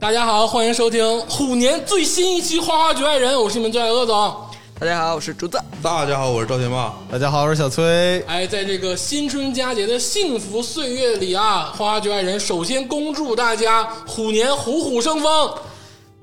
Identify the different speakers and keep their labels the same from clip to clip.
Speaker 1: 大家好，欢迎收听虎年最新一期《花花局爱人》，我是你们最爱的鄂总。
Speaker 2: 大家好，我是竹子。
Speaker 3: 大家好，我是赵天霸。
Speaker 4: 大家好，我是小崔。
Speaker 1: 哎，在这个新春佳节的幸福岁月里啊，《花花局爱人》首先恭祝大家虎年虎虎生风。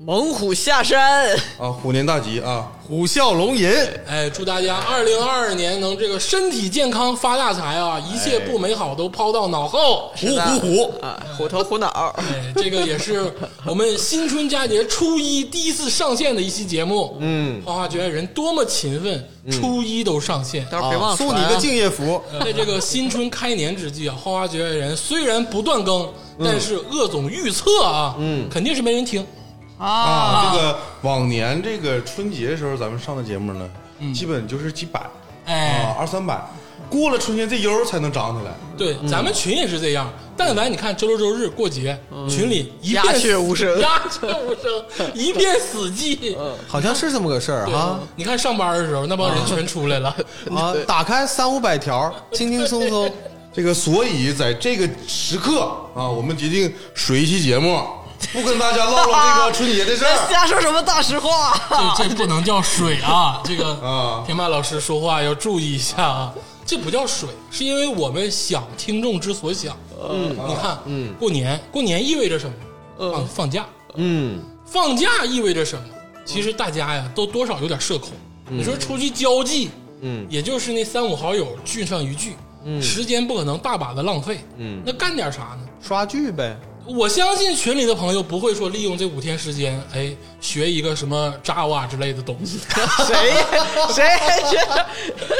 Speaker 2: 猛虎下山，
Speaker 3: 啊，虎年大吉啊！
Speaker 4: 虎啸龙吟，
Speaker 1: 哎，祝大家二零二二年能这个身体健康发大财啊！一切不美好都抛到脑后。
Speaker 3: 虎虎虎！
Speaker 2: 啊，虎头虎脑，
Speaker 1: 哎，这个也是我们新春佳节初一第一次上线的一期节目。嗯，花花局爱人多么勤奋，初一都上线。
Speaker 2: 到时候
Speaker 3: 哦
Speaker 2: 别忘了
Speaker 4: 送
Speaker 2: 传
Speaker 4: 你
Speaker 2: 啊
Speaker 4: 个敬业福。
Speaker 1: 在这个新春开年之际啊，《花花绝爱人》虽然不断更，
Speaker 2: 嗯
Speaker 1: 但是鄂总预测啊，嗯，肯定是没人听。
Speaker 3: 啊，这个往年这个春节的时候咱们上的节目呢，
Speaker 4: 嗯
Speaker 3: 基本就是几百啊
Speaker 2: 哦
Speaker 1: 哎，，
Speaker 3: 二三百。过了春节这悠儿才能涨起来。
Speaker 1: 对，
Speaker 2: 嗯
Speaker 1: 咱们群也是这样。但凡你看周六周日过节，群里一片
Speaker 2: 嗯鸦雀无声嗯
Speaker 1: 鸦雀无声，一片死寂。
Speaker 4: 好像是这么个事儿
Speaker 1: 对
Speaker 4: 啊
Speaker 1: 你看上班的时候，那帮人全出来了。
Speaker 4: 啊！打开三五百条，轻轻松松。
Speaker 3: 这个，所以在这个时刻啊，我们决定水一期节目，不跟大家唠唠这个春节 的事儿。
Speaker 2: 哎瞎说什么大实话？
Speaker 1: 这这不能叫水啊！这个
Speaker 3: 啊
Speaker 1: 天霸老师说话要注意一下啊，这不叫水，是因为我们想听众之所想。嗯，你看，嗯，过年过年意味着什么？放放假，
Speaker 4: 嗯，
Speaker 1: 放假意味着什么？其实大家呀，都多少有点社恐。你说出去交际，
Speaker 4: 嗯，
Speaker 1: 也就是那三五好友聚上一聚，嗯，时间不可能大把的浪费，嗯，那干点啥呢？
Speaker 4: 刷剧呗。
Speaker 1: 我相信群里的朋友不会说利用这五天时间，哎，学一个什么 Java 之类的东西。
Speaker 2: 谁谁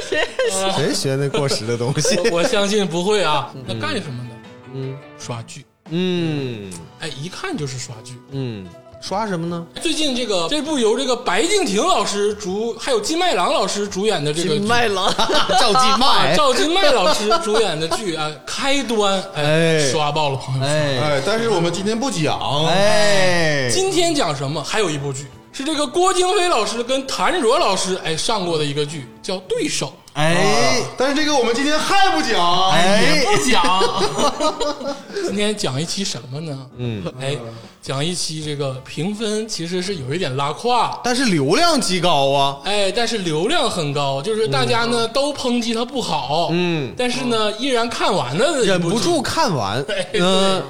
Speaker 2: 谁谁？
Speaker 4: 谁学那过时的东西？
Speaker 1: 我相信不会啊。那干什么呢？嗯，刷剧。
Speaker 4: 嗯
Speaker 1: 哎，一看就是刷剧。哎
Speaker 4: 嗯，刷什么呢？
Speaker 1: 最近这个这部由这个白敬亭老师主，还有金麦郎老师主演的这个
Speaker 2: 金
Speaker 1: 剧
Speaker 2: 麦郎，
Speaker 4: 赵继
Speaker 1: 啊
Speaker 4: 麦。
Speaker 1: 赵金麦老师主演的剧 啊，开端哎
Speaker 4: 哎
Speaker 1: 刷爆了朋友们。
Speaker 4: 哎
Speaker 3: 哎，但是我们今天不讲，
Speaker 4: 哎，
Speaker 1: 今天讲什么？还有一部剧是这个郭京飞老师跟谭卓老师哎上过的一个剧，叫《对手》。
Speaker 4: 哎
Speaker 3: 啊但是这个我们今天还不讲。
Speaker 4: 哎，
Speaker 1: 不讲。今天讲一期什么呢？嗯，哎，讲一期这个评分其实是有一点拉胯，
Speaker 4: 但是流量极高啊。
Speaker 1: 哎，但是流量很高，就是大家呢、都抨击它不好，
Speaker 4: 嗯，
Speaker 1: 但是呢依然看完了的一
Speaker 4: 忍
Speaker 1: 部剧
Speaker 4: 不，住看完
Speaker 1: 哎，对
Speaker 4: 嗯，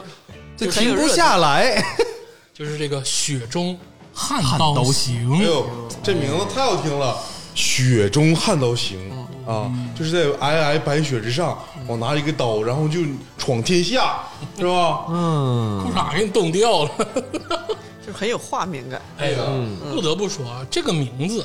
Speaker 4: 这停不下来。
Speaker 1: 就是这个《雪中悍刀行》
Speaker 3: 哎呦，这名字太好听了，《雪中悍刀行》啊，就是在皑皑白雪之上，我拿一个刀，然后就闯天下，是吧？
Speaker 4: 嗯，
Speaker 1: 裤衩给你冻掉了。
Speaker 2: 就是很有画面感。
Speaker 1: 哎呀，不得不说啊，这个名字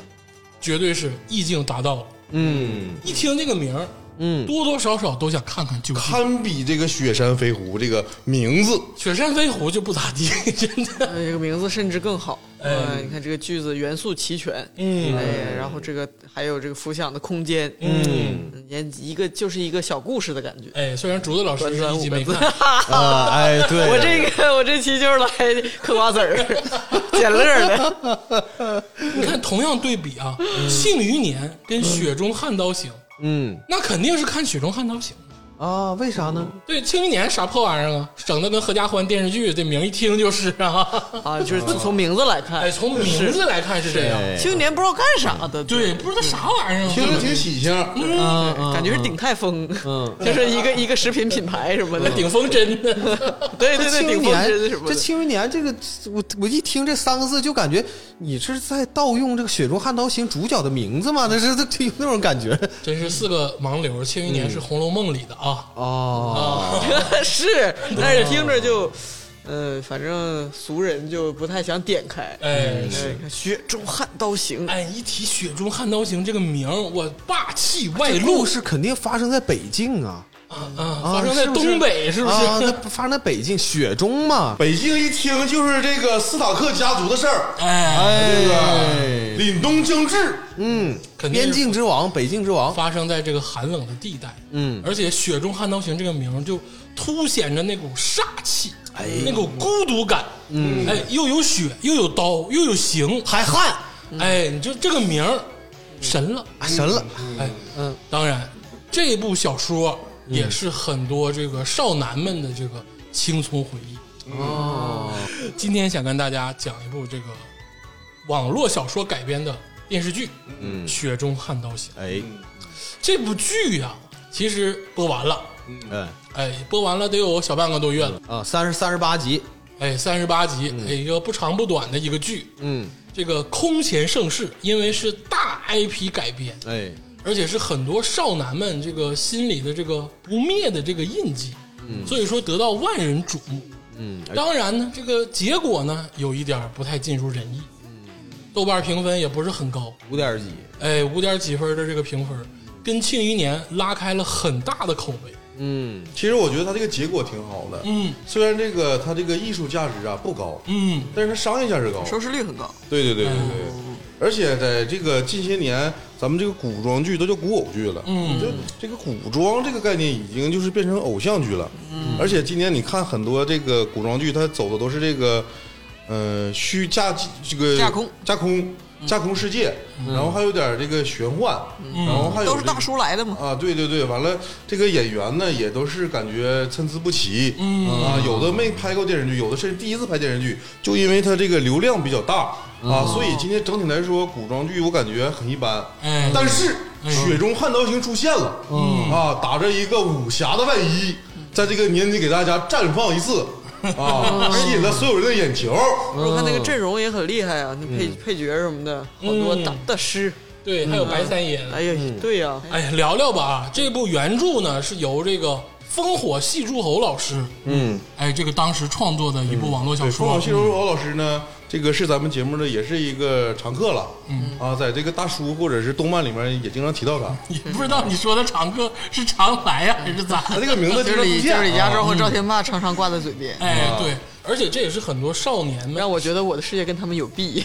Speaker 1: 绝对是意境达到了。
Speaker 4: 嗯
Speaker 1: 一听这个名儿，
Speaker 4: 嗯
Speaker 1: 多多少少都想看看究竟。
Speaker 3: 堪比这个雪山飞狐这个名字，
Speaker 1: 雪山飞狐就不咋地， 真的。
Speaker 2: 呃这个名字甚至更好。
Speaker 1: 哎
Speaker 2: 呃，你看这个句子元素齐全，
Speaker 1: 嗯
Speaker 2: 哎，然后这个还有这个浮想的空间，
Speaker 1: 嗯，
Speaker 2: 嗯，也一个就是一个小故事的感觉。
Speaker 1: 哎，虽然竹子老师
Speaker 2: 短
Speaker 1: 是
Speaker 2: 短
Speaker 1: 一
Speaker 2: 五
Speaker 1: 集
Speaker 2: 个
Speaker 1: 没
Speaker 2: 字，
Speaker 1: 看，
Speaker 4: 啊，哎，对，
Speaker 2: 我这个 我这期就是来嗑瓜子儿、捡乐儿的。
Speaker 1: 你看同样对比啊，《庆余年》跟《雪中悍刀行》，
Speaker 4: 嗯
Speaker 1: 那肯定是看《雪中悍刀行》。
Speaker 4: 啊，为啥呢？
Speaker 1: 对，《庆余年》啥破玩意儿啊，整的跟合家欢电视剧这名一听就是 啊。
Speaker 2: 啊，就是从名字来看
Speaker 1: 哎，，从名字来看是这样，
Speaker 4: 哎
Speaker 2: 青年不知道干啥的，
Speaker 1: 对，不知道啥玩意儿啊，
Speaker 3: 听着
Speaker 1: 对
Speaker 3: 挺喜庆。
Speaker 4: 嗯嗯
Speaker 2: 感觉是鼎泰丰，
Speaker 4: 嗯，
Speaker 2: 就是一个一个食品品牌什么的，
Speaker 1: 顶风针的。
Speaker 2: 对对
Speaker 4: 这
Speaker 2: 对，
Speaker 4: 青
Speaker 2: 鼎
Speaker 4: 云
Speaker 2: 丰针
Speaker 4: 年
Speaker 2: 什，么
Speaker 4: 这
Speaker 2: 的。
Speaker 4: 青云年这个，我我一听这三个字就感觉你是在盗用这个《雪中悍刀行》主角的名字吗？那是这有那种感觉
Speaker 1: 真是四个盲流，《庆余
Speaker 4: 嗯
Speaker 1: 年》是《红楼梦》里的啊。
Speaker 4: 哦，
Speaker 2: 是，但是听着就，呃，反正俗人就不太想点开。
Speaker 4: 嗯
Speaker 1: 哎，
Speaker 2: 哎，看雪中悍刀行，
Speaker 1: 哎，一提《雪中悍刀行》这个名儿，我霸气外
Speaker 4: 这
Speaker 1: 露
Speaker 4: 故事肯定发生在北境啊，
Speaker 1: 啊，
Speaker 4: 啊
Speaker 1: 发生在
Speaker 4: 是不是
Speaker 1: 东北是不是？
Speaker 4: 啊，那发生在北境雪中嘛，
Speaker 3: 北京一听就是这个斯塔克家族的事儿，
Speaker 1: 哎，
Speaker 3: 对不对？凛冬将至，
Speaker 4: 嗯，
Speaker 1: 肯定是
Speaker 4: 边境之王，北境之王，
Speaker 1: 发生在这个寒冷的地带，
Speaker 4: 嗯
Speaker 1: 而且“雪中悍刀行”这个名儿就凸显着那股煞气，哎，那股孤独感，嗯，哎，又有雪，又有刀，又有行，
Speaker 4: 还悍，
Speaker 1: 哎，你就这个名儿神了，
Speaker 4: 啊神了，
Speaker 1: 哎，嗯，当然，这部小说也是很多这个少男们的这个青葱回忆，
Speaker 4: 哦，
Speaker 1: 今天想跟大家讲一部这个网络小说改编的电视剧，嗯，《雪中悍刀行》
Speaker 4: 哎，
Speaker 1: 这部剧呀、其实播完了，
Speaker 4: 嗯
Speaker 1: 哎，播完了得有小半个多月了，
Speaker 4: 啊，三十三十八集，
Speaker 1: 哎，三十八集，哎，一个不长不短的一个剧，
Speaker 4: 嗯，
Speaker 1: 这个空前盛世，因为是大 IP 改编，
Speaker 4: 哎，
Speaker 1: 而且是很多少男们这个心里的这个不灭的这个印记，所以说得到万人瞩目。
Speaker 4: 嗯，哎
Speaker 1: 当然呢，这个结果呢有一点儿不太尽如人意，豆瓣评分也不是很高，
Speaker 4: 五点几，
Speaker 1: 哎，五点几分的这个评分，跟《庆余年》拉开了很大的口碑。
Speaker 4: 嗯，
Speaker 3: 其实我觉得它这个结果挺好的，
Speaker 1: 嗯
Speaker 3: 虽然这个它这个艺术价值啊不高，
Speaker 1: 嗯，
Speaker 3: 但是它商业价值高。
Speaker 2: 收视率很高。
Speaker 3: 对对对对对，
Speaker 2: 嗯
Speaker 3: 而且在这个近些年，咱们这个古装剧都叫古偶剧了，
Speaker 1: 嗯
Speaker 3: 就这个古装这个概念已经就是变成偶像剧了，嗯，而且今年你看很多这个古装剧，它走的都是这个，呃，虚架这个
Speaker 2: 架空嗯
Speaker 3: 架空架空世界，然后还有点这个玄幻，然后还有
Speaker 2: 都是
Speaker 3: 这个
Speaker 2: 大叔来的嘛。
Speaker 3: 啊，对对对，完了，这个演员呢也都是感觉参差不齐，嗯啊，有的没拍过电视剧，有的是第一次拍电视剧，就因为他这个流量比较大啊，所以今天整体来说古装剧我感觉很一般，
Speaker 1: 哎
Speaker 3: 但是《雪中悍刀行》出现了，嗯啊，打着一个武侠的外衣，在这个年底给大家绽放一 次啊，吸引了所有人的眼球，
Speaker 2: 我看那个阵容也很厉害啊，那配配角什么的，好多大大师。
Speaker 1: 对，还有白三爷呢。
Speaker 2: 哎呀，对呀，
Speaker 1: 哎，聊聊吧啊！这部原著呢是由这个烽火戏诸侯老师，嗯，哎，这个当时创作的一部网络小
Speaker 3: 对，
Speaker 1: 说，
Speaker 3: 冯小西柔老师呢，这个是咱们节目的也是一个常客了，嗯啊，在这个大叔或者是动漫里面也经常提到他，
Speaker 1: 也不知道你说的常客是常来呀、还是 咋
Speaker 3: 他这个名字经
Speaker 2: 就是
Speaker 3: 常出
Speaker 2: 李就是李
Speaker 3: 现
Speaker 2: 嘉
Speaker 3: 啊。
Speaker 2: 诚和赵天霸常常挂在嘴边，
Speaker 1: 哎，对，而且这也是很多少年们
Speaker 2: 让我觉得我的世界跟他们有弊，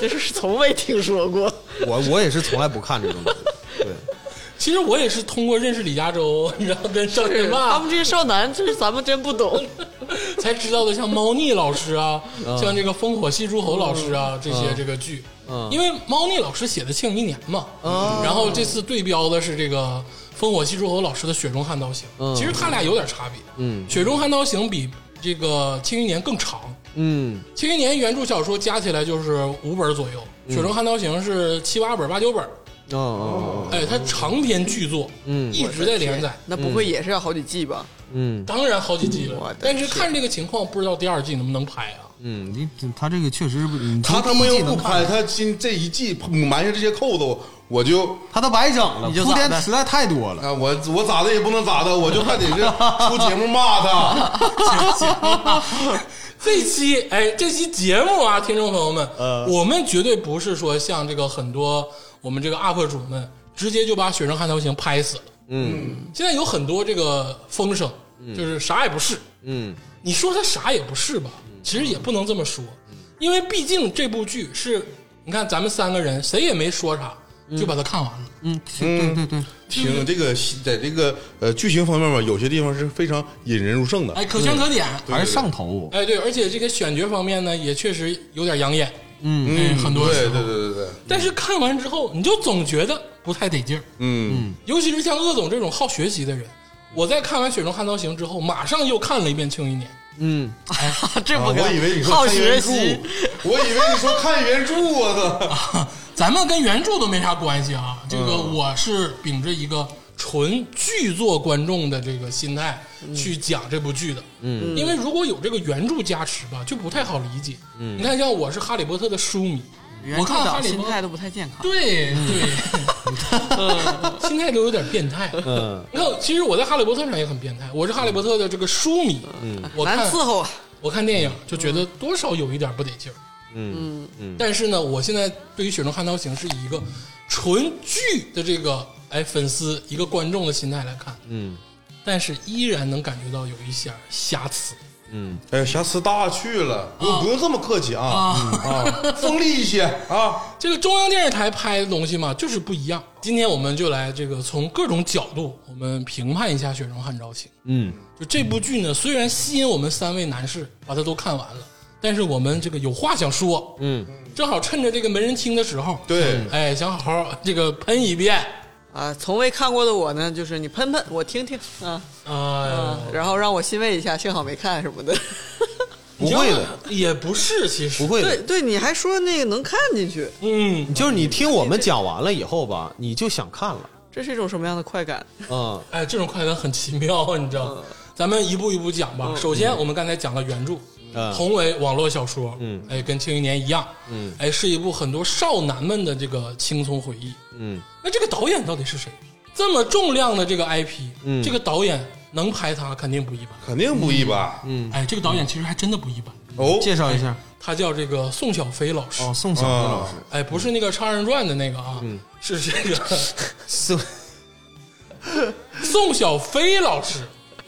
Speaker 2: 就是从未听说过。
Speaker 4: 我我也是从来不看这种东西，对，
Speaker 1: 其实我也是通过认识李嘉洲，然后跟张天
Speaker 2: 他
Speaker 1: 霸
Speaker 2: 们这些少男，这是咱们真不懂。
Speaker 1: 才知道的，像猫腻老师啊，像这个烽火戏诸侯老师啊，这些这个剧， 因为猫腻老师写的《庆余年》嘛，然后这次对标的是这个烽火戏诸侯老师的《雪中悍刀行》，其实他俩有点差别，嗯，《雪中悍刀行》比这个《庆余年》更长，
Speaker 4: 嗯，
Speaker 1: 《庆余年》原著小说加起来就是五本左右，《雪中悍刀行》是七八本、八九本，
Speaker 4: 哦哦，哦
Speaker 1: 哎，它长篇巨作，嗯，一直在连载。
Speaker 2: 那不会也是要好几季吧？
Speaker 4: 嗯
Speaker 1: 当然好几季
Speaker 2: 我
Speaker 1: 了
Speaker 2: 的，
Speaker 1: 但是看这个情况，不知道第二季能不能拍啊？
Speaker 4: 嗯，你他这个确实不，你
Speaker 3: 他
Speaker 4: 从
Speaker 3: 他
Speaker 4: 第
Speaker 3: 妈
Speaker 4: 一季
Speaker 3: 要不
Speaker 4: 能看
Speaker 3: 拍，他今这一季埋下这些扣子，我就
Speaker 4: 他都白整了，
Speaker 2: 你就
Speaker 4: 铺
Speaker 2: 咋
Speaker 4: 垫
Speaker 2: 的
Speaker 4: 实在太多了。
Speaker 3: 啊，我我咋的也不能咋的，我就还得是出节目骂他。
Speaker 1: 这期哎，这期节目啊，听众朋友们，
Speaker 4: 呃
Speaker 1: 我们绝对不是说像这个很多我们这个 UP 主们直接就把《雪人汉头行》拍死了。
Speaker 4: 嗯
Speaker 1: 现在有很多这个风声，就是啥也不是。
Speaker 4: 嗯
Speaker 1: 你说他啥也不是吧？其实也不能这么说，因为毕竟这部剧是，你看咱们三个人谁也没说啥，就把它看完了。
Speaker 4: 嗯，对对对，
Speaker 3: 挺这个在这个呃剧情方面吧，有些地方是非常引人入胜的。
Speaker 1: 哎，可圈可点。
Speaker 4: 还是上头。
Speaker 1: 哎，对，而且这个选角方面呢，也确实有点养眼。
Speaker 4: 嗯，
Speaker 1: 哎很多时
Speaker 3: 对
Speaker 1: 候
Speaker 3: 对对对对，
Speaker 1: 但是看完之后，你就总觉得不太得劲儿，
Speaker 3: 嗯
Speaker 1: 尤其是像鄂总这种好学习的人。我在看完《雪中悍刀行》之后，马上又看了一遍《庆余 年
Speaker 4: 嗯，
Speaker 2: 这
Speaker 3: 啊，
Speaker 2: 不可
Speaker 3: 我以为你说
Speaker 2: 好
Speaker 3: 看
Speaker 2: 学
Speaker 3: 原著
Speaker 2: 习，
Speaker 3: 我以为你说看原著我操。》，
Speaker 1: 咱们跟原著都没啥关系啊。这个我是秉着一个纯剧作观众的这个心态去讲这部剧的，嗯，因为如果有这个原著加持吧，就不太好理解。嗯，你看，像我是《哈利波特》的书迷，
Speaker 2: 原
Speaker 1: 嗯我
Speaker 2: 著
Speaker 1: 看《哈
Speaker 2: 党
Speaker 1: 利
Speaker 2: 心
Speaker 1: 波特》
Speaker 2: 态都不太健康。
Speaker 1: 对对， 心态都有点变态。嗯，那其实我在《哈利波特》上也很变态，我是《哈利波特》的这个书迷。嗯，我
Speaker 2: 难
Speaker 1: 看
Speaker 2: 伺候啊！
Speaker 1: 我看电影就觉得多少有一点不得劲儿。
Speaker 4: 嗯
Speaker 1: 嗯，但是呢，我现在对于《雪中悍刀行》是以一个纯剧的这个哎粉丝一个观众的心态来看，
Speaker 4: 嗯
Speaker 1: 但是依然能感觉到有一些瑕疵。
Speaker 4: 嗯，
Speaker 3: 哎，瑕疵大去了，不用不用这么客气啊啊，锋利一些啊，
Speaker 1: 这个中央电视台拍的东西嘛，就是不一样。今天我们就来这个从各种角度，我们评判一下《雪中悍刀行》。
Speaker 4: 嗯，
Speaker 1: 就这部剧呢，虽然吸引我们三位男士把它都看完了，但是我们这个有话想说，
Speaker 4: 嗯，
Speaker 1: 正好趁着这个没人听的时候，
Speaker 3: 对，
Speaker 1: 哎，想好好这个喷一遍，
Speaker 2: 啊，从未看过的我呢，就是你喷喷我听听啊，
Speaker 1: 呃，
Speaker 4: 嗯
Speaker 2: 然后让我欣慰一下，幸好没看什么的。
Speaker 4: 不会的，
Speaker 1: 也不是，其实
Speaker 4: 不会
Speaker 2: 对
Speaker 4: 的。
Speaker 2: 对，你还说那个能看进去，
Speaker 1: 嗯，
Speaker 4: 就是你听我们讲完了以后吧，你就想看了，
Speaker 2: 这是一种什么样的快感？
Speaker 4: 嗯
Speaker 1: 哎，这种快感很奇妙，你知道？咱们一步一步讲吧。首先，我们刚才讲了原著，
Speaker 4: 嗯
Speaker 1: 同为网络小说，
Speaker 4: 嗯
Speaker 1: 哎，跟《庆余年》一样，
Speaker 4: 嗯，
Speaker 1: 哎，是一部很多少男们的这个青葱回忆。
Speaker 4: 嗯，
Speaker 1: 那这个导演到底是谁？这么重量的这个 IP，
Speaker 4: 嗯
Speaker 1: 这个导演能拍他肯定不一般。
Speaker 3: 肯定不一般。
Speaker 4: 嗯
Speaker 1: 哎，这个导演其实还真的不一般，
Speaker 3: 哦，
Speaker 5: 介绍一下
Speaker 1: 他叫这个宋小飞老师。
Speaker 5: 哦，宋小飞老师，
Speaker 4: 啊
Speaker 1: 哎，不是那个《超人传》的那个啊，
Speaker 4: 嗯
Speaker 1: 是这个
Speaker 4: 是
Speaker 1: 宋小飞老师。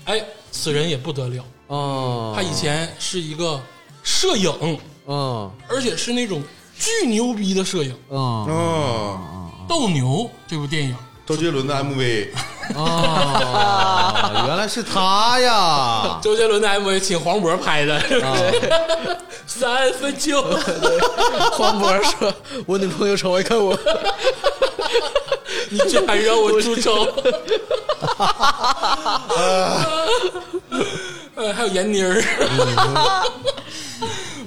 Speaker 1: 哎，此人也不得了，
Speaker 4: 哦，
Speaker 1: 他以前是一个摄影，
Speaker 4: 嗯
Speaker 1: 而且是那种巨牛逼的摄影，
Speaker 4: 哦
Speaker 5: 嗯，
Speaker 3: 嗯，
Speaker 1: 《斗牛》这部电影。
Speaker 3: 周杰伦的 MV，
Speaker 4: 啊，原来是他 呀！
Speaker 1: 周杰伦的 MV 请黄渤拍的，
Speaker 4: 哦
Speaker 1: 三分钟。
Speaker 2: 黄渤说：“我女朋友朝外看我。
Speaker 1: 你居然让我出丑！呃，还有闫妮儿，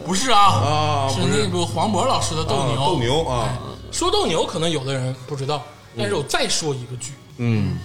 Speaker 1: 不是啊，
Speaker 3: 啊
Speaker 1: 是
Speaker 3: 不是
Speaker 1: 那部黄渤老师的《斗牛》。
Speaker 3: 啊斗牛啊，
Speaker 1: 说斗牛，可能有的人不知道，但是我再说一个剧，嗯，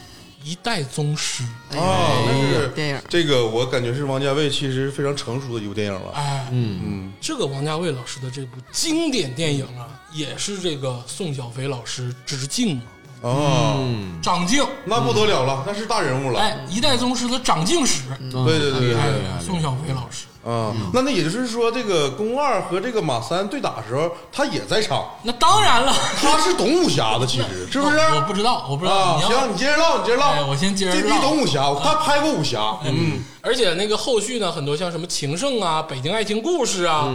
Speaker 1: 一代宗师，哎
Speaker 3: 啊，
Speaker 1: 哦
Speaker 3: 那是
Speaker 2: 电影
Speaker 3: 这个我感觉是王家卫其实非常成熟的一部电影了。
Speaker 1: 哎，嗯嗯，这个王家卫老师的这部经典电影啊，也是这个宋小飞老师致敬嘛，
Speaker 3: 哦，
Speaker 1: 长镜，
Speaker 3: 那不得了了，那是大人物了。
Speaker 1: 嗯哎，一代宗师的长镜史，
Speaker 3: 对对对对
Speaker 1: 哎
Speaker 3: 对，
Speaker 1: 宋小飞老师。
Speaker 3: 啊，那那也就是说，这个宫二和这个马三对打的时候，他也 在场，
Speaker 1: 那当然了，
Speaker 3: 他是懂武侠的，其实是不是？
Speaker 1: 我不知道，我不知道。
Speaker 3: 啊，
Speaker 1: 你要
Speaker 3: 行，你接着唠，你接着
Speaker 1: 哎
Speaker 3: 唠。
Speaker 1: 我先接着
Speaker 3: 这
Speaker 1: 唠啊
Speaker 3: 你懂武侠，他拍过武侠，嗯，
Speaker 1: 而且那个后续呢，很多像什么《情圣》啊，《北京爱情故事》啊，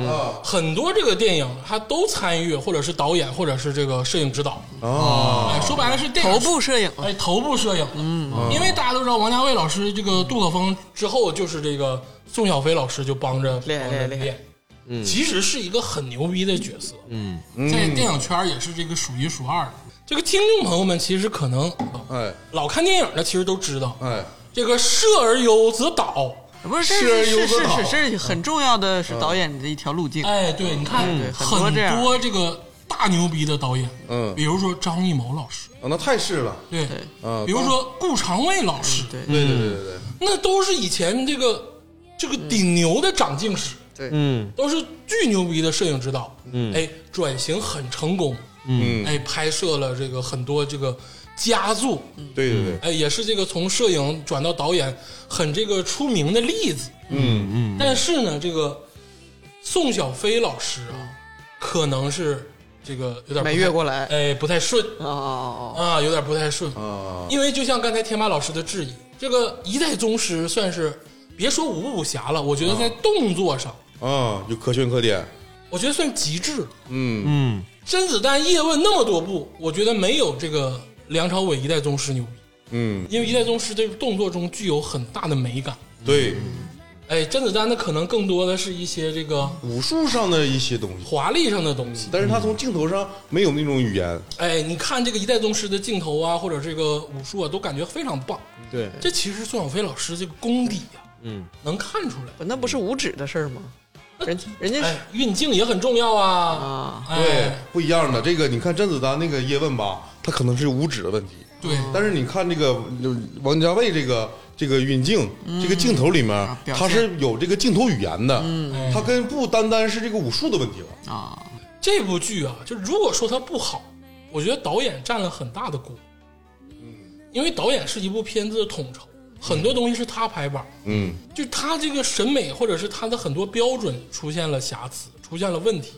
Speaker 1: 很多这个电影他都参与，或者是导演，或者是这个摄影指导。
Speaker 3: 哦，
Speaker 1: 哎，说白了是电影
Speaker 2: 头部摄影，
Speaker 1: 哎，头部摄影，嗯，因为大家都知道王家卫老师这个杜可风之后，就是这个宋小飞老师就帮着
Speaker 2: 练
Speaker 1: 帮着
Speaker 2: 练
Speaker 1: 练，嗯，其实是一个很牛逼的角色，嗯，在电影圈也是这个数一数二的。这个听众朋友们其实可能呃
Speaker 3: 哎
Speaker 1: 老看电影的，其实都知道，
Speaker 3: 哎，
Speaker 1: 这个射而优则导，
Speaker 2: 不是，
Speaker 3: 是
Speaker 2: 这是
Speaker 3: 有
Speaker 2: 是
Speaker 3: 多
Speaker 2: 是
Speaker 3: 好
Speaker 2: 是是很重要的，是导演的一条路径。
Speaker 1: 哎，对，你看
Speaker 2: 嗯对很多
Speaker 1: 很
Speaker 2: 这样
Speaker 1: 多这个大牛逼的导演，
Speaker 3: 嗯
Speaker 1: 比如说张艺谋老师，
Speaker 3: 啊那太是了，
Speaker 1: 对，
Speaker 3: 啊
Speaker 1: 比如说顾长卫老师，
Speaker 2: 对
Speaker 3: 对对对对对，
Speaker 1: 那都是以前这个这个顶牛的长镜史，
Speaker 4: 嗯
Speaker 1: 都是巨牛逼的摄影指导，嗯，哎，转型很成功，
Speaker 3: 嗯，
Speaker 1: 哎，拍摄了这个很多这个佳作，
Speaker 3: 对对对，
Speaker 1: 哎，也是这个从摄影转到导演很这个出名的例子，
Speaker 3: 嗯
Speaker 1: 但是呢，这个宋小飞老师啊，可能是这个有点不太
Speaker 2: 没越过来
Speaker 1: 哎，不太顺
Speaker 2: 哦哦
Speaker 1: 啊，有点不太顺，
Speaker 3: 啊，
Speaker 1: 因为就像刚才天马老师的质疑，这个一代宗师算是别说五武侠了，我觉得在动作上，
Speaker 3: 啊，有可圈可点，
Speaker 1: 我觉得算极致了。
Speaker 3: 嗯，
Speaker 5: 嗯，
Speaker 1: 甄子丹、叶问那么多部，我觉得没有这个梁朝伟一代宗师牛逼，
Speaker 3: 嗯，
Speaker 1: 因为一代宗师这个动作中具有很大的美感。
Speaker 3: 对，
Speaker 1: 哎，甄子丹的可能更多的是一些这个
Speaker 3: 武术上的一些东西，
Speaker 1: 华丽上的东西。
Speaker 3: 但是他从镜头上没有那种语言，
Speaker 1: 哎，你看这个一代宗师的镜头啊，或者这个武术啊，都感觉非常棒。
Speaker 4: 对，
Speaker 1: 这其实宋小飞老师这个功底呀、
Speaker 4: 嗯，
Speaker 1: 能看出来。
Speaker 2: 哦，那不是五指的事儿吗？人人家是
Speaker 1: 哎，运镜也很重要啊。
Speaker 2: 啊，
Speaker 3: 对
Speaker 1: 哎，，
Speaker 3: 不一样的。这个你看甄子丹那个叶问吧，他可能是五指的问题，
Speaker 1: 对，
Speaker 3: 但是你看这个王家卫这个这个运镜，这个镜头里面
Speaker 2: 嗯啊，表现嗯
Speaker 3: 他是有这个镜头语言的，他跟不单单是这个武术的问题了。
Speaker 2: 啊，
Speaker 1: 这部剧啊，就如果说它不好，我觉得导演占了很大的锅。因为导演是一部片子的统筹，很多东西是他拍板，
Speaker 3: 嗯
Speaker 1: 就他这个审美或者是他的很多标准出现了瑕疵，出现了问题，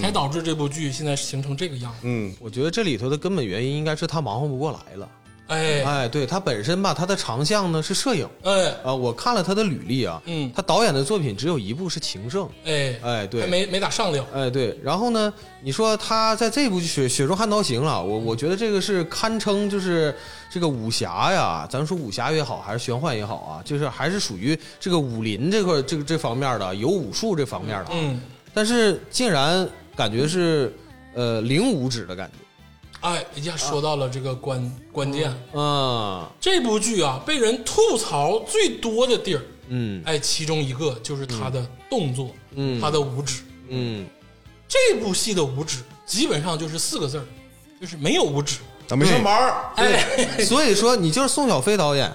Speaker 1: 才导致这部剧现在形成这个样子。
Speaker 3: 嗯，
Speaker 4: 我觉得这里头的根本原因应该是他忙活不过来了。
Speaker 1: 哎哎
Speaker 4: 哎，对他本身吧，他的长项呢是摄影
Speaker 1: 哎
Speaker 4: 啊。我看了他的履历啊，
Speaker 1: 嗯
Speaker 4: 他导演的作品只有一部是《情圣》，
Speaker 1: 哎
Speaker 4: 哎，对，
Speaker 1: 还没没咋上了。
Speaker 4: 哎，对，然后呢？你说他在这部《雪雪中悍刀行》了，我我觉得这个是堪称就是这个武侠呀，咱说武侠也好，还是玄幻也好啊，就是还是属于这个武林这块这个这方面的，有武术这方面的，啊
Speaker 1: 嗯，
Speaker 4: 但是竟然感觉是呃零武指的感觉，
Speaker 1: 哎，一下说到了这个
Speaker 4: 啊
Speaker 1: 关关键。
Speaker 4: 嗯
Speaker 1: 啊这部剧啊，被人吐槽最多的地儿
Speaker 4: 嗯
Speaker 1: 哎，其中一个就是他的动作，
Speaker 4: 嗯
Speaker 1: 他的五指。
Speaker 4: 嗯，
Speaker 1: 这部戏的五指基本上就是四个字儿，就是没有五指。
Speaker 3: 咱没上班儿，
Speaker 1: 哎
Speaker 4: 所以说你就是宋小飞导演，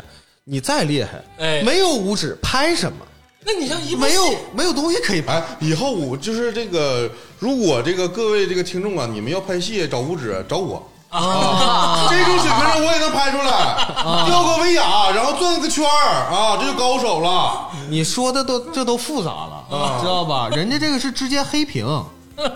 Speaker 4: 你再厉害，
Speaker 1: 哎，
Speaker 4: 没有五指拍什么？
Speaker 1: 那你像一部戏
Speaker 4: 没有没有东西可以拍。
Speaker 3: 哎，以后我就是这个，如果这个各位这个听众啊，你们要拍戏找五指，找我。啊，这种水平上我也能拍出
Speaker 2: 啊
Speaker 3: 来，吊个威亚，然后转个圈儿啊，这就高手了。
Speaker 4: 你说的都这都复杂了，知道吧？人家这个是直接黑 屏，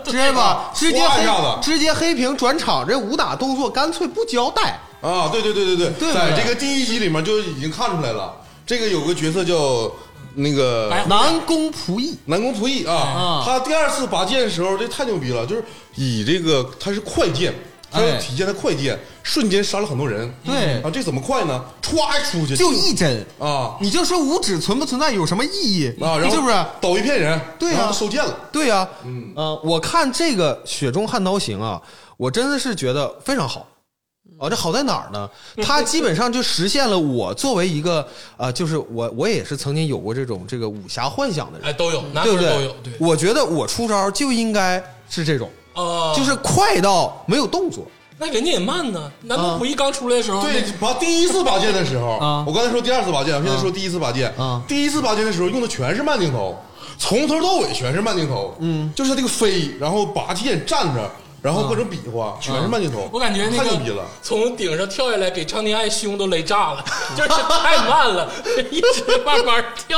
Speaker 4: 知道吧？直接
Speaker 3: 刷一下
Speaker 4: 黑
Speaker 3: 子
Speaker 4: 直接黑屏转场，这武打动作干脆不交代。
Speaker 3: 啊，对对对对
Speaker 4: 对
Speaker 3: 对，
Speaker 4: 不
Speaker 3: 在
Speaker 4: 对
Speaker 3: 这个第一集里面就已经看出来了，这个有个角色叫那个
Speaker 1: 白
Speaker 4: 南宫仆役，
Speaker 3: 南宫仆役
Speaker 4: 啊
Speaker 3: 啊，他第二次拔剑的时候，这太牛逼了，就是以这个他是快剑，他要
Speaker 4: 哎
Speaker 3: 体现他快剑，瞬间杀了很多人。
Speaker 4: 对
Speaker 3: 啊，这怎么快呢？歘出去
Speaker 4: 就一针。
Speaker 3: 啊
Speaker 4: 你就说五指存不存在有什么意义？
Speaker 3: 啊，然后
Speaker 4: 是不是？
Speaker 3: 倒一片人？
Speaker 4: 对啊
Speaker 3: 然后收剑了。
Speaker 4: 对呀、嗯，呃，我看这个《雪中悍刀行》啊，我真的是觉得非常好。
Speaker 1: 嗯
Speaker 4: 啊，这好在哪儿呢？它基本上就实现了我作为一个 呃，就是我我也是曾经有过这种这个武侠幻想的人，
Speaker 1: 哎都有，男
Speaker 4: 对不
Speaker 1: 孩
Speaker 4: 对？
Speaker 1: 都有，对，
Speaker 4: 我觉得我出招就应该是这种，
Speaker 1: 啊，
Speaker 4: 就是快到没有动作。
Speaker 1: 那人家也慢呢。南宫溥仪刚出来的时候，
Speaker 3: 对
Speaker 1: 那，
Speaker 3: 拔第一次拔剑的时候，
Speaker 4: 啊
Speaker 3: 我刚才说第二次拔剑，我现在说第一次拔剑。
Speaker 4: 啊
Speaker 3: 第一次拔剑的时候用的全是慢镜头，从头到尾全是慢镜头。嗯，就是他这个飞，然后拔剑站着，然后各种比划，全是慢镜头。
Speaker 1: 我感觉那
Speaker 3: 太牛
Speaker 1: 个
Speaker 3: 逼了。
Speaker 1: 从顶上跳下来，给张天爱胸都勒炸 了，就是太慢了， 一直慢慢跳。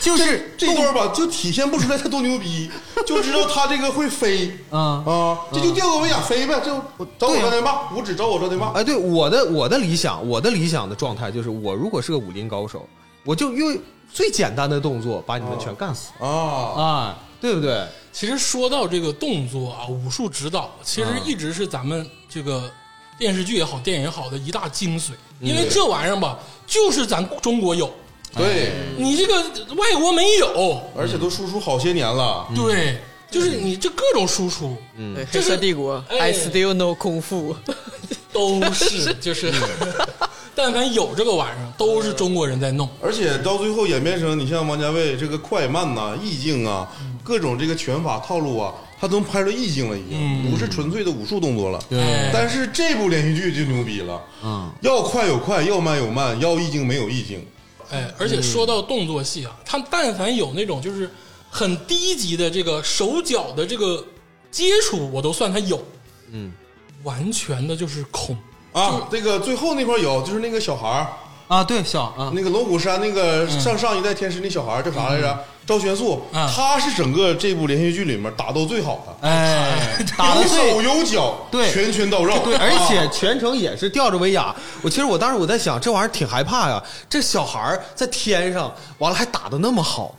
Speaker 4: 就是
Speaker 3: 这段吧，就体现不出来他多牛逼，就知道他这个会飞
Speaker 4: 啊
Speaker 3: 啊，这就吊个威亚飞呗，就找我赵天霸，五指找我赵天霸。
Speaker 4: 哎，对我的我的理想，我的理想的状态就是，我如果是个武林高手，我就用最简单的动作把
Speaker 1: 哦
Speaker 4: 你们全干死
Speaker 3: 啊，
Speaker 4: 啊，对不对？
Speaker 1: 其实说到这个动作啊，武术指导其实一直是咱们这个电视剧也好、电影也好的一大精髓，
Speaker 3: 嗯
Speaker 1: 因为这玩意儿吧，就是咱中国有，
Speaker 3: 对，
Speaker 1: 你这个外国没有。
Speaker 3: 而且都输出好些年了，
Speaker 1: 对，就是你这各种输出
Speaker 3: 嗯
Speaker 2: 对
Speaker 1: 就
Speaker 2: 黑
Speaker 1: 是
Speaker 2: 色帝国
Speaker 1: 哎
Speaker 2: ，I still know 功夫，
Speaker 1: 都 是就是， 但凡有这个玩意儿，都是中国人在弄。
Speaker 3: 而且到最后演变成你像王家卫这个快慢呐、意境啊、各种这个拳法套路啊，他都能拍出意境了，已
Speaker 4: 嗯
Speaker 3: 经不是纯粹的武术动作了。
Speaker 1: 哎
Speaker 3: 但是这部连续剧就牛逼了，
Speaker 4: 嗯，
Speaker 3: 要快有快，要慢有慢，要意境没有意境。
Speaker 1: 哎，而且
Speaker 4: 嗯
Speaker 1: 说到动作戏啊，他但凡有那种就是很低级的这个手脚的这个接触，我都算他有。
Speaker 4: 嗯，
Speaker 1: 完全的就是空。
Speaker 3: 啊，这个最后那块有，就是那个小孩儿，
Speaker 4: 啊，对，小啊，嗯
Speaker 3: 那个龙虎山那个上上一代天师那小孩儿叫啥来着？赵玄素，
Speaker 1: 嗯
Speaker 3: 他是整个这部连续剧里面打斗最好的，
Speaker 4: 哎， 打的
Speaker 3: 有手
Speaker 4: 最。
Speaker 3: 有脚，
Speaker 4: 对
Speaker 3: 拳拳到肉，
Speaker 4: 对，而
Speaker 3: 啊
Speaker 4: 且全程也是吊着威亚。我其实我当时我在想，这玩意儿挺害怕呀。这小孩儿在天上，完了还打的那么好，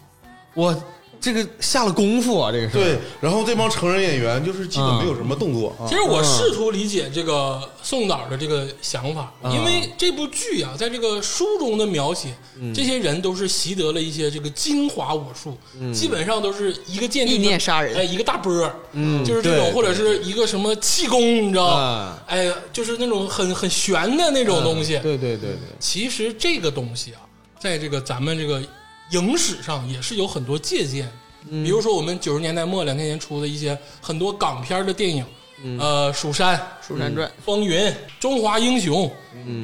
Speaker 4: 我这个下了功夫啊，这个是。
Speaker 3: 对，然后这帮成人演员就是基本没有什么动
Speaker 4: 嗯
Speaker 3: 作啊
Speaker 1: 其。实我试图理解这个宋导的这个想法，
Speaker 4: 嗯
Speaker 1: 因为这部剧啊，在这个书中的描写，
Speaker 4: 嗯
Speaker 1: 这些人都是习得了一些这个精华武术，
Speaker 4: 嗯
Speaker 1: 基本上都是一个剑
Speaker 2: 意念杀人
Speaker 1: 哎，一个大波，嗯，就是这
Speaker 4: 对
Speaker 1: 种或者是一个什么气功，你知道
Speaker 4: 嗯
Speaker 1: 吗？哎，就是那种很很玄的那种东西。
Speaker 4: 对对对对，
Speaker 1: 其实这个东西啊，在这个咱们这个影史上也是有很多借鉴，
Speaker 4: 嗯
Speaker 1: 比如说我们九十年代末两千年初的一些很多港片的电影，
Speaker 4: 嗯
Speaker 1: 呃，《蜀山》
Speaker 2: 《蜀山传》
Speaker 1: 《风云》《中华英雄》，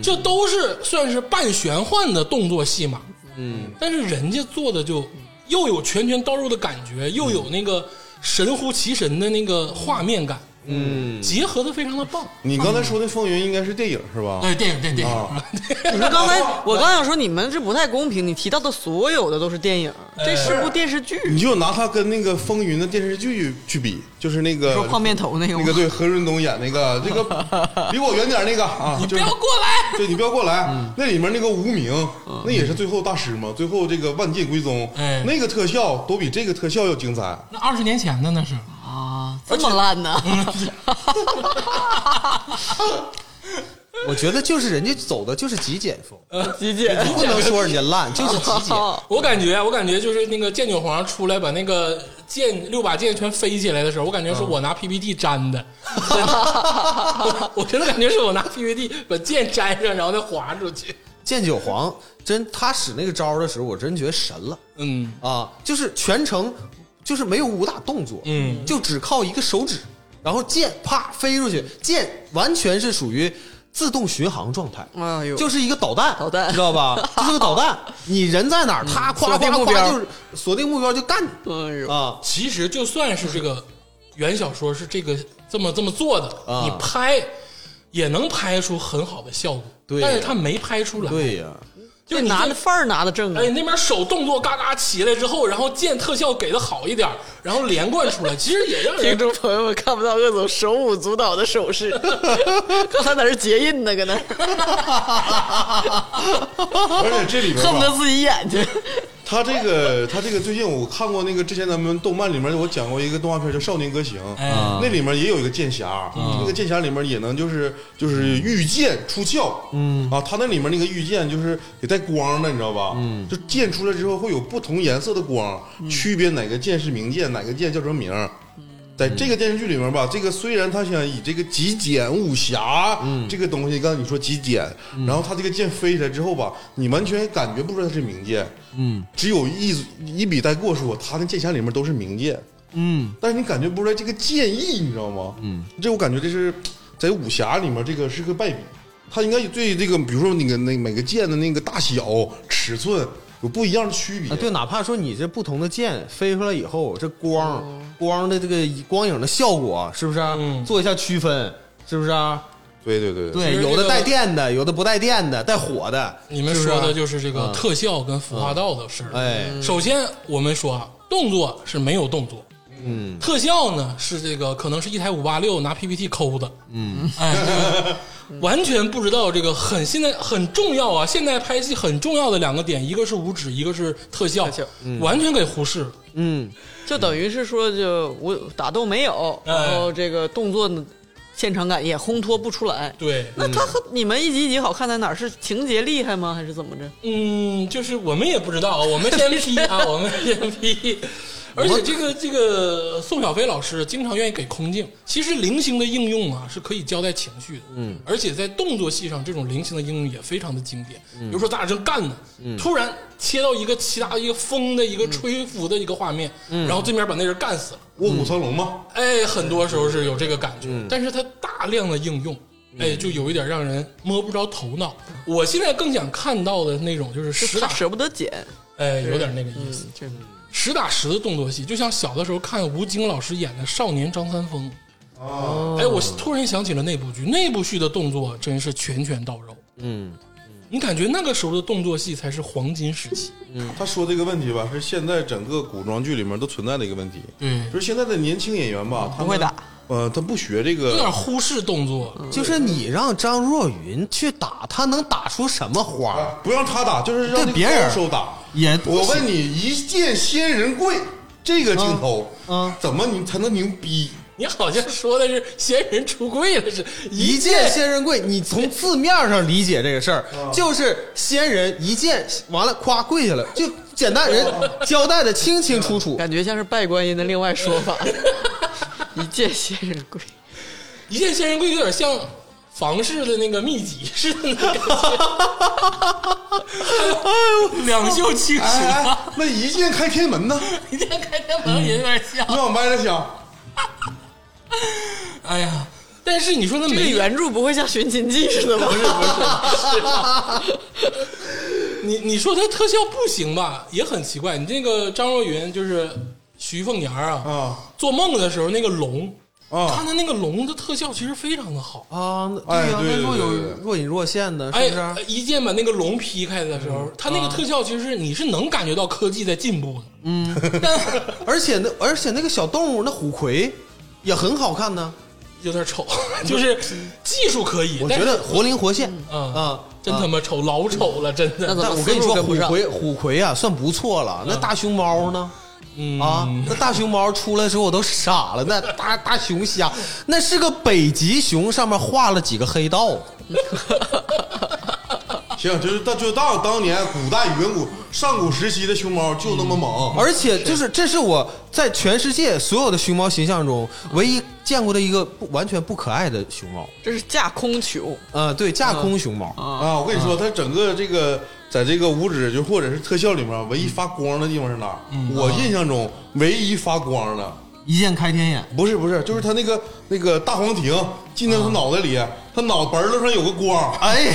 Speaker 1: 这都是算是半玄幻的动作戏码，嗯，但是人家做的就又有拳拳到肉的感觉，又有那个神乎其神的那个画面感，嗯，结合的非常的棒。
Speaker 3: 你刚才说的《风云》应该是电影是吧？
Speaker 1: 对，哎电影，电影，电影，
Speaker 3: 啊
Speaker 2: 你们刚才我刚想说你们这不太公平，你提到的所有的都是电影，这是
Speaker 1: 哎
Speaker 2: 部电视剧，
Speaker 3: 你就拿它跟那个《风云》的电视剧去比，就是那个
Speaker 2: 说泡面头那个
Speaker 3: 那
Speaker 2: 吗
Speaker 3: 个？对何润东演那个这个离我远点那个啊，
Speaker 1: 你
Speaker 3: 就
Speaker 1: 不
Speaker 3: 是
Speaker 1: 要过来，嗯
Speaker 3: 对你不要过来，那里面那个无名，那也是最后大师嘛，最后这个万界归宗
Speaker 1: 哎，
Speaker 3: 那个特效都比这个特效要精彩。
Speaker 1: 那二十年前的那是。
Speaker 2: 啊，这么烂呢？
Speaker 1: 嗯
Speaker 4: 我觉得就是人家走的就是极简风，
Speaker 1: 呃
Speaker 2: 极简，
Speaker 4: 不能说人家烂，就是极 简。
Speaker 1: 我感觉，我感觉就是那个剑九皇出来把那个剑六把剑全飞起来的时候，我感觉
Speaker 4: 嗯
Speaker 1: 是我拿 PPT 粘的， 真的我真的感觉是我拿 PPT 把剑粘上，然后再划出去。
Speaker 4: 剑九皇真他使那个招儿的时候，我真觉得神了
Speaker 1: 嗯
Speaker 4: 啊！就是全程就是没有武打动作，
Speaker 1: 嗯
Speaker 4: 就只靠一个手指，然后剑啪飞出去，剑完全是属于自动巡航状态。
Speaker 2: 哎呦，
Speaker 4: 就是一个导弹，
Speaker 2: 导弹
Speaker 4: 知 道吧？就是个导弹，你人在哪儿，他
Speaker 2: 锁
Speaker 4: 夸
Speaker 2: 定
Speaker 4: 夸
Speaker 2: 目
Speaker 4: 夸
Speaker 2: 标
Speaker 4: 就是锁定目标就干
Speaker 2: 哎呦，
Speaker 4: 啊！
Speaker 1: 其实就算是这个原小说是这个这么这么做的，
Speaker 4: 啊
Speaker 1: 你拍也能拍出很好的效果，
Speaker 4: 对
Speaker 1: 但是他没拍出来，
Speaker 4: 对呀，
Speaker 1: 就是你
Speaker 2: 拿
Speaker 1: 这
Speaker 2: 的范儿拿的正啊
Speaker 1: 哎，，那边手动作嘎嘎起来之后，然后剑特效给的好一点，然后连贯出来，其实也让
Speaker 2: 听
Speaker 1: 人
Speaker 2: 众朋友们看不到鄂总手舞足蹈的手势， 刚才在这结印呢，搁那儿
Speaker 3: 而且这里边
Speaker 2: 恨不得
Speaker 3: 吧，
Speaker 2: 自己眼睛。
Speaker 3: 他这个 他这个最近我看过那个之前咱们动漫里面我讲过一个动画片叫《少年歌行》，
Speaker 1: 哎，
Speaker 3: 那里面也有一个剑侠，那个剑侠里面也能就是就是御剑出鞘，嗯啊，他那里面那个御剑就是也带光的，你知道吧？嗯，就剑出来之后会有不同颜色的光，区别哪个剑是名剑，哪个剑叫什么名儿。在
Speaker 4: 嗯
Speaker 3: 这个电视剧里面吧，这个虽然他想以这个极简武侠
Speaker 4: 嗯
Speaker 3: 这个东西，刚才你说极简，然后他这个剑飞起来之后吧，你完全感觉不出来它是名剑，
Speaker 4: 嗯
Speaker 3: 只有一一笔带过说，他那剑侠里面都是名剑，
Speaker 4: 嗯
Speaker 3: 但是你感觉不出来这个剑意，你知道吗？
Speaker 4: 嗯，
Speaker 3: 这我感觉这是在武侠里面这个是个败笔，他应该对这个，比如说那个那每个剑的那个大小、尺寸有不一样的区别。
Speaker 4: 啊，对，哪怕说你这不同的剑飞出来以后，这光
Speaker 2: 嗯
Speaker 4: 光的这个光影的效果，是不是啊
Speaker 1: 嗯
Speaker 4: 做一下区分？是不是啊？
Speaker 3: 对对对
Speaker 1: 其
Speaker 4: 对，
Speaker 1: 实
Speaker 4: 有
Speaker 1: 这
Speaker 4: 的
Speaker 1: 个
Speaker 4: 带电的，有的不带电的，带火的。
Speaker 1: 你们
Speaker 4: 是不是
Speaker 1: 说
Speaker 4: 啊
Speaker 1: 的就是这个
Speaker 4: 嗯
Speaker 1: 特效跟服化道的事儿。
Speaker 4: 哎，
Speaker 1: 首先我们说啊，动作是没有动作，
Speaker 4: 嗯
Speaker 1: 特效呢是这个可能是一台五八六拿 PPT 抠的，嗯，哎， 这个完全不知道这个很现在很重要啊，现代拍戏很重要的两个点，一个是五指，一个是特效，
Speaker 2: 特效嗯
Speaker 1: 完全给忽视了。
Speaker 4: 嗯，
Speaker 2: 就等于是说，就我打斗没有，
Speaker 1: 哎
Speaker 2: 然后这个动作呢现场感也烘托不出来。
Speaker 1: 对，
Speaker 2: 那他和你们一集一集好看在哪儿？是情节厉害吗？还是怎么着？
Speaker 1: 嗯，就是我们也不知道，我们先批啊，我们先批。而且这个这个宋小飞老师经常愿意给空镜，其实零星的应用啊是可以交代情绪的，嗯，而且在动作戏上这种零星的应用也非常的经典，比如说咱俩正干呢，突然切到一个其他一个风的一个吹拂的一个画面，然后对面把那人干死了，
Speaker 3: 卧虎藏龙
Speaker 4: 嗯
Speaker 3: 嘛，
Speaker 1: 哎，很多时候是有这个感觉，但是它大量的应用，哎，就有一点让人摸不着头脑。我现在更想看到的那种就是
Speaker 2: 就是
Speaker 1: 实
Speaker 2: 他
Speaker 1: 打
Speaker 2: 舍不得剪，
Speaker 1: 哎，有点那个意
Speaker 2: 嗯
Speaker 1: 思，，
Speaker 2: 这
Speaker 1: 实打实的动作戏，就像小的时候看吴京老师演的《少年张三丰》。哦，哎，我突然想起了那部剧，那部剧的动作真是拳拳到肉。
Speaker 4: 嗯，
Speaker 1: 你感觉那个时候的动作戏才是黄金时期。
Speaker 3: 他说这个问题吧，是现在整个古装剧里面都存在的一个问题，
Speaker 1: 对，
Speaker 3: 就是现在的年轻演员吧，他们
Speaker 2: 不会打，
Speaker 3: 呃，他不学这
Speaker 1: 有点
Speaker 3: 个。
Speaker 1: 忽视动作。
Speaker 4: 嗯就是你让张若昀去打，他能打出什么花儿？
Speaker 3: 啊不让他打，就是让
Speaker 4: 对
Speaker 3: 那个
Speaker 4: 别人
Speaker 3: 高手打。
Speaker 4: 也不
Speaker 3: 我
Speaker 4: 行
Speaker 3: 问你，一见仙人跪这个镜头，
Speaker 4: 嗯嗯
Speaker 3: 怎么你才能牛 逼？
Speaker 1: 你好像说的是仙人出柜了，是
Speaker 4: 一
Speaker 1: 见
Speaker 4: 剑仙人跪，你从字面上理解这个事儿，
Speaker 1: 嗯
Speaker 4: 就是仙人一剑完了，夸跪下了，就简单人交代的清清楚楚。
Speaker 2: 感觉像是拜观音的另外说法，一见仙人跪。
Speaker 1: 一见仙人跪，有点像房氏的那个秘籍似的那个感 觉。哎两袖清
Speaker 3: 哎
Speaker 1: 醒
Speaker 3: 哎
Speaker 1: 啊，，
Speaker 3: 那一剑开天门呢？
Speaker 1: 你这开天门也有点像。
Speaker 3: 你往歪了想，
Speaker 1: 哎呀，但是你说他
Speaker 2: 这个
Speaker 1: 没
Speaker 2: 原著不会像《寻秦记》似的吧？
Speaker 1: 你你说他特效不行吧，也很奇怪。你这个张若昀就是徐凤年啊，
Speaker 3: 啊
Speaker 1: 做梦的时候那个龙，他
Speaker 3: 啊，
Speaker 1: 的那个龙的特效其实非常的好。
Speaker 4: 啊，那
Speaker 3: 哎
Speaker 4: 对呀，
Speaker 3: 对对
Speaker 4: 那若
Speaker 3: 对
Speaker 4: 有
Speaker 3: 对对
Speaker 4: 若隐若现的，
Speaker 1: 哎
Speaker 4: 是不啊嗯是？，
Speaker 1: 一剑把那个龙劈开的时候，他那个特效其实你是能感觉到科技在进步的。嗯，但
Speaker 4: 而且那而且那个小动物，那虎葵也很好看呢，
Speaker 1: 有点 丑，就是技术可以，
Speaker 4: 我
Speaker 1: 但
Speaker 4: 觉
Speaker 1: 是
Speaker 4: 得嗯活灵活现
Speaker 1: 嗯
Speaker 4: 啊，
Speaker 1: 真他妈丑，老丑了，真
Speaker 2: 那
Speaker 1: 的
Speaker 2: 怎。
Speaker 4: 但
Speaker 2: 么
Speaker 4: 我
Speaker 2: 思
Speaker 4: 跟你
Speaker 2: 路
Speaker 4: 说，
Speaker 2: 跟
Speaker 4: 虎
Speaker 2: 不上？
Speaker 4: 葵虎葵啊，算不错了。那大熊猫呢？
Speaker 1: 嗯
Speaker 4: 啊，那大熊猫出来的时候我都傻了。那大大熊虾，那是个北极熊，上面画了几个黑道，
Speaker 3: 行，就是当就当当年古代远古上古时期的熊猫就那么猛，
Speaker 4: 而且就是这是我在全世界所有的熊猫形象中唯一见过的一个不完全不可爱的熊猫。
Speaker 2: 这是架空球
Speaker 4: 呃，对，架空熊猫，
Speaker 2: 啊，
Speaker 3: 啊，我跟你说，它整个这个在这个五指就或者是特效里面，唯一发光的地方是哪儿？我印象中唯一发光的
Speaker 4: 嗯啊一剑开天眼。
Speaker 3: 不是不是，就是它那个那个大黄庭进到他脑袋里，他脑门儿子上有个光。
Speaker 4: 啊哎，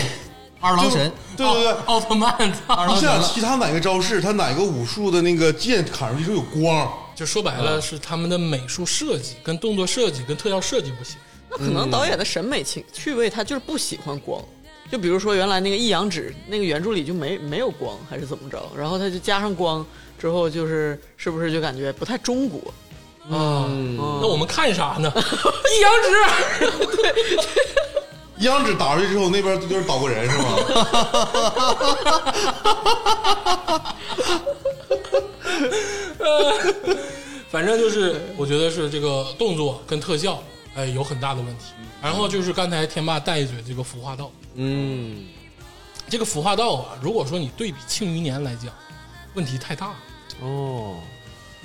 Speaker 4: 二郎
Speaker 3: 就
Speaker 4: 神，
Speaker 3: 对对对，
Speaker 1: 奥特曼，操
Speaker 3: 你
Speaker 4: 郎神
Speaker 3: 想
Speaker 4: 了
Speaker 3: 其他哪个招式，他哪个武术的那个剑砍出去就有光，
Speaker 1: 就说白了是他们的美术设计、跟动作设计、跟特效设计不行。
Speaker 2: 那可能导演的审美情趣味，他就是不喜欢光。就比如说原来那个一阳指，那个原著里就没没有光，还是怎么着？然后他就加上光之后，就是是不是就感觉不太中国？
Speaker 1: 啊，
Speaker 4: 嗯
Speaker 1: 那我们看啥呢？
Speaker 2: 一阳指，
Speaker 3: 一阳指打出去之后，那边就是倒个人是吗？
Speaker 1: 反正就是我觉得是这个动作跟特效，哎，有很大的问题。
Speaker 2: 嗯
Speaker 1: 然后就是刚才天霸带一嘴这个服化道，
Speaker 4: 嗯，
Speaker 1: 这个服化道啊，如果说你对比《庆余年》来讲，问题太大了。
Speaker 4: 哦，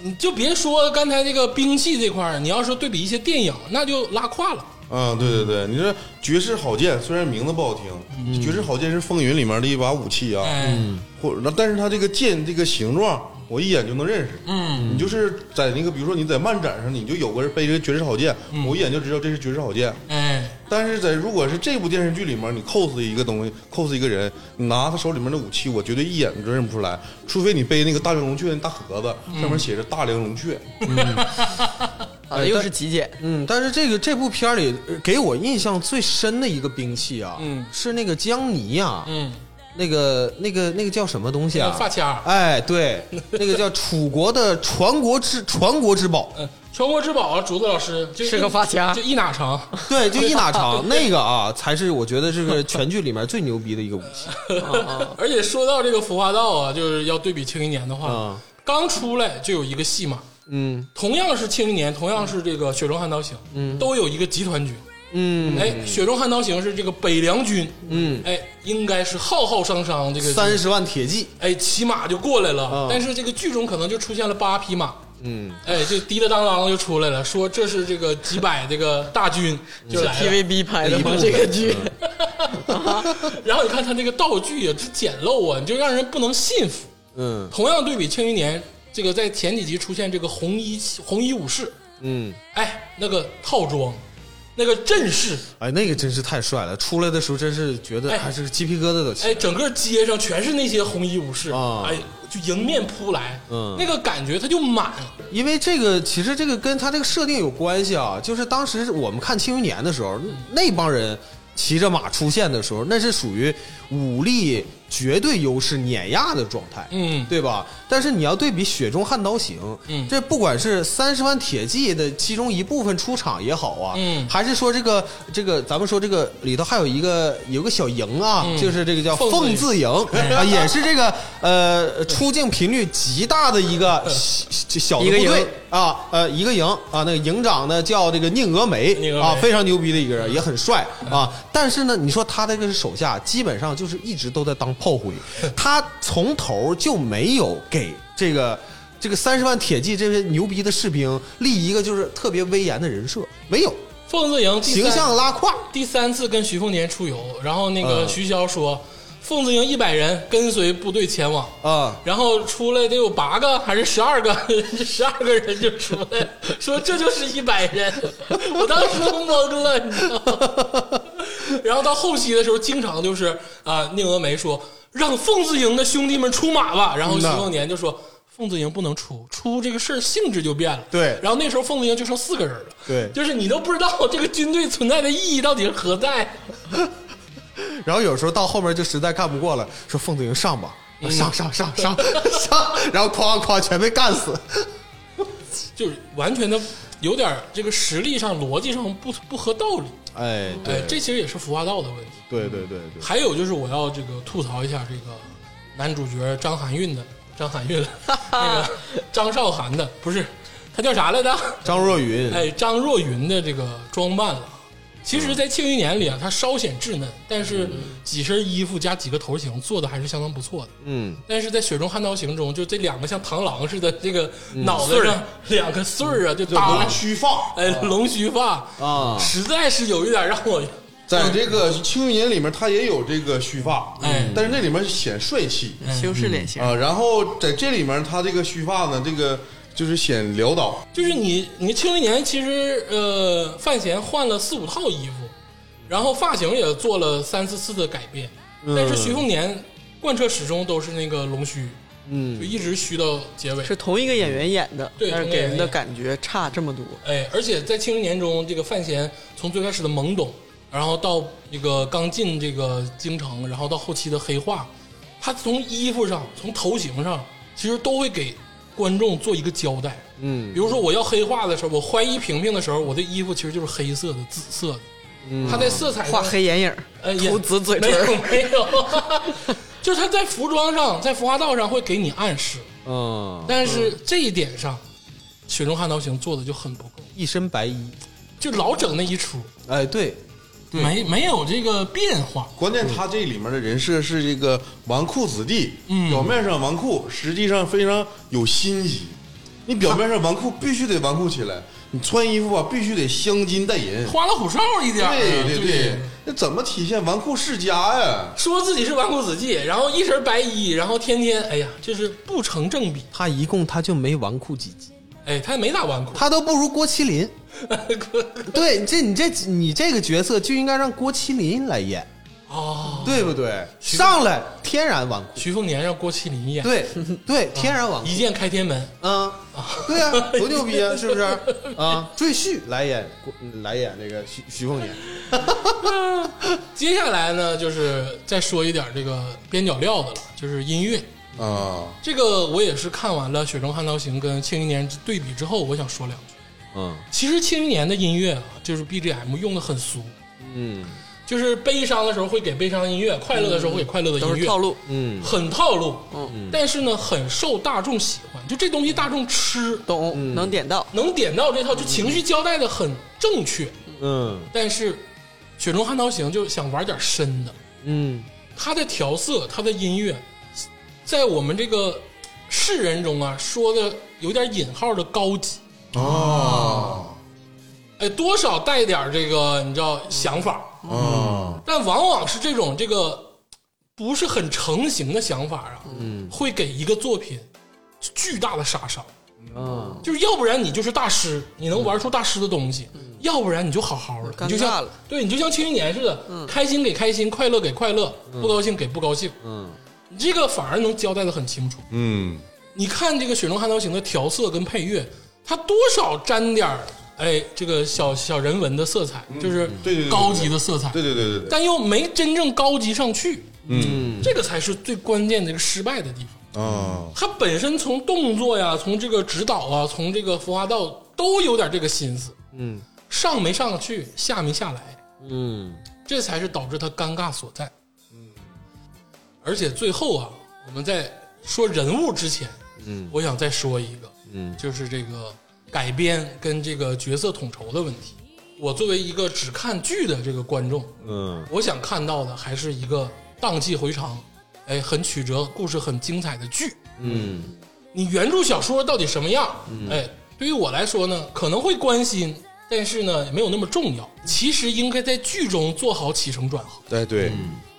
Speaker 1: 你就别说刚才这个兵器这块儿，你要说对比一些电影，那就拉胯了。
Speaker 3: 啊，对对对，你说绝世好剑虽然名字不好听，绝世好剑是风云里面的一把武器啊，
Speaker 1: 嗯哎，
Speaker 2: 嗯
Speaker 3: 或者但是它这个剑这个形状，我一眼就能认识。
Speaker 1: 嗯，
Speaker 3: 你就是在那个，比如说你在漫展上，你就有个人背着绝世好剑，
Speaker 1: 嗯
Speaker 3: 我一眼就知道这是绝世好剑。
Speaker 1: 哎，
Speaker 3: 但是在如果是这部电视剧里面，你 cos 一个东西，cos 一个人，你拿他手里面的武器，我绝对一眼就认不出来，除非你背那个大龄龙雀那大盒子，上面
Speaker 1: 嗯
Speaker 3: 写着大龄龙雀。
Speaker 1: 呃
Speaker 2: 啊，又是极简。
Speaker 4: 嗯，但是这个这部片儿里呃给我印象最深的一个兵器啊，
Speaker 1: 嗯
Speaker 4: 是那个江泥啊呀、
Speaker 1: 嗯，
Speaker 4: 那个那个那个叫什么东西
Speaker 1: 这
Speaker 4: 啊
Speaker 1: 个？发卡，
Speaker 4: 哎，对，那个叫楚国的传国之传国之宝，
Speaker 1: 嗯，全国之宝，竹子老师就一
Speaker 2: 是个发卡
Speaker 1: 就一哪长。
Speaker 4: 对，就一哪长那个啊，才是我觉得这个全剧里面最牛逼的一个武器。
Speaker 2: 啊
Speaker 1: 而且说到这个服化道啊，就是要对比《庆余年》的话，
Speaker 2: 嗯
Speaker 4: 啊
Speaker 1: 刚出来就有一个戏码，
Speaker 4: 嗯
Speaker 1: 同样是《庆余年》，同样是这个《雪中悍刀行》，嗯，都有一个集团军。
Speaker 4: 嗯
Speaker 1: 哎，《雪中悍刀行》是这个北凉军，
Speaker 4: 嗯，
Speaker 1: 哎，应该是浩浩汤汤这个
Speaker 4: 三十万铁骑，
Speaker 1: 哎，骑马就过来了，
Speaker 4: 啊
Speaker 1: 但是这个剧中可能就出现了八匹马，
Speaker 4: 嗯，
Speaker 1: 哎，就滴了当啷就出来了，说这是这个几百这个大军
Speaker 4: 嗯
Speaker 1: 就来了，嗯
Speaker 2: TVB 拍的
Speaker 4: 一部
Speaker 2: 吗？这个剧
Speaker 1: 然后你看他那个道具也是简陋啊，你就让人不能信服。
Speaker 4: 嗯
Speaker 1: 同样对比《庆余年》，这个在前几集出现这个红衣红衣武士，
Speaker 4: 嗯，
Speaker 1: 哎，那个套装，那个阵势，
Speaker 4: 哎，那个真是太帅了，出来的时候真是觉得
Speaker 1: 哎
Speaker 4: 还是鸡皮疙瘩都起。
Speaker 1: 哎，整个街上全是那些红衣武士，
Speaker 4: 啊
Speaker 1: 哎，就迎面扑来，
Speaker 4: 嗯
Speaker 1: 那个感觉它就满，
Speaker 4: 因为这个其实这个跟他这个设定有关系啊，就是当时我们看《庆余年》的时候，那帮人骑着马出现的时候，那是属于武力绝对优势碾压的状态，
Speaker 1: 嗯
Speaker 4: 对吧？但是你要对比《雪中悍刀行》，
Speaker 1: 嗯
Speaker 4: 这不管是三十万铁骑的其中一部分出场也好啊，
Speaker 1: 嗯
Speaker 4: 还是说这个这个咱们说这个里头还有一个有个小营啊，
Speaker 1: 嗯
Speaker 4: 就是这个叫
Speaker 1: 凤
Speaker 4: 凤
Speaker 1: 字哎
Speaker 4: 字营啊，也是这个呃出镜频率极大的一个小小 的
Speaker 2: 一个
Speaker 4: 部队
Speaker 2: 营
Speaker 4: 啊，呃一个营啊，那个营长呢叫这个宁峨眉
Speaker 1: 宁峨眉
Speaker 4: 啊，非常牛逼的一个人，也很帅啊。但是呢，你说他这个手下基本上就是一直都在当炮 灰，他从头就没有给这个。这个三十万铁骑这些牛逼的士兵立一个就是特别威严的人设，没有
Speaker 1: 凤子营第
Speaker 4: 形
Speaker 1: 三
Speaker 4: 象拉胯，
Speaker 1: 第三次跟徐凤年出游，然后那个
Speaker 4: 嗯
Speaker 1: 徐骁说，凤子营一百人跟随部队前往，
Speaker 4: 啊，
Speaker 1: 然后出来得有八个还是十二个， 这十二个人就出来，说这就是一百人， 我当时都懵了，你知道吗？然后到后期的时候，经常就是啊、宁峨眉说让凤子营的兄弟们出马吧，然后
Speaker 4: 嗯
Speaker 1: 徐
Speaker 4: 呐
Speaker 1: 凤年就说。凤子营不能出，出这个事儿性质就变了。
Speaker 4: 对
Speaker 1: 然后那时候凤子营就剩四个人了。
Speaker 4: 对
Speaker 1: 就是你都不知道这个军队存在的意义到底是何在。
Speaker 4: 然后有时候到后面就实在干不过了，说凤子营上吧，
Speaker 1: 嗯
Speaker 4: 上上上上上，然后夸夸全被干死。
Speaker 1: 就是完全的有点儿这个实力上、逻辑上不不合道理。
Speaker 4: 哎，
Speaker 1: 哎
Speaker 4: 对，
Speaker 1: 这其实也是服化道的问题。
Speaker 4: 对对对对，
Speaker 1: 还有就是我要这个吐槽一下这个男主角张含韵的张含 韵了，那个张韶涵的不是他叫啥来着？
Speaker 4: 张若昀，
Speaker 1: 哎，张若昀的这个装扮了。其
Speaker 4: 嗯
Speaker 1: 实，在《庆余年》里啊，它稍显稚嫩，但是几身衣服加几个头型做的还是相当不错的。
Speaker 4: 嗯，
Speaker 1: 但是在《雪中悍刀行》中，就这两个像螳螂似的，这个
Speaker 4: 嗯
Speaker 1: 脑袋上两个穗儿啊，就
Speaker 3: 叫
Speaker 1: 耷拉
Speaker 3: 龙，须发。
Speaker 1: 哎，龙须发
Speaker 4: 啊
Speaker 1: 实在是有一点让我
Speaker 3: 在这个《庆余年》里面，他也有这个须发，
Speaker 1: 哎
Speaker 3: 但是那里面显帅气
Speaker 2: 修饰脸型，
Speaker 3: 啊。然后在这里面，他这个须发呢，这个就是显潦倒，
Speaker 1: 就是你，你庆余年其实呃，范闲换了四五套衣服，然后发型也做了三四次的改变，但是徐凤年贯彻始终都是那个龙须，
Speaker 4: 嗯
Speaker 1: 就一直虚到结尾。
Speaker 2: 是同一个演员演的，
Speaker 1: 对
Speaker 2: 但是
Speaker 1: 同一个
Speaker 2: 给
Speaker 1: 演员
Speaker 2: 人的
Speaker 1: 演
Speaker 2: 感觉差这么多。
Speaker 1: 哎，而且在庆余年中，这个范闲从最开始的懵懂，然后到这个刚进这个京城，然后到后期的黑化，他从衣服上，从头型上，其实都会给观众做一个交代。
Speaker 4: 嗯
Speaker 1: 比如说我要黑化的时候，我怀疑萍萍的时候，我的衣服其实就是黑色的、紫色的。他在色彩
Speaker 2: 嗯画
Speaker 1: 上，
Speaker 2: 黑眼影，
Speaker 1: 呃，也
Speaker 2: 涂紫嘴唇儿，
Speaker 1: 没有，没有 就是他在服装上，在服化道上会给你暗示，
Speaker 4: 嗯，
Speaker 1: 但是这一点上，雪中悍刀行做的就很不够，
Speaker 4: 一身白衣，
Speaker 1: 就老整那一出，
Speaker 4: 哎，对，
Speaker 1: 没没有这个变化。
Speaker 3: 关键他这里面的人设是这个纨绔子弟，
Speaker 1: 嗯
Speaker 3: 表面上纨绔，实际上非常有心机。你表面上纨绔必须得纨绔起来，你穿衣服啊必须得镶金戴银。
Speaker 1: 花里胡哨一点儿，啊
Speaker 3: 对
Speaker 1: 对
Speaker 3: 对对，那怎么体现纨绔世家呀？
Speaker 1: 说自己是纨绔子弟，然后一身白衣，然后天天，哎呀，就是不成正比。
Speaker 4: 他一共他就没纨绔几级，
Speaker 1: 哎，他没咋纨绔，
Speaker 4: 他都不如郭麒麟。对，这你这你这个角色就应该让郭麒麟来演，
Speaker 1: 哦，
Speaker 4: 对不对？上来天然纨绔，
Speaker 1: 徐凤年让郭麒麟演，
Speaker 4: 对 对，天然纨绔，
Speaker 1: 一剑开天门，
Speaker 4: 嗯，对呀、多牛逼啊，是不是？啊，赘婿来演郭来演这个徐徐凤年，
Speaker 1: 接下来呢，就是再说一点这个边角料的了，就是音乐。
Speaker 3: 啊，
Speaker 1: 这个我也是看完了《雪中悍刀行》跟《庆余年》对比之后，我想说两句。
Speaker 4: 嗯
Speaker 1: 其实《庆余年》的音乐啊，就是 BGM 用的很俗，
Speaker 4: 嗯
Speaker 1: 就是悲伤的时候会给悲伤的音乐，快乐的时候会给快乐的
Speaker 2: 都
Speaker 1: 音
Speaker 2: 是
Speaker 1: 乐，
Speaker 2: 套路。
Speaker 4: 嗯
Speaker 1: 很套路。嗯，但是呢，很受大众喜欢，就这东西大众吃，
Speaker 2: 懂，能点到。
Speaker 1: 能点到这套，就情绪交代的很正确。
Speaker 4: 嗯
Speaker 1: 但是《雪中悍刀行》就想玩点深的，
Speaker 4: 嗯
Speaker 1: 它的调色，它的音乐，在我们这个世人中啊，说的有点引号的高级，
Speaker 3: 哦，
Speaker 1: 哎，多少带点这个你知道想法，
Speaker 3: 啊，
Speaker 1: 但往往是这种这个不是很成型的想法啊，
Speaker 3: 嗯
Speaker 1: 会给一个作品巨大的杀伤。
Speaker 4: 嗯
Speaker 1: 就是要不然你就是大师，你能玩出大师的东西；
Speaker 3: 嗯
Speaker 1: 要不然你就好好的，
Speaker 2: 尴尬
Speaker 1: 你就像
Speaker 2: 了
Speaker 1: 对你就像庆余年似的，
Speaker 3: 嗯
Speaker 1: 开心给开心，快乐给快乐，不高兴给不高兴。
Speaker 4: 嗯
Speaker 1: 你这个反而能交代的很清楚。
Speaker 3: 嗯，
Speaker 1: 你看这个《雪中悍刀行》的调色跟配乐，它多少沾点儿哎这个小小人文的色彩，就是
Speaker 3: 嗯对对对
Speaker 1: 高级的色彩，
Speaker 3: 对对对对对，
Speaker 1: 但又没真正高级上去，
Speaker 3: 嗯
Speaker 1: 这个才是最关键的一个失败的地方。
Speaker 3: 啊，
Speaker 1: 它本身从动作呀，从这个指导啊，从这个服化道都有点这个心思，
Speaker 4: 嗯
Speaker 1: 上没上去，下没下来，
Speaker 4: 嗯
Speaker 1: 这才是导致他尴尬所在。而且最后啊，我们在说人物之前，
Speaker 4: 嗯
Speaker 1: 我想再说一个，
Speaker 4: 嗯
Speaker 1: 就是这个改编跟这个角色统筹的问题。我作为一个只看剧的这个观众，
Speaker 4: 嗯
Speaker 1: 我想看到的还是一个荡气回肠，哎，很曲折，故事很精彩的剧。
Speaker 4: 嗯
Speaker 1: 你原著小说到底什么样？哎，对于我来说呢，可能会关心，但是呢，也没有那么重要。其实应该在剧中做好起承转合，
Speaker 3: 哎对，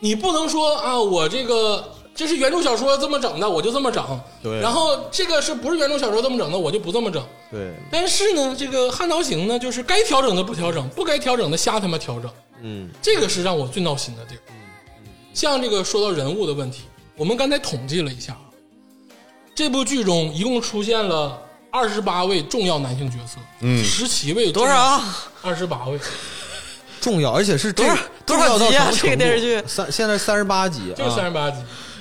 Speaker 1: 你不能说啊，我这个这是原著小说这么整的，我就这么整。
Speaker 4: 对
Speaker 1: 然后这个是不是原著小说这么整的，我就不这么整。
Speaker 4: 对
Speaker 1: 但是呢，这个《汉朝行》呢，就是该调整的不调整，不该调整的瞎他妈调整，
Speaker 4: 嗯
Speaker 1: 这个是让我最闹心的地儿。像这个说到人物的问题，我们刚才统计了一下，这部剧中一共出现了二十八位重要男性角色，嗯，十七位
Speaker 2: 多少？
Speaker 1: 二十八位，
Speaker 4: 重要，而且是这
Speaker 2: 多少多少集啊这个电视剧
Speaker 4: 三现在三十八集，
Speaker 1: 就是三
Speaker 4: 啊
Speaker 1: 十八集，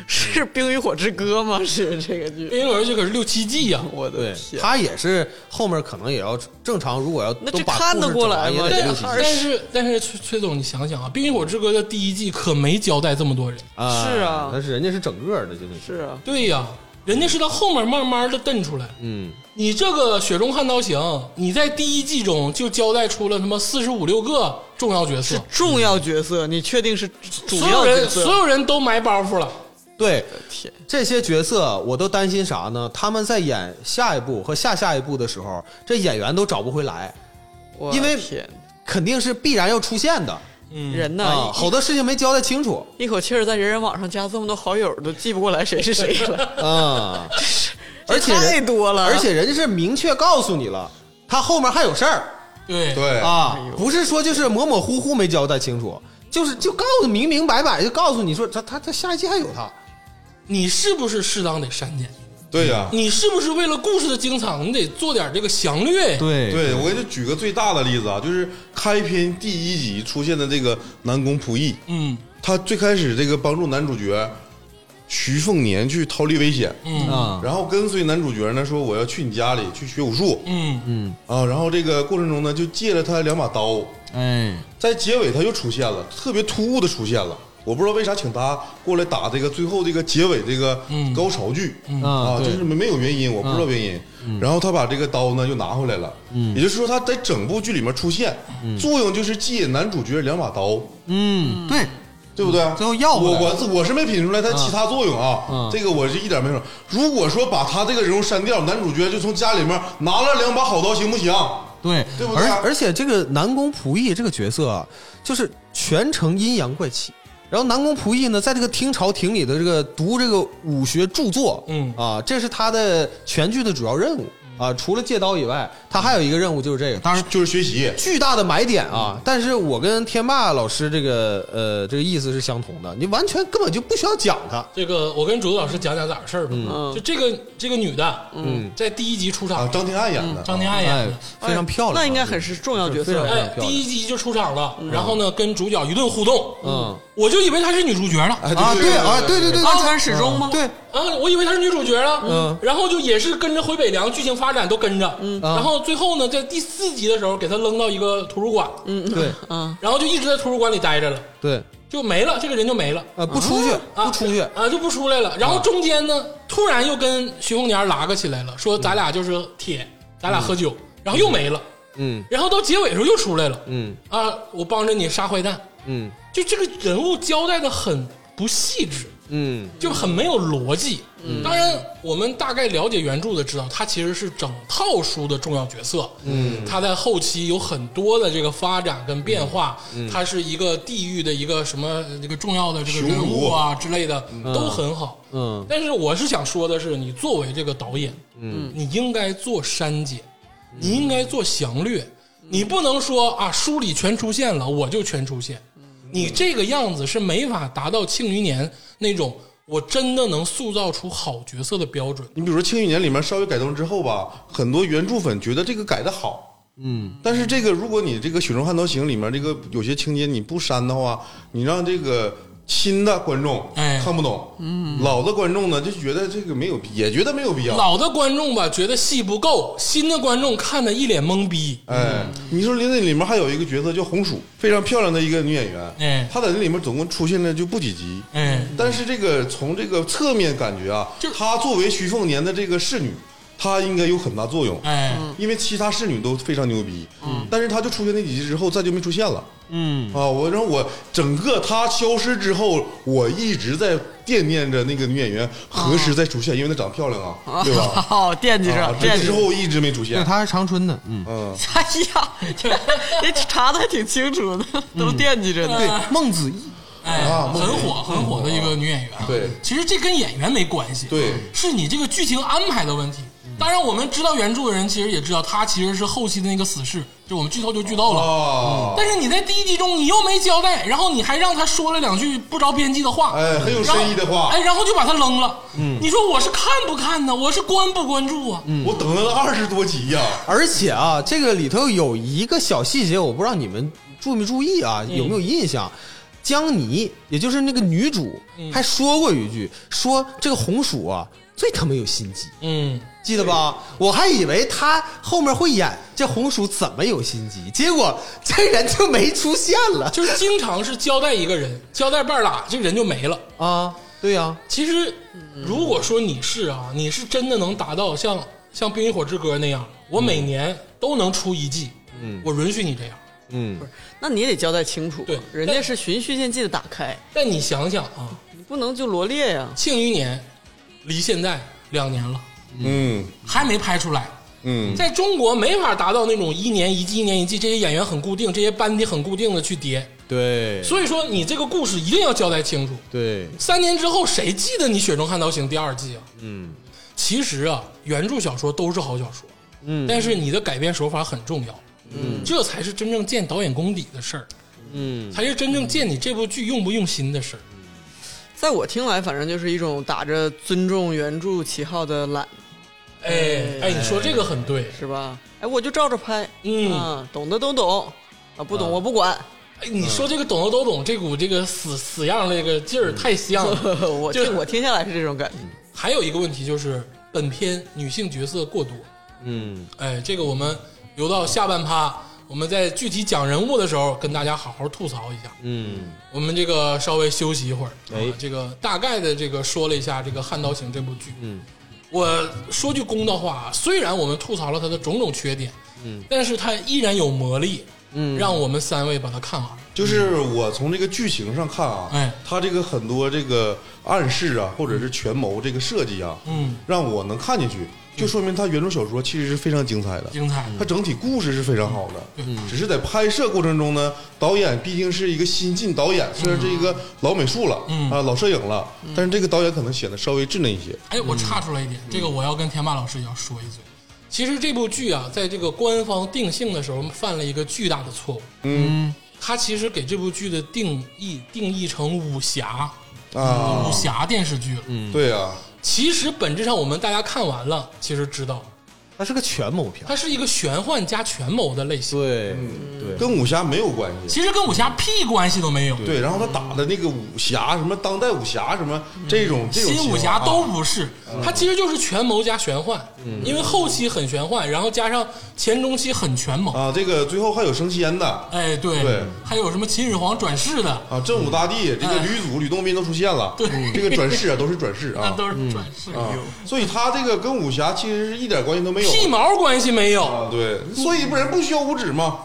Speaker 2: 是《冰与火之歌》吗？是这个
Speaker 1: 《
Speaker 2: 剧？
Speaker 1: 冰河剧》可是六七季呀、
Speaker 2: 我的
Speaker 4: 对
Speaker 2: 天，
Speaker 4: 他也是后面可能也要正常，如果要
Speaker 2: 那
Speaker 4: 都
Speaker 2: 这
Speaker 4: 把
Speaker 2: 看
Speaker 4: 故
Speaker 2: 得
Speaker 4: 事
Speaker 2: 过
Speaker 4: 整
Speaker 2: 来
Speaker 4: 完
Speaker 2: 吗
Speaker 4: 也得
Speaker 2: 这
Speaker 4: 六七
Speaker 2: 二
Speaker 4: 集
Speaker 2: 十
Speaker 1: 但是但是崔崔总，你想想啊，《冰与火之歌》的第一季可没交代这么多人，
Speaker 4: 啊
Speaker 2: 是啊
Speaker 4: 但是人家是整个的，就是
Speaker 2: 是啊，
Speaker 1: 对呀、人家是到后面慢慢的瞪出来。
Speaker 4: 嗯
Speaker 1: 你这个《雪中悍刀行》，你在第一季中就交代出了他妈四十五六个重要角色，
Speaker 2: 重要角色，你确定是主
Speaker 1: 所有
Speaker 2: 要角
Speaker 1: 人所
Speaker 2: 色？
Speaker 1: 有人都埋包袱了。
Speaker 4: 对
Speaker 2: 天，
Speaker 4: 这些角色，我都担心啥呢？他们在演下一部和下下一部的时候，这演员都找不回来，
Speaker 2: 我
Speaker 4: 因为
Speaker 2: 天，
Speaker 4: 肯定是必然要出现的
Speaker 2: 人呐，
Speaker 4: 啊！好多事情没交代 清楚
Speaker 2: 一一口气儿在人人网上加这么多好友，都记不过来谁是谁 了，
Speaker 4: 啊，而且
Speaker 2: 这
Speaker 4: 人
Speaker 2: 太多了，
Speaker 4: 而且人家是明确告诉你了，他后面还有事儿。
Speaker 1: 对，
Speaker 3: 对，
Speaker 4: 啊
Speaker 2: 哎呦，
Speaker 4: 不是说就是模模糊糊没交代清楚，就是就告诉明明白白就告诉你说他他他下一季还有他，
Speaker 1: 你是不是适当得删减？
Speaker 3: 对呀，
Speaker 1: 你是不是为了故事的精彩，你得做点这个详略？
Speaker 4: 对
Speaker 3: 对我给你举个最大的例子啊，就是开篇第一集出现的这个南宫仆役，
Speaker 1: 嗯
Speaker 3: 他最开始这个帮助男主角徐凤年去逃离危险，
Speaker 1: 嗯
Speaker 4: 啊，
Speaker 3: 然后跟随男主角呢说我要去你家里去学武术
Speaker 1: 嗯，
Speaker 3: 啊，然后这个过程中呢就借了他两把刀，
Speaker 4: 哎，
Speaker 3: 在结尾他又出现了，特别突兀的出现了。我不知道为啥请他过来打这个最后这个结尾这个
Speaker 1: 嗯
Speaker 3: 高潮剧、啊，
Speaker 4: 啊对嗯
Speaker 3: 就是没没有原因，我不知道原因。然后他把这个刀呢又拿回来了，也就是说他在整部剧里面出现、作用就是借男主角两把刀，
Speaker 4: 嗯，对，
Speaker 3: 对不对？啊
Speaker 4: 嗯最后要回
Speaker 3: 我
Speaker 4: 来
Speaker 3: 我我是没品出来它其他作用啊，
Speaker 4: 嗯
Speaker 3: 这个我是一点没说。如果说把他这个人物删掉，男主角就从家里面拿了两把好刀，行不行？
Speaker 4: 对
Speaker 3: 对不对啊
Speaker 4: 而而且这个南宫仆役这个角色啊，就是全程阴阳怪气。然后南宫仆役呢，在这个听朝廷里的这个读这个武学著作，
Speaker 1: 嗯
Speaker 4: 啊，这是他的全剧的主要任务啊。除了借刀以外，他还有一个任务就是这个，当然
Speaker 3: 就是学习，
Speaker 4: 巨大的买点啊！但是我跟天霸老师这个呃这个意思是相同的，你完全根本就不需要讲他。
Speaker 1: 这个我跟竹子老师讲讲咋回事儿吧。
Speaker 2: 嗯
Speaker 1: 就这个这个女的，嗯，在第一集出
Speaker 3: 啊，
Speaker 1: 场，
Speaker 3: 张天爱演的，
Speaker 1: 张天爱演
Speaker 4: 哎
Speaker 1: 的，，
Speaker 4: 非常漂亮啊，
Speaker 2: 那应该很是重要角
Speaker 4: 非常
Speaker 2: 色。
Speaker 1: 哎，第一集就出场了，然后呢，跟主角一顿互动，
Speaker 4: 嗯
Speaker 1: 我就以为她是女主角呢，
Speaker 4: 啊，对啊，对对对，嗯
Speaker 2: 贯穿始终吗？
Speaker 4: 对，
Speaker 1: 啊，我以为她是女主角啊，
Speaker 4: 嗯
Speaker 1: 然后就也是跟着回北凉，剧情发展都跟着，嗯，
Speaker 4: 啊
Speaker 1: 然后最后呢，在第四集的时候给她扔到一个图书馆，嗯，
Speaker 4: 对
Speaker 2: 嗯，
Speaker 1: 然后就一直在图书馆里待着了，
Speaker 4: 对，
Speaker 1: 就没了，这个人就没了。
Speaker 4: 呃，不出去，
Speaker 1: 啊
Speaker 4: 不出去，
Speaker 1: 啊，就不出来了。然后中间呢，突然又跟徐凤年拉个起
Speaker 4: 嗯
Speaker 1: 来了，说咱俩就是铁，咱俩喝酒，然后又没了。
Speaker 4: 嗯
Speaker 1: 然后到结尾的时候又出来了，
Speaker 4: 嗯
Speaker 1: 啊，我帮着你杀坏蛋。
Speaker 4: 嗯
Speaker 1: 就这个人物交代的很不细致，
Speaker 4: 嗯，
Speaker 1: 就很没有逻辑。当然，我们大概了解原著的知道，他其实是整套书的重要角色。嗯，他在后期有很多的这个发展跟变化，他是一个地域的一个什么这个重要的这个人物啊之类的，都很好。
Speaker 4: 嗯
Speaker 1: 但是我是想说的是，你作为这个导演，嗯，你应该做删减，你应该做详略，
Speaker 3: 嗯
Speaker 1: 你不能说啊，书里全出现了，我就全出现，
Speaker 3: 嗯
Speaker 1: 你这个样子是没法达到《庆余年》那种我真的能塑造出好角色的标准。
Speaker 3: 你比如说《庆余年》里面稍微改动之后吧，很多原著粉觉得这个改的好，嗯，但是这个如果你这个《雪中悍刀行》里面这个有些情节你不删的话，你让这个新的观众
Speaker 1: 哎
Speaker 3: 看不懂，嗯，老的观众呢就觉得这个没有，也觉得没有必要。
Speaker 1: 老的观众吧觉得戏不够，新的观众看的一脸懵逼。
Speaker 3: 哎，你说那里面还有一个角色叫红薯，非常漂亮的一个女演员，
Speaker 1: 哎
Speaker 3: 她在那里面总共出现了就不几集，
Speaker 2: 嗯
Speaker 1: 哎，
Speaker 3: 但是这个从这个侧面感觉啊
Speaker 1: 就是，
Speaker 3: 她作为徐凤年的这个侍女，她应该有很大作用。
Speaker 1: 哎，
Speaker 2: 嗯
Speaker 3: 因为其他侍女都非常牛逼，但是她就出现那几集之后，再就没出现了。嗯啊，我让我整个她消失之后，我一直在惦念着那个女演员何时再出现，因为她长得漂亮
Speaker 2: 嗯
Speaker 3: 啊，对 吧？
Speaker 2: 好，哦惦记着
Speaker 3: 啊，，这
Speaker 2: 惦记
Speaker 3: 之
Speaker 2: 着。
Speaker 3: 后一直没出
Speaker 4: 对，
Speaker 3: 现。
Speaker 4: 他还是长春的，嗯，
Speaker 3: 嗯，
Speaker 2: 哎呀， 也查的还挺清楚的，都惦记着呢。
Speaker 4: 对，孟子义，
Speaker 1: 哎，
Speaker 3: 啊
Speaker 1: 很火很火的一个女演员。啊
Speaker 3: 对
Speaker 1: 其实这跟演员没关系，
Speaker 3: 对
Speaker 1: 是你这个剧情安排的问题。当然，我们知道原著的人其实也知道，她其实是后期的那个死士，就我们剧透就剧透了。
Speaker 3: 啊，
Speaker 1: 但是你在第一集中你又没交代，然后你还让她说了两句不着边际的话，
Speaker 3: 哎，很有
Speaker 1: 然后
Speaker 3: 深意的话
Speaker 1: 哎，，然后就把她扔了。嗯，你说我是看不看呢？我是关不关注啊？
Speaker 3: 我等了二十多集呀。
Speaker 4: 而且啊，这个里头有一个小细节，我不知道你们注没注意啊，有没有印象？江妮，也就是那个女主，还说过一句，说这个红薯啊，最他妈有心机，
Speaker 1: 嗯，
Speaker 4: 记得吧？我还以为她后面会演这红薯怎么有心机，结果这人就没出现了
Speaker 1: 就是经常是交代一个人，交代半拉，这个人就没了。
Speaker 4: 啊！对呀、
Speaker 1: 其实如果说你是啊，你是真的能达到像像《冰与火之歌》那样，我每年都能出一季，
Speaker 4: 嗯
Speaker 1: 我允许你这样。
Speaker 4: 嗯，
Speaker 2: 那你也得交代清楚啊。
Speaker 1: 对
Speaker 2: 人家是循序渐进的打开，
Speaker 1: 但你想想啊，
Speaker 2: 你不能就罗列呀、
Speaker 1: 《庆余年》离现在两年了，
Speaker 3: 嗯
Speaker 1: 还没拍出来。
Speaker 3: 嗯
Speaker 1: 在中国没法达到那种一年一季、一年一季，这些演员很固定，这些班底很固定的去叠。
Speaker 4: 对
Speaker 1: 所以说，你这个故事一定要交代清楚。
Speaker 4: 对，
Speaker 1: 三年之后，谁记得你《雪中悍刀行》第二季啊？
Speaker 4: 嗯
Speaker 1: 其实啊，原著小说都是好小说，
Speaker 4: 嗯
Speaker 1: 但是你的改编手法很重要，嗯，这才是真正见导演功底的事儿，
Speaker 4: 嗯
Speaker 1: 才是真正见你这部剧用不用心的事儿。
Speaker 2: 在我听来，反正就是一种打着尊重原著旗号的懒，
Speaker 4: 嗯
Speaker 1: 哎哎，你说这个很对，
Speaker 2: 是吧？哎，我就照着拍，
Speaker 1: 嗯
Speaker 2: 啊，懂的都懂，啊，不懂我不管，
Speaker 1: 哎，你说这个懂的都懂，这股这个死死样儿那个劲儿太像了。
Speaker 2: 我
Speaker 1: 就
Speaker 2: 听我听下来是这种感觉。
Speaker 1: 还有一个问题就是，本片女性角色过多，
Speaker 4: 嗯
Speaker 1: 哎，这个我们留到下半趴，我们在具体讲人物的时候跟大家好好吐槽一下。
Speaker 4: 嗯，
Speaker 1: 我们这个稍微休息一会儿，
Speaker 4: 哎
Speaker 1: 啊，这个大概的这个说了一下这个《汉刀行》这部剧，
Speaker 4: 嗯，
Speaker 1: 我说句公道话啊，虽然我们吐槽了它的种种缺点，嗯，但是它依然有魔力，嗯，让我们三位把它看完，
Speaker 3: 就是我从这个剧情上看啊，
Speaker 1: 哎
Speaker 3: 它这个很多这个暗示啊，或者是权谋这个设计啊，
Speaker 1: 嗯，
Speaker 3: 让我能看进去，就说明它原著小说其实是非常精彩的。
Speaker 1: 精彩，嗯
Speaker 3: 它整体故事是非常好的，只是在拍摄过程中呢，导演毕竟是一个新晋导演，虽然是一个老美术了，
Speaker 1: 嗯
Speaker 3: 啊，老摄影了，但是这个导演可能显得稍微稚嫩一些。
Speaker 1: 哎，我插出来一点，
Speaker 3: 嗯
Speaker 1: 这个我要跟天霸老师也要说一嘴。其实这部剧啊，在这个官方定性的时候犯了一个巨大的错误。
Speaker 3: 嗯，
Speaker 1: 他其实给这部剧的定义定义成武侠、
Speaker 3: 啊
Speaker 1: 武，侠电视剧了。
Speaker 3: 对啊，
Speaker 1: 其实本质上我们大家看完了，其实知道
Speaker 4: 它是个权谋片儿，
Speaker 1: 它是一个玄幻加权谋的类型，
Speaker 4: 对
Speaker 1: 嗯
Speaker 4: 对，
Speaker 3: 跟武侠没有关系。
Speaker 1: 其实跟武侠屁关系都没有。
Speaker 3: 对，然后他打的那个武侠，什么当代武侠，什么这种这种
Speaker 1: 嗯新武
Speaker 3: 情
Speaker 1: 侠
Speaker 3: 况啊嗯
Speaker 1: 都不是，它其实就是权谋加玄幻，因为后期很玄幻，然后加上前中期很权谋，
Speaker 3: 啊，这个最后还有升仙的啊，
Speaker 1: 哎，对，
Speaker 3: 对啊
Speaker 1: 还有什么秦始皇转世的，
Speaker 3: 正武大帝这个
Speaker 1: 哎
Speaker 3: 吕祖、吕洞宾都出现了，
Speaker 1: 对嗯
Speaker 3: 这个转世啊都是转世
Speaker 1: 那
Speaker 3: 啊
Speaker 1: 都是转世，哎
Speaker 3: 啊，所以他这个跟武侠其实是一点关系都没有
Speaker 1: 屁毛关系没有。
Speaker 3: 啊，对，所以不然不需要五指嘛，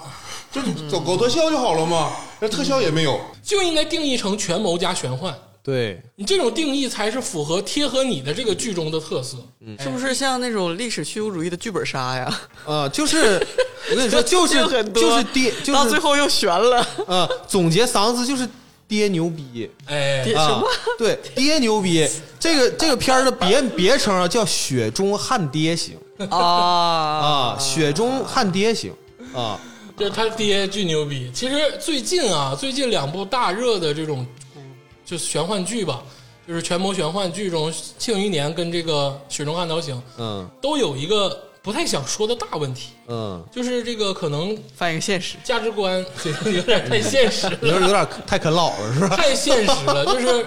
Speaker 3: 就是搞搞特效就好了嘛，那特效也没有，
Speaker 1: 就应该定义成权谋加玄幻，
Speaker 4: 对，
Speaker 1: 你这种定义才是符合贴合你的这个剧中的特色。
Speaker 3: 嗯
Speaker 2: 是不是像那种历史虚无主义的剧本杀呀？
Speaker 4: 啊，就是我跟你说， 就是
Speaker 2: 很多，
Speaker 4: 就是爹，
Speaker 2: 到
Speaker 4: 就
Speaker 2: 最
Speaker 4: 是
Speaker 2: 后又悬了。
Speaker 4: 啊，总结三个字就是爹牛逼。
Speaker 1: 哎，
Speaker 2: 什
Speaker 4: 啊
Speaker 2: 么？，
Speaker 4: 对，爹牛逼！这个这个片儿的别别称啊，叫《雪中悍爹行》
Speaker 2: 啊
Speaker 4: 啊，《雪中悍爹行》啊，
Speaker 1: 就是他爹巨牛逼。其实最近啊，最近两部大热的这种就是玄幻剧吧，就是权谋玄幻剧中，《庆余年》跟这个《雪中悍刀行》
Speaker 4: 嗯
Speaker 1: 都有一个不太想说的大问题，
Speaker 4: 嗯，
Speaker 1: 就是这个可能
Speaker 2: 反映现实。
Speaker 1: 价值观 有点太现实
Speaker 4: 有点
Speaker 1: 了，
Speaker 4: 有点太啃老了，是 吧？
Speaker 1: 太现实了，就是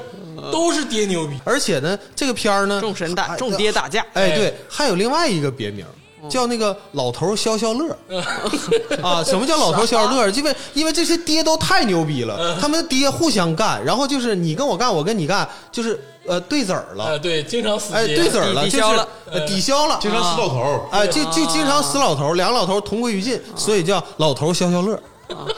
Speaker 1: 都是爹牛逼。
Speaker 4: 而且呢，这个片儿呢，
Speaker 2: 众神打
Speaker 4: 还
Speaker 2: 众爹打架，
Speaker 4: 哎，对，还有另外一个别名。叫那个老头消消乐 啊！什么叫老头消消乐？因为因为这些爹都太牛逼了，他们爹互相干，然后就是你跟我干，我跟你干，就是呃对子儿
Speaker 1: 啊，
Speaker 4: 了，
Speaker 1: 对，经常死
Speaker 4: 哎
Speaker 1: 爹，
Speaker 4: 对子儿了，
Speaker 2: 抵
Speaker 4: 就是
Speaker 2: 消了
Speaker 1: 嗯
Speaker 4: 呃抵消了，
Speaker 3: 经常死老头儿，
Speaker 4: 哎，就就经常死老头，两个老头同归于尽，所以叫老头消消乐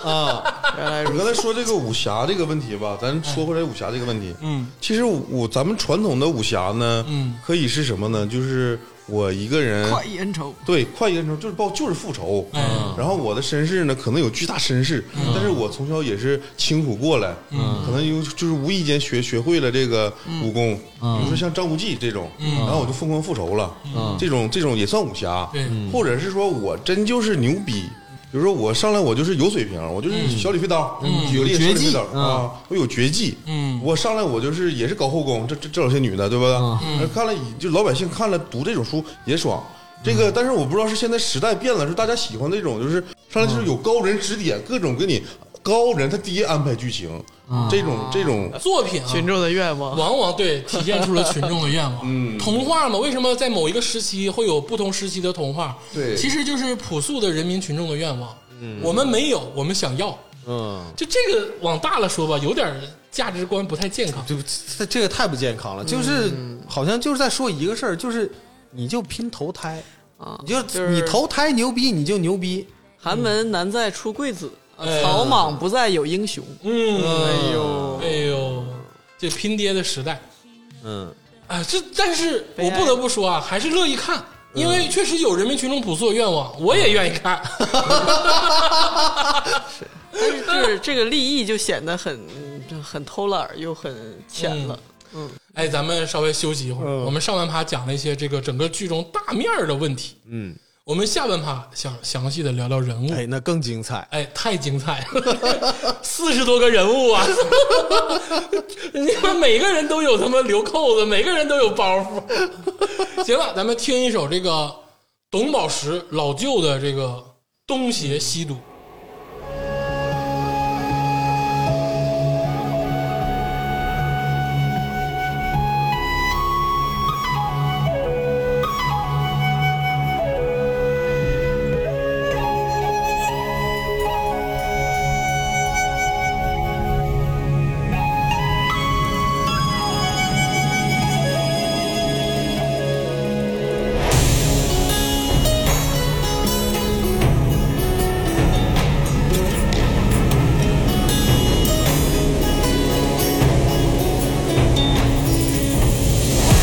Speaker 4: 啊。
Speaker 2: 原来哎如
Speaker 3: 你刚才说这个武侠这个问题吧，咱说回来武侠这个问题，
Speaker 1: 嗯，
Speaker 3: 其实我咱们传统的武侠呢，
Speaker 1: 嗯，
Speaker 3: 可以是什么呢？就是我一个人
Speaker 2: 此，快意恩仇。
Speaker 3: 对，快意恩仇就是报就是复仇，
Speaker 1: 嗯
Speaker 3: 然后我的身世呢可能有巨大身世，但是我从小也是清苦过来，嗯，可能有就是无意间学学会了这个武功，
Speaker 1: 嗯
Speaker 3: 比如说像张无忌这种，然后我就疯狂复仇了，这种这种也算武侠，
Speaker 1: 对嗯
Speaker 3: 或者是说我真就是牛逼。比如说我上来我就是有水平，我
Speaker 1: 嗯
Speaker 3: 就是小李飞刀，举个例子，小李飞刀啊，我有绝技，
Speaker 1: 嗯
Speaker 3: 我上来我就是也是搞后宫，这这这老些女的，对吧？
Speaker 4: 嗯
Speaker 1: 嗯
Speaker 3: 看了就老百姓看了读这种书也爽。这
Speaker 4: 嗯
Speaker 3: 个，但是我不知道是现在时代变了，是大家喜欢那种就是上来
Speaker 4: 嗯
Speaker 3: 就是有高人指点，各种给你高人他爹安排剧情，
Speaker 4: 嗯
Speaker 3: 这种这种
Speaker 1: 作品啊，
Speaker 2: 群众的愿望，
Speaker 1: 往往对体现出了群众的愿望。
Speaker 3: 嗯
Speaker 1: 童话嘛，为什么在某一个时期会有不同时期的童话？
Speaker 3: 对
Speaker 1: 其实就是朴素的人民群众的愿望。嗯，我们没有，我们想要。
Speaker 4: 嗯，
Speaker 1: 就这个往大了说吧，有点价值观不太健康。
Speaker 4: 这这这个太不健康了，就是
Speaker 2: 嗯
Speaker 4: 好像就是在说一个事儿，就是你就拼投胎，
Speaker 2: 啊，
Speaker 4: 你就
Speaker 2: 就是
Speaker 4: 你投胎牛逼，你就牛逼，
Speaker 2: 寒门难再出贵子，啊
Speaker 1: 哎
Speaker 2: 草莽不再有英雄。
Speaker 1: 嗯，
Speaker 2: 哎呦，
Speaker 1: 哎呦，这拼爹的时代，
Speaker 4: 嗯
Speaker 1: 啊，这但是我
Speaker 2: 悲哀
Speaker 1: 不得不说啊，还是乐意看，
Speaker 4: 嗯
Speaker 1: 因为确实有人民群众朴素的愿望，我也愿意看。
Speaker 2: 但是就是这个利益就显得很很偷懒儿又很浅了。
Speaker 1: 哎，咱们稍微休息一会
Speaker 4: 嗯
Speaker 1: 儿，我们上半趴讲了一些这个整个剧中大面儿的问题，
Speaker 4: 嗯，
Speaker 1: 我们下半趴想详细的聊聊
Speaker 2: 嗯
Speaker 1: 人物。
Speaker 4: 哎，那更精彩，
Speaker 1: 哎，太精彩 了！四十多个人物啊， 你们每个人都有他妈留扣子，每个人都有包袱。 行了，咱们听一首这个董宝石老舅的这个《东邪西毒》。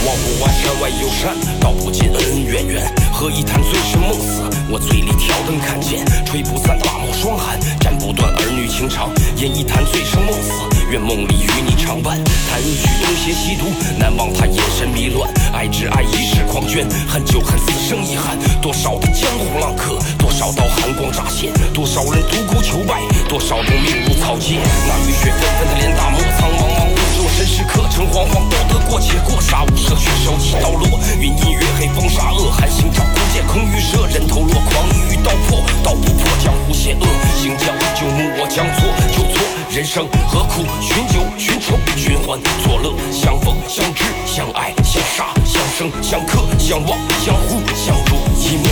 Speaker 5: 望不完山外有山，道不尽恩怨怨。喝一坛醉生梦死，我嘴里挑灯看剑，吹不散大漠霜寒，斩不断儿女情长。饮一坛醉生梦死，愿梦里与你常伴。弹一曲东邪西毒，难忘他眼神迷乱。爱之爱一世狂狷，恨就恨此生遗憾。多少的江湖浪客，多少道寒光乍现，多少人独孤求败，多少人命如草芥。那雨雪纷纷的脸大漠，苍茫茫无只有神识可成，惶惶道德过且过，杀无赦却手起刀落。云阴月黑风沙恶，寒星照孤剑空余热，人头落狂一语道破，道不破江湖险恶，行将就木我将错就错，人生何苦寻酒寻仇寻欢作乐，相逢相知相爱相杀相生相克相忘相互相濡以沫。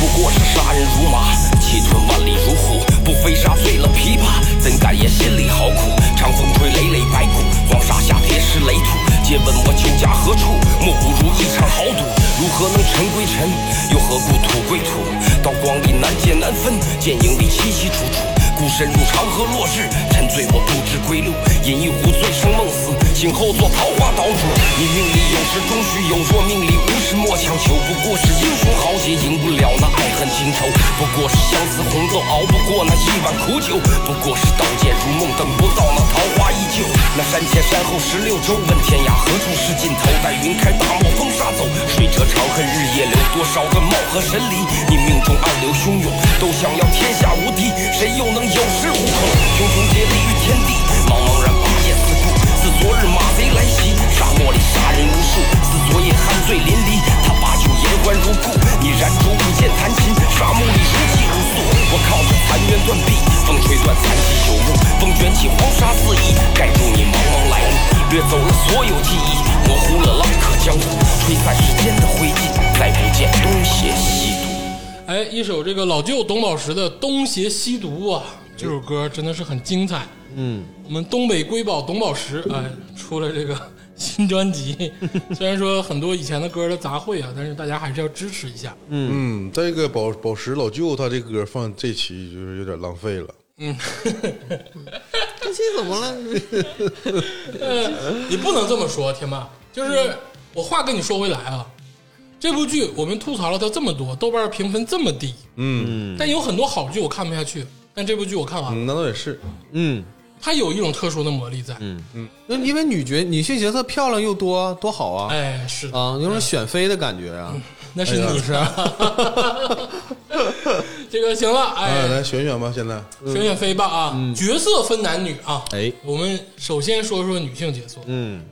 Speaker 5: 不过是杀人如麻，气吞万里如虎。不飞沙碎了琵琶，怎敢言心里好苦？长风吹累累白骨，黄沙下铁石垒土。借问我究家何处？莫不如一场豪赌。如何能尘归尘，又何故土归土？刀光里难见难分，剑影里凄凄楚楚。孤身入长河落日，沉醉我不知归路。饮一壶醉生梦死，醒后做桃花岛主。你命里有时终须有，若命里无时莫强求。不过是英雄豪杰赢不了那爱恨情仇，不过是相思红豆熬不过那一碗苦酒，不过是刀剑如梦等不到那桃花依旧。那山前山后十六州，问天涯何处是尽头？待云开大漠风沙走，水折长恨日夜流。多少个貌合神离，你命中暗流汹涌，都想要天下无敌，谁又能有恃无恐？茕茕孑立于天地，茫茫然拔剑四顾。自昨日马贼来袭，沙漠里杀人无数。自昨夜酣醉淋漓，他把酒言欢如故。你燃烛舞剑弹琴，沙漠里如泣如诉。我靠着残垣断壁，风吹断残垣朽木，风卷起黄沙四溢，盖住你茫茫来路，掠走了所有记忆，模糊了浪客江湖，吹散时间的灰烬，再不见东邪西毒。
Speaker 1: 哎，一首这个老舅董宝石的《东邪西毒》啊，这首歌真的是很精彩。嗯，我们东北瑰宝董宝石哎出了这个新专辑，虽然说很多以前的歌的杂烩啊，但是大家还是要支持一下。
Speaker 3: 嗯，再一个宝宝石老舅他这歌放这期就是有点浪费了。
Speaker 2: 这期怎么了？
Speaker 1: 你不能这么说，天霸，就是我话跟你说回来啊，这部剧我们吐槽了它这么多，豆瓣评分这么
Speaker 4: 嗯
Speaker 1: 低，嗯，但有很多好剧我看不下去，但这部剧我看完了，
Speaker 3: 嗯，那倒也是，
Speaker 4: 嗯，
Speaker 1: 她有一种特殊的魔力在。嗯，
Speaker 4: 那因为女角女性角色漂亮又多，多好啊！
Speaker 1: 哎，是的，
Speaker 4: 啊，有
Speaker 2: 嗯
Speaker 4: 种选妃的感觉啊！
Speaker 1: 那是你
Speaker 4: 是
Speaker 1: 这个行了，
Speaker 3: 啊，
Speaker 1: 哎，
Speaker 3: 来选选吧，现在
Speaker 1: 选选飞吧啊！角色分男女啊，
Speaker 4: 哎，
Speaker 1: 我们首先说说女性角色，
Speaker 4: 嗯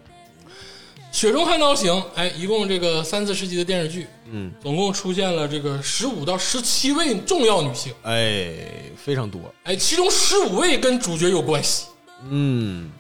Speaker 1: 雪中悍刀行》哎，一共这个三四十集的电视剧，
Speaker 4: 嗯，
Speaker 1: 总共出现了这个十五到十七位重要女性，
Speaker 4: 哎，非常多，
Speaker 1: 哎，其中十五位跟主角有关系，
Speaker 4: 嗯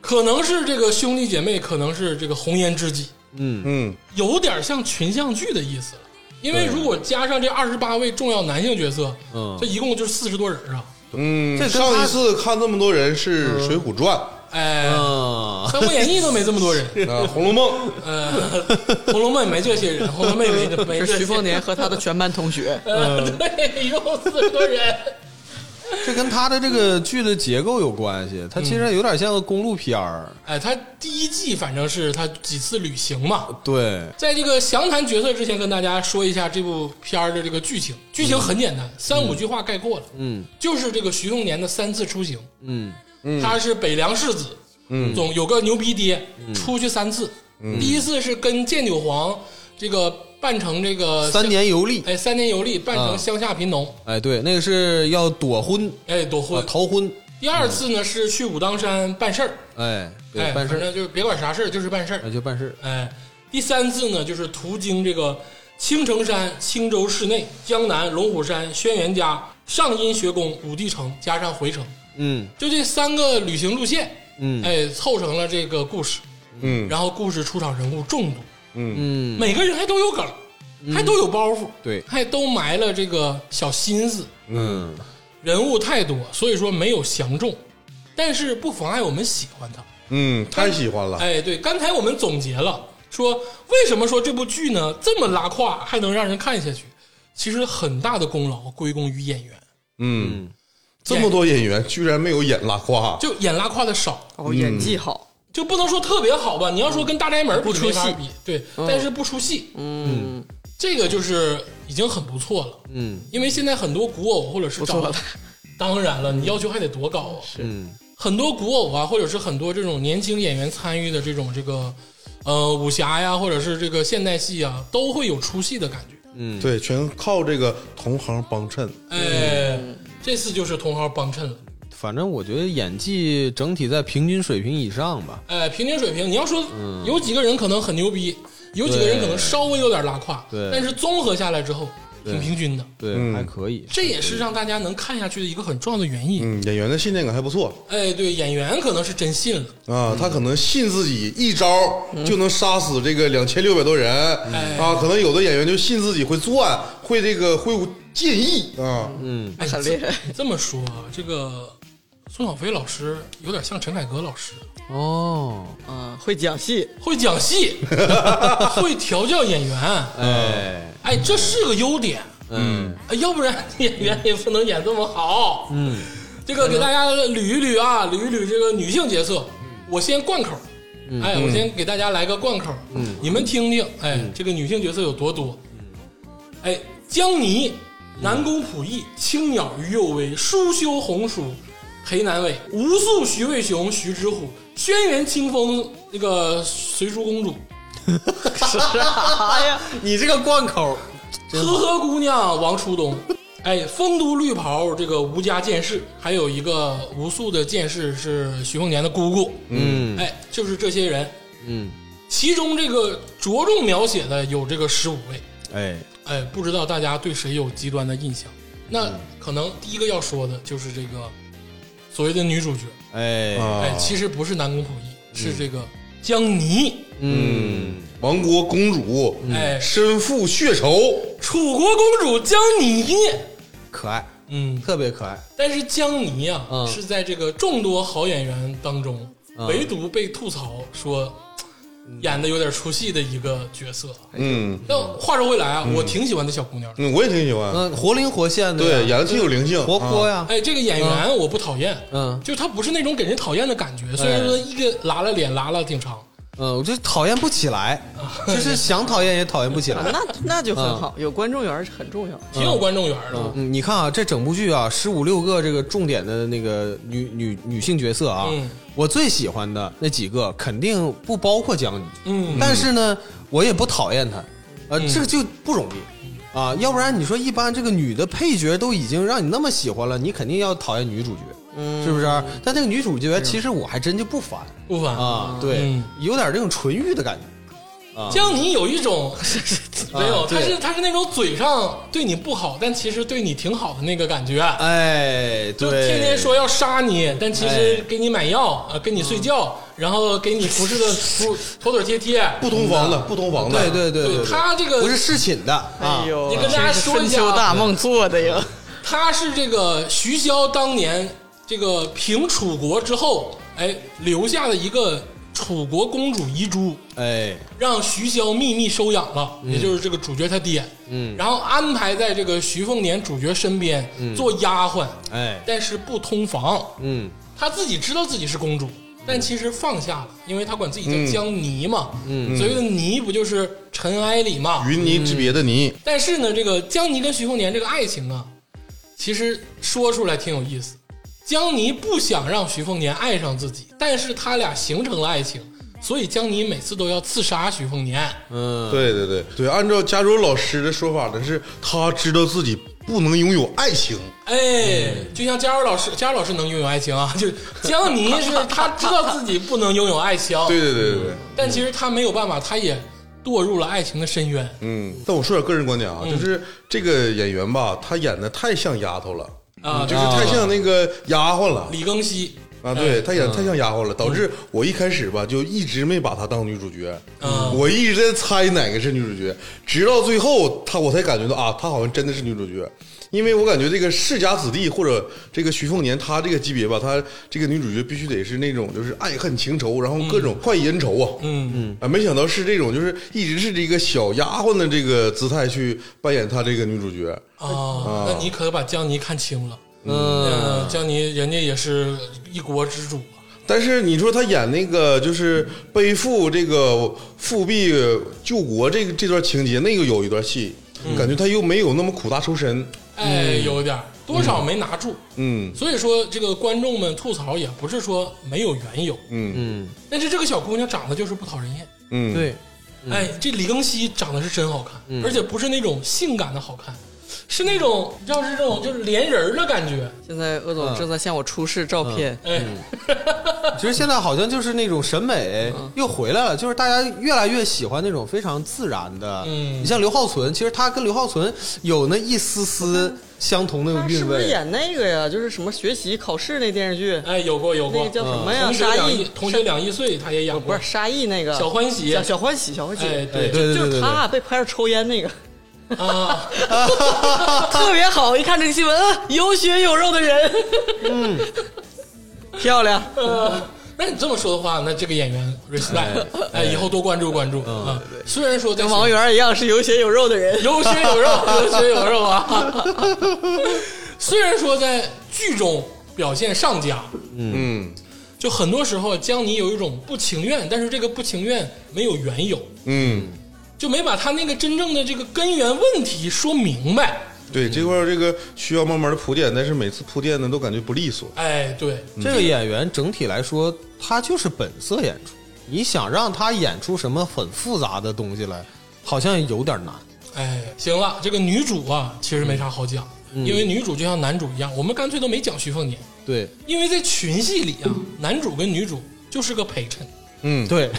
Speaker 1: 可能是这个兄弟姐妹，可能是这个红颜知己，
Speaker 4: 嗯
Speaker 3: 嗯，
Speaker 1: 有点像群像剧的意思了。因为如果加上这二十八位重要男性角色，
Speaker 4: 嗯
Speaker 1: 这一共就是四十多人啊，
Speaker 3: 嗯
Speaker 4: 这，跟
Speaker 3: 上
Speaker 4: 他嗯
Speaker 3: 一次看这么多人是《水浒 传》
Speaker 1: 哎，
Speaker 4: 啊，
Speaker 1: 三国演义》都没这么多人，
Speaker 3: 啊，《红楼梦》
Speaker 1: 呃，《红楼梦》也没这些人，《红楼梦》也没没这
Speaker 2: 是
Speaker 1: 些，
Speaker 2: 徐凤年和他的全班同学
Speaker 1: 呃， 对，一共四十多人。
Speaker 4: 这跟他的这个剧的结构有关系，它
Speaker 2: 嗯
Speaker 4: 其实有点像个公路片儿，
Speaker 1: 哎，他第一季反正是他几次旅行嘛。
Speaker 4: 对，
Speaker 1: 在这个详谈角色之前，跟大家说一下这部片儿的这个剧情。剧情很简单，三五句话概括了，
Speaker 4: 嗯
Speaker 1: 就是这个徐凤年的三次出行。
Speaker 4: 嗯
Speaker 1: 他是北凉世子，嗯，总有个牛逼爹，
Speaker 4: 嗯
Speaker 1: 出去三次。第一次是跟剑九皇这个扮成这个
Speaker 4: 三年游历，
Speaker 1: 哎三年游历，扮成
Speaker 4: 啊
Speaker 1: 乡下贫农，
Speaker 4: 哎，对，那个是要躲婚
Speaker 1: 哎躲
Speaker 4: 啊
Speaker 1: 婚，。
Speaker 4: 逃婚，
Speaker 1: 第二次呢是去武当山办事儿，
Speaker 4: 哎，
Speaker 1: 哎，
Speaker 4: 对，办事
Speaker 1: 反
Speaker 4: 儿，
Speaker 1: 正就是别管啥事儿，就是办事儿。
Speaker 4: 哎，就办事儿，
Speaker 1: 哎，第三次呢，就是途经这个青城山、青州市内、江南、龙虎山、轩辕家、上阴学宫、武帝城，加上回城，
Speaker 4: 嗯
Speaker 1: 就这三个旅行路线，
Speaker 4: 嗯
Speaker 1: 哎，凑成了这个故事。
Speaker 3: 嗯
Speaker 1: 然后故事出场人物众多，
Speaker 4: 嗯，
Speaker 1: 每个人还都有梗，还都有包袱，
Speaker 4: 对
Speaker 1: 还都埋了这个小心思。
Speaker 4: 嗯
Speaker 1: 人物太多，所以说没有详中，但是不妨碍我们喜欢他。
Speaker 3: 嗯，太喜欢了，
Speaker 1: 哎，对，刚才我们总结了，说为什么说这部剧呢这么拉胯，还能让人看下去？其实很大的功劳归功于演员，
Speaker 3: 嗯，这么多演员居然没有演拉胯，
Speaker 1: 就演拉胯的少，
Speaker 2: 哦，演技好，
Speaker 1: 就不能说特别好吧？你要说跟《大宅门》比
Speaker 2: 不出
Speaker 1: 没法
Speaker 2: 戏
Speaker 1: 比，对，但是不出戏，
Speaker 2: 嗯，
Speaker 1: 这个就是已经很不错了。
Speaker 4: 嗯
Speaker 1: 因为现在很多古偶或者是
Speaker 2: 不错
Speaker 1: 长
Speaker 2: 了，
Speaker 1: 当然了，你要求还得多高啊！
Speaker 4: 嗯
Speaker 1: 很多古偶啊，或者是很多这种年轻演员参与的这种这个，呃，武侠呀，或者是这个现代戏啊，都会有出戏的感觉。
Speaker 4: 嗯，
Speaker 3: 对，全靠这个同行帮衬。
Speaker 1: 哎，这次就是同行帮衬了。
Speaker 4: 反正我觉得演技整体在平均水平以上吧，
Speaker 1: 哎，平均水平，你要说
Speaker 4: 嗯
Speaker 1: 有几个人可能很牛逼，有几个人可能稍微有点拉胯，
Speaker 4: 对
Speaker 1: 但是综合下来之后挺平均的，
Speaker 4: 对，还可以，
Speaker 1: 这也是让大家能看下去的一个很重要的原因。
Speaker 3: 嗯，演员的信念感还不错
Speaker 1: 哎，对，演员可能是真信了，
Speaker 3: 啊，他可能信自己一招就能杀死这个两千六百多人啊，可能有的演员就信自己会钻，会这个会建议啊，
Speaker 4: 嗯
Speaker 1: 哎，
Speaker 2: 很厉害
Speaker 1: 这这么说啊，这个宋小飞老师有点像陈凯歌老师，
Speaker 4: 哦，
Speaker 2: 嗯，会讲戏，
Speaker 1: 会讲戏， 会调教演员，
Speaker 4: 哎，
Speaker 1: 哎，这是个优点。
Speaker 4: 嗯
Speaker 1: 哎要不然演员也不能演这么好。嗯，这个给大家捋一捋啊，捋一捋这个女性角色。我先贯口，哎，我先给大家来个贯口，你们听听，哎，这个女性角色有多多。哎，江泥、南宫溥仪、青鸟于右威、舒修红薯、裴南伟、吴素、徐渭雄、徐之虎、轩辕清风那个随珠公主、
Speaker 2: 哎呀，
Speaker 4: 你这个贯口，
Speaker 1: 呵呵姑娘王初冬，哎，丰都绿袍这个吴家剑士，还有一个吴素的剑士是徐凤年的姑姑，
Speaker 4: 嗯
Speaker 1: 哎，就是这些人，
Speaker 4: 嗯，
Speaker 1: 其中这个着重描写的有这个十五位，
Speaker 4: 哎，
Speaker 1: 哎，不知道大家对谁有极端的印象？那
Speaker 4: 嗯
Speaker 1: 可能第一个要说的就是这个所谓的女主角，
Speaker 3: 啊
Speaker 4: 哎，
Speaker 1: 哎，其实不是南宫溥仪，是这个江妮，
Speaker 4: 嗯，
Speaker 3: 亡国公主，
Speaker 1: 哎，
Speaker 3: 身负血仇，
Speaker 1: 楚国公主江妮，
Speaker 4: 可爱，
Speaker 1: 嗯，
Speaker 4: 特别可爱，
Speaker 1: 但是江妮啊，
Speaker 4: 嗯
Speaker 1: 是在这个众多好演员当中，
Speaker 4: 嗯
Speaker 1: 唯独被吐槽说嘖演的有点出戏的一个角色。
Speaker 4: 哎
Speaker 3: 嗯，
Speaker 1: 但话说回来啊，我挺喜欢这小姑娘的。
Speaker 3: 嗯我也挺喜欢，
Speaker 4: 嗯，活灵活现的，
Speaker 3: 对，演的挺有灵性，
Speaker 4: 活泼
Speaker 3: 啊，
Speaker 4: 呀，
Speaker 1: 哎，这个演员我不讨厌，
Speaker 4: 嗯哎
Speaker 1: 就她不是那种给人讨厌的感觉，虽然说一个拉拉脸拉拉挺长，
Speaker 4: 嗯，我就讨厌不起来，就是想讨厌也讨厌不起
Speaker 2: 啊
Speaker 4: 来。
Speaker 2: 那那就很好，有观众缘儿很重要。
Speaker 1: 挺有观众缘的。
Speaker 4: 嗯，你看啊，这整部剧啊，十五六个这个重点的那个女女女性角色啊，
Speaker 1: 嗯
Speaker 4: 我最喜欢的那几个肯定不包括江妮，
Speaker 1: 嗯
Speaker 4: 但是呢，我也不讨厌她，呃，这个就不容
Speaker 1: 嗯
Speaker 4: 易啊，要不然你说一般这个女的配角都已经让你那么喜欢了，你肯定要讨厌女主角，
Speaker 1: 嗯
Speaker 4: 是不是？啊但这个女主角其实我还真就不烦
Speaker 1: 不凡，
Speaker 4: 啊，对，
Speaker 1: 嗯
Speaker 4: 有点这种纯欲的感觉。
Speaker 1: 江你有一 种没有，他
Speaker 4: 啊对
Speaker 1: 是他是那种嘴上对你不好，但其实对你挺好的那个感觉。啊
Speaker 4: 哎，
Speaker 1: 就
Speaker 4: 对，
Speaker 1: 天天说要杀你，但其实
Speaker 4: 哎嗯
Speaker 1: 给你买药，呃，跟你睡觉，然后给你服侍的服妥妥帖帖。
Speaker 3: 不同房的，不同房的，
Speaker 4: 对对对对，对
Speaker 1: 他这个
Speaker 4: 不是侍寝的啊
Speaker 2: 哎，呦，
Speaker 1: 你跟大家
Speaker 2: 真是
Speaker 1: 说一下
Speaker 2: 春秋大梦做的呀，
Speaker 1: 他是这个徐骁当年这个平楚国之后，哎，留下的一个楚国公主遗珠，
Speaker 4: 哎，
Speaker 1: 让徐骁秘密收养了，
Speaker 4: 嗯
Speaker 1: 也就是这个主角他爹。嗯，然后安排在这个徐凤年主角身边做丫鬟，
Speaker 4: 嗯哎
Speaker 1: 但是不通房。
Speaker 4: 嗯
Speaker 1: 她自己知道自己是公主，但其实放下了，因为她管自己叫江泥嘛，嗯，所谓的泥不就是尘埃里嘛。
Speaker 3: 嗯云泥之别的泥，
Speaker 1: 但是呢，这个江泥跟徐凤年这个爱情啊，其实说出来挺有意思。江泥不想让徐凤年爱上自己，但是他俩形成了爱情，所以江泥每次都要刺杀徐凤年。
Speaker 4: 嗯，
Speaker 3: 对对对对，按照加州老师的说法呢，是他知道自己不能拥有爱情，
Speaker 1: 哎，就像佳茹老师，佳茹老师能拥有爱情啊，就江泥是他知道自己不能拥有爱情，
Speaker 3: 对对对对对。
Speaker 1: 但其实他没有办法，他也堕入了爱情的深渊。
Speaker 3: 嗯，但我说点个人观点啊，就是这个演员吧，他演的太像丫头了。
Speaker 1: 啊
Speaker 3: 就是太像那个丫鬟了
Speaker 1: 李庚希
Speaker 3: 啊！对他演得太像丫鬟了，导致我一开始吧就一直没把她当女主角，我一直在猜哪个是女主角，直到最后她我才感觉到啊，她好像真的是女主角，因为我感觉这个世家子弟或者这个徐凤年她这个级别吧，她这个女主角必须得是那种就是爱恨情仇，然后各种快意恩仇啊，嗯嗯啊，没想到是这种就是一直是这个小丫鬟的这个姿态去扮演她这个女主角，哦
Speaker 1: 啊，那你可把江妮看清了。
Speaker 4: 嗯，
Speaker 1: 嗯，江妮人家也是一国之主啊。
Speaker 3: 但是你说他演那个就是背负这个复辟救国这个这段情节，那个有一段戏，感觉他又没有那么苦大仇深。
Speaker 1: 哎，有点儿多少没拿住。
Speaker 3: 嗯
Speaker 1: 所以说，这个观众们吐槽也不是说没有缘由，
Speaker 3: 嗯
Speaker 1: 但是这个小姑娘长得就是不讨人厌。
Speaker 3: 嗯，，
Speaker 4: 对，
Speaker 1: 哎，这李庚希长得是真好看，而且不是那种性感的好看，是那种要是这种就是连人儿的感觉。
Speaker 2: 现在鄂总
Speaker 4: 嗯
Speaker 2: 正在向我出示照片，
Speaker 1: 哎，
Speaker 3: 嗯
Speaker 4: 其实现在好像就是那种审美
Speaker 2: 嗯
Speaker 4: 又回来了，就是大家越来越喜欢那种非常自然的。
Speaker 1: 嗯
Speaker 4: 你像刘浩存，其实他跟刘浩存有那一丝丝相同的
Speaker 2: 嗯他是
Speaker 4: 嗯韵
Speaker 2: 不是
Speaker 4: 味。
Speaker 2: 演那个呀？就是什么学习考试那电视剧，
Speaker 1: 哎，有过有
Speaker 2: 那
Speaker 1: 过
Speaker 2: 个，叫什么呀？
Speaker 1: 同学
Speaker 2: 沙
Speaker 1: 两亿
Speaker 2: 溢，
Speaker 1: 同学两亿岁，他也演
Speaker 2: 不
Speaker 1: 过
Speaker 2: 是。沙溢那个
Speaker 1: 小欢喜
Speaker 2: 小小欢喜，小欢喜，
Speaker 1: 哎，
Speaker 4: 哎对对
Speaker 2: 就
Speaker 4: 对
Speaker 2: 是
Speaker 4: 对
Speaker 2: 他
Speaker 4: 对，
Speaker 2: 被拍着抽烟那个，
Speaker 1: 啊，
Speaker 2: 特别好。一看这个新闻，啊有血有肉的人，嗯，漂亮。
Speaker 1: 那你这么说的话，那这个演员 respect，哎，以后多关注关注
Speaker 2: 嗯
Speaker 1: 啊。虽然说在
Speaker 2: 跟王源一样是有血有肉的人，
Speaker 1: 有血有肉， 有血有肉啊。 虽然说在剧中表现上佳，
Speaker 3: 嗯
Speaker 1: 就很多时候江妮有一种不情愿，但是这个不情愿没有缘由，
Speaker 3: 嗯，
Speaker 1: 就没把他那个真正的这个根源问题说明白。
Speaker 3: 对这块儿这个需要慢慢的铺垫，但是每次铺垫呢都感觉不利索。
Speaker 1: 哎，对，
Speaker 4: 这个演员整体来说，他就是本色演出。你想让他演出什么很复杂的东西来，好像有点难。
Speaker 1: 哎，行了，这个女主啊，其实没啥好讲，
Speaker 4: 嗯
Speaker 1: 因为女主就像男主一样，我们干脆都没讲徐凤年，
Speaker 4: 对
Speaker 1: 因为在群戏里啊，
Speaker 4: 嗯
Speaker 1: 男主跟女主就是个陪衬，
Speaker 3: 嗯，
Speaker 2: 哦
Speaker 4: 对，